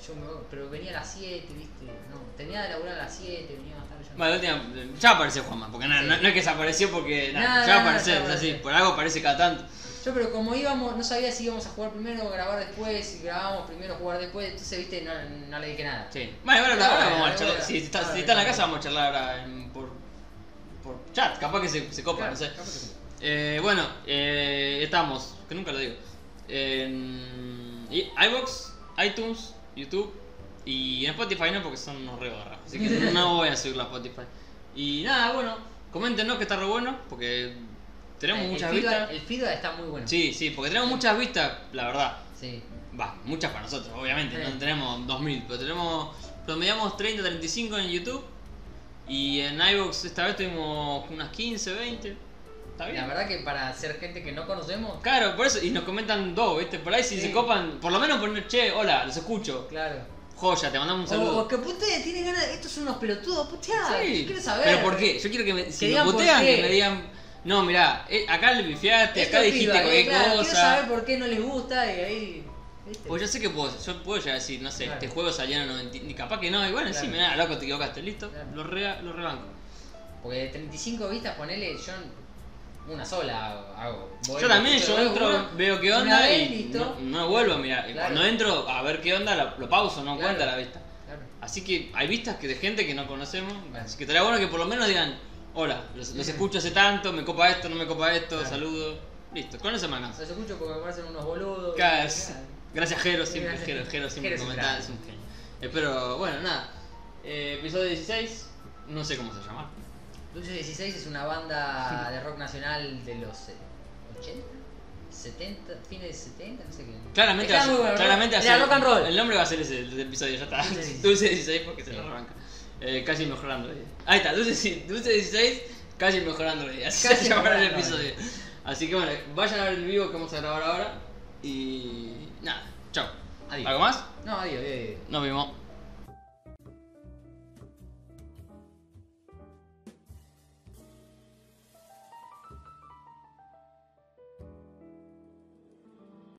Speaker 1: Yo me voy", pero venía a las 7, viste. No, tenía de laburar a las 7, venía más tarde. yo no-
Speaker 2: Bueno, la última- ya apareció Juanma, porque nada,
Speaker 1: Sí.
Speaker 2: no, no es que desapareció porque nada,
Speaker 1: No,
Speaker 2: ya
Speaker 1: no, no,
Speaker 2: aparece,
Speaker 1: ya
Speaker 2: es así,
Speaker 1: aparece.
Speaker 2: por algo aparece cada tanto.
Speaker 1: Yo, pero como íbamos, no sabía si íbamos a jugar primero, grabar después, y grabábamos primero, jugar después. Entonces, viste, no, no le dije nada.
Speaker 2: Sí. Bueno, ahora,
Speaker 1: Bueno,
Speaker 2: ahora vamos
Speaker 1: bueno,
Speaker 2: a charlar.
Speaker 1: bueno.
Speaker 2: si está, si
Speaker 1: Ahora,
Speaker 2: está en la
Speaker 1: bueno.
Speaker 2: casa vamos a charlar ahora en- por, por chat, capaz que se, se copa,
Speaker 1: Claro,
Speaker 2: no sé.
Speaker 1: capaz que sí.
Speaker 2: Eh, bueno, eh, estamos, que nunca lo digo, en i- iVoox, iTunes, YouTube y en Spotify no porque son unos rebarras, así que no voy a subirlo a Spotify. Y nada, bueno, coméntenos que está re bueno, porque Tenemos
Speaker 1: El- Eh, el
Speaker 2: muchas
Speaker 1: feedback-
Speaker 2: vistas.
Speaker 1: El feedback está muy bueno.
Speaker 2: Sí, sí, porque tenemos muchas vistas, la verdad.
Speaker 1: Sí.
Speaker 2: Va, muchas para nosotros, obviamente,
Speaker 1: Sí.
Speaker 2: no tenemos 2000, pero tenemos. promediamos 30, 35 en YouTube. Y en iVoox esta vez tuvimos unas 15, 20. Está bien.
Speaker 1: La verdad que para ser gente que no conocemos,
Speaker 2: Claro, por eso, y nos comentan dos, ¿viste? Por ahí si
Speaker 1: Sí.
Speaker 2: se copan, por lo menos poner, che, hola, los escucho.
Speaker 1: claro.
Speaker 2: Joya, te mandamos un
Speaker 1: O,
Speaker 2: saludo.
Speaker 1: o que puteen, tienen ganas, estos son unos pelotudos, putear.
Speaker 2: Sí.
Speaker 1: Yo quiero saber.
Speaker 2: Pero ¿por qué? Yo quiero que me, si me
Speaker 1: digan por
Speaker 2: putean,
Speaker 1: qué.
Speaker 2: que me digan, no, mirá, eh, acá le pifiaste,
Speaker 1: Esto
Speaker 2: acá
Speaker 1: es
Speaker 2: dijiste
Speaker 1: feedback,
Speaker 2: cualquier
Speaker 1: eh, claro,
Speaker 2: cosa.
Speaker 1: Quiero saber por qué no les gusta y ahí. ¿viste?
Speaker 2: Pues yo sé que puedo, yo puedo ya decir, no sé,
Speaker 1: Claro.
Speaker 2: este juego salió en 90, y capaz que no, y bueno,
Speaker 1: Claro.
Speaker 2: sí, mirá, loco, te equivocaste, listo,
Speaker 1: Claro.
Speaker 2: lo, re- lo rebanco.
Speaker 1: Porque de 35 vistas, ponele, yo una sola hago. hago. Voy,
Speaker 2: yo también, yo
Speaker 1: veo
Speaker 2: entro,
Speaker 1: una,
Speaker 2: veo qué
Speaker 1: una
Speaker 2: onda
Speaker 1: vez,
Speaker 2: y
Speaker 1: listo.
Speaker 2: no, no vuelvo a mirar. Y
Speaker 1: Claro.
Speaker 2: Cuando entro a ver qué onda, lo, lo pauso, no
Speaker 1: Claro.
Speaker 2: cuenta la vista.
Speaker 1: Claro.
Speaker 2: Así que hay vistas que de gente que no conocemos, así que estaría bueno que por lo menos digan, hola, los, los escucho hace tanto, me copa esto, no me copa esto,
Speaker 1: Claro.
Speaker 2: saludo. Listo, con eso me alcanza.
Speaker 1: Los escucho porque me parecen unos boludos.
Speaker 2: Cada-
Speaker 1: Claro.
Speaker 2: Gracias Jero, siempre
Speaker 1: Gracias.
Speaker 2: Jero, Jero siempre
Speaker 1: Jero es un
Speaker 2: comenta,
Speaker 1: crack.
Speaker 2: es un genio. Eh, pero bueno, nada. Eh, episodio 16, no sé cómo se llama.
Speaker 1: Dulce 16 es una banda de rock nacional de los eh, 80, 70, fines de 70, no sé qué.
Speaker 2: Claramente
Speaker 1: Está
Speaker 2: va a ser,
Speaker 1: muy bueno,
Speaker 2: claramente
Speaker 1: ¿no?
Speaker 2: va a
Speaker 1: Era
Speaker 2: ser-
Speaker 1: rock and roll.
Speaker 2: El nombre va a ser ese el episodio, ya está.
Speaker 1: Dulce 16.
Speaker 2: Dulce 16 porque se lo
Speaker 1: Sí.
Speaker 2: arranca. Eh, casi mejorando la idea. Ahí está, Dulce, Dulce 16, casi mejorando la idea. Así
Speaker 1: Casi
Speaker 2: se llamará el
Speaker 1: mejorando la
Speaker 2: episodio. Así que bueno, vayan a ver el vivo que vamos a grabar ahora. Y nada, chao.
Speaker 1: Adiós.
Speaker 2: ¿Algo más?
Speaker 1: No, adiós, adiós. adiós.
Speaker 2: Nos vemos.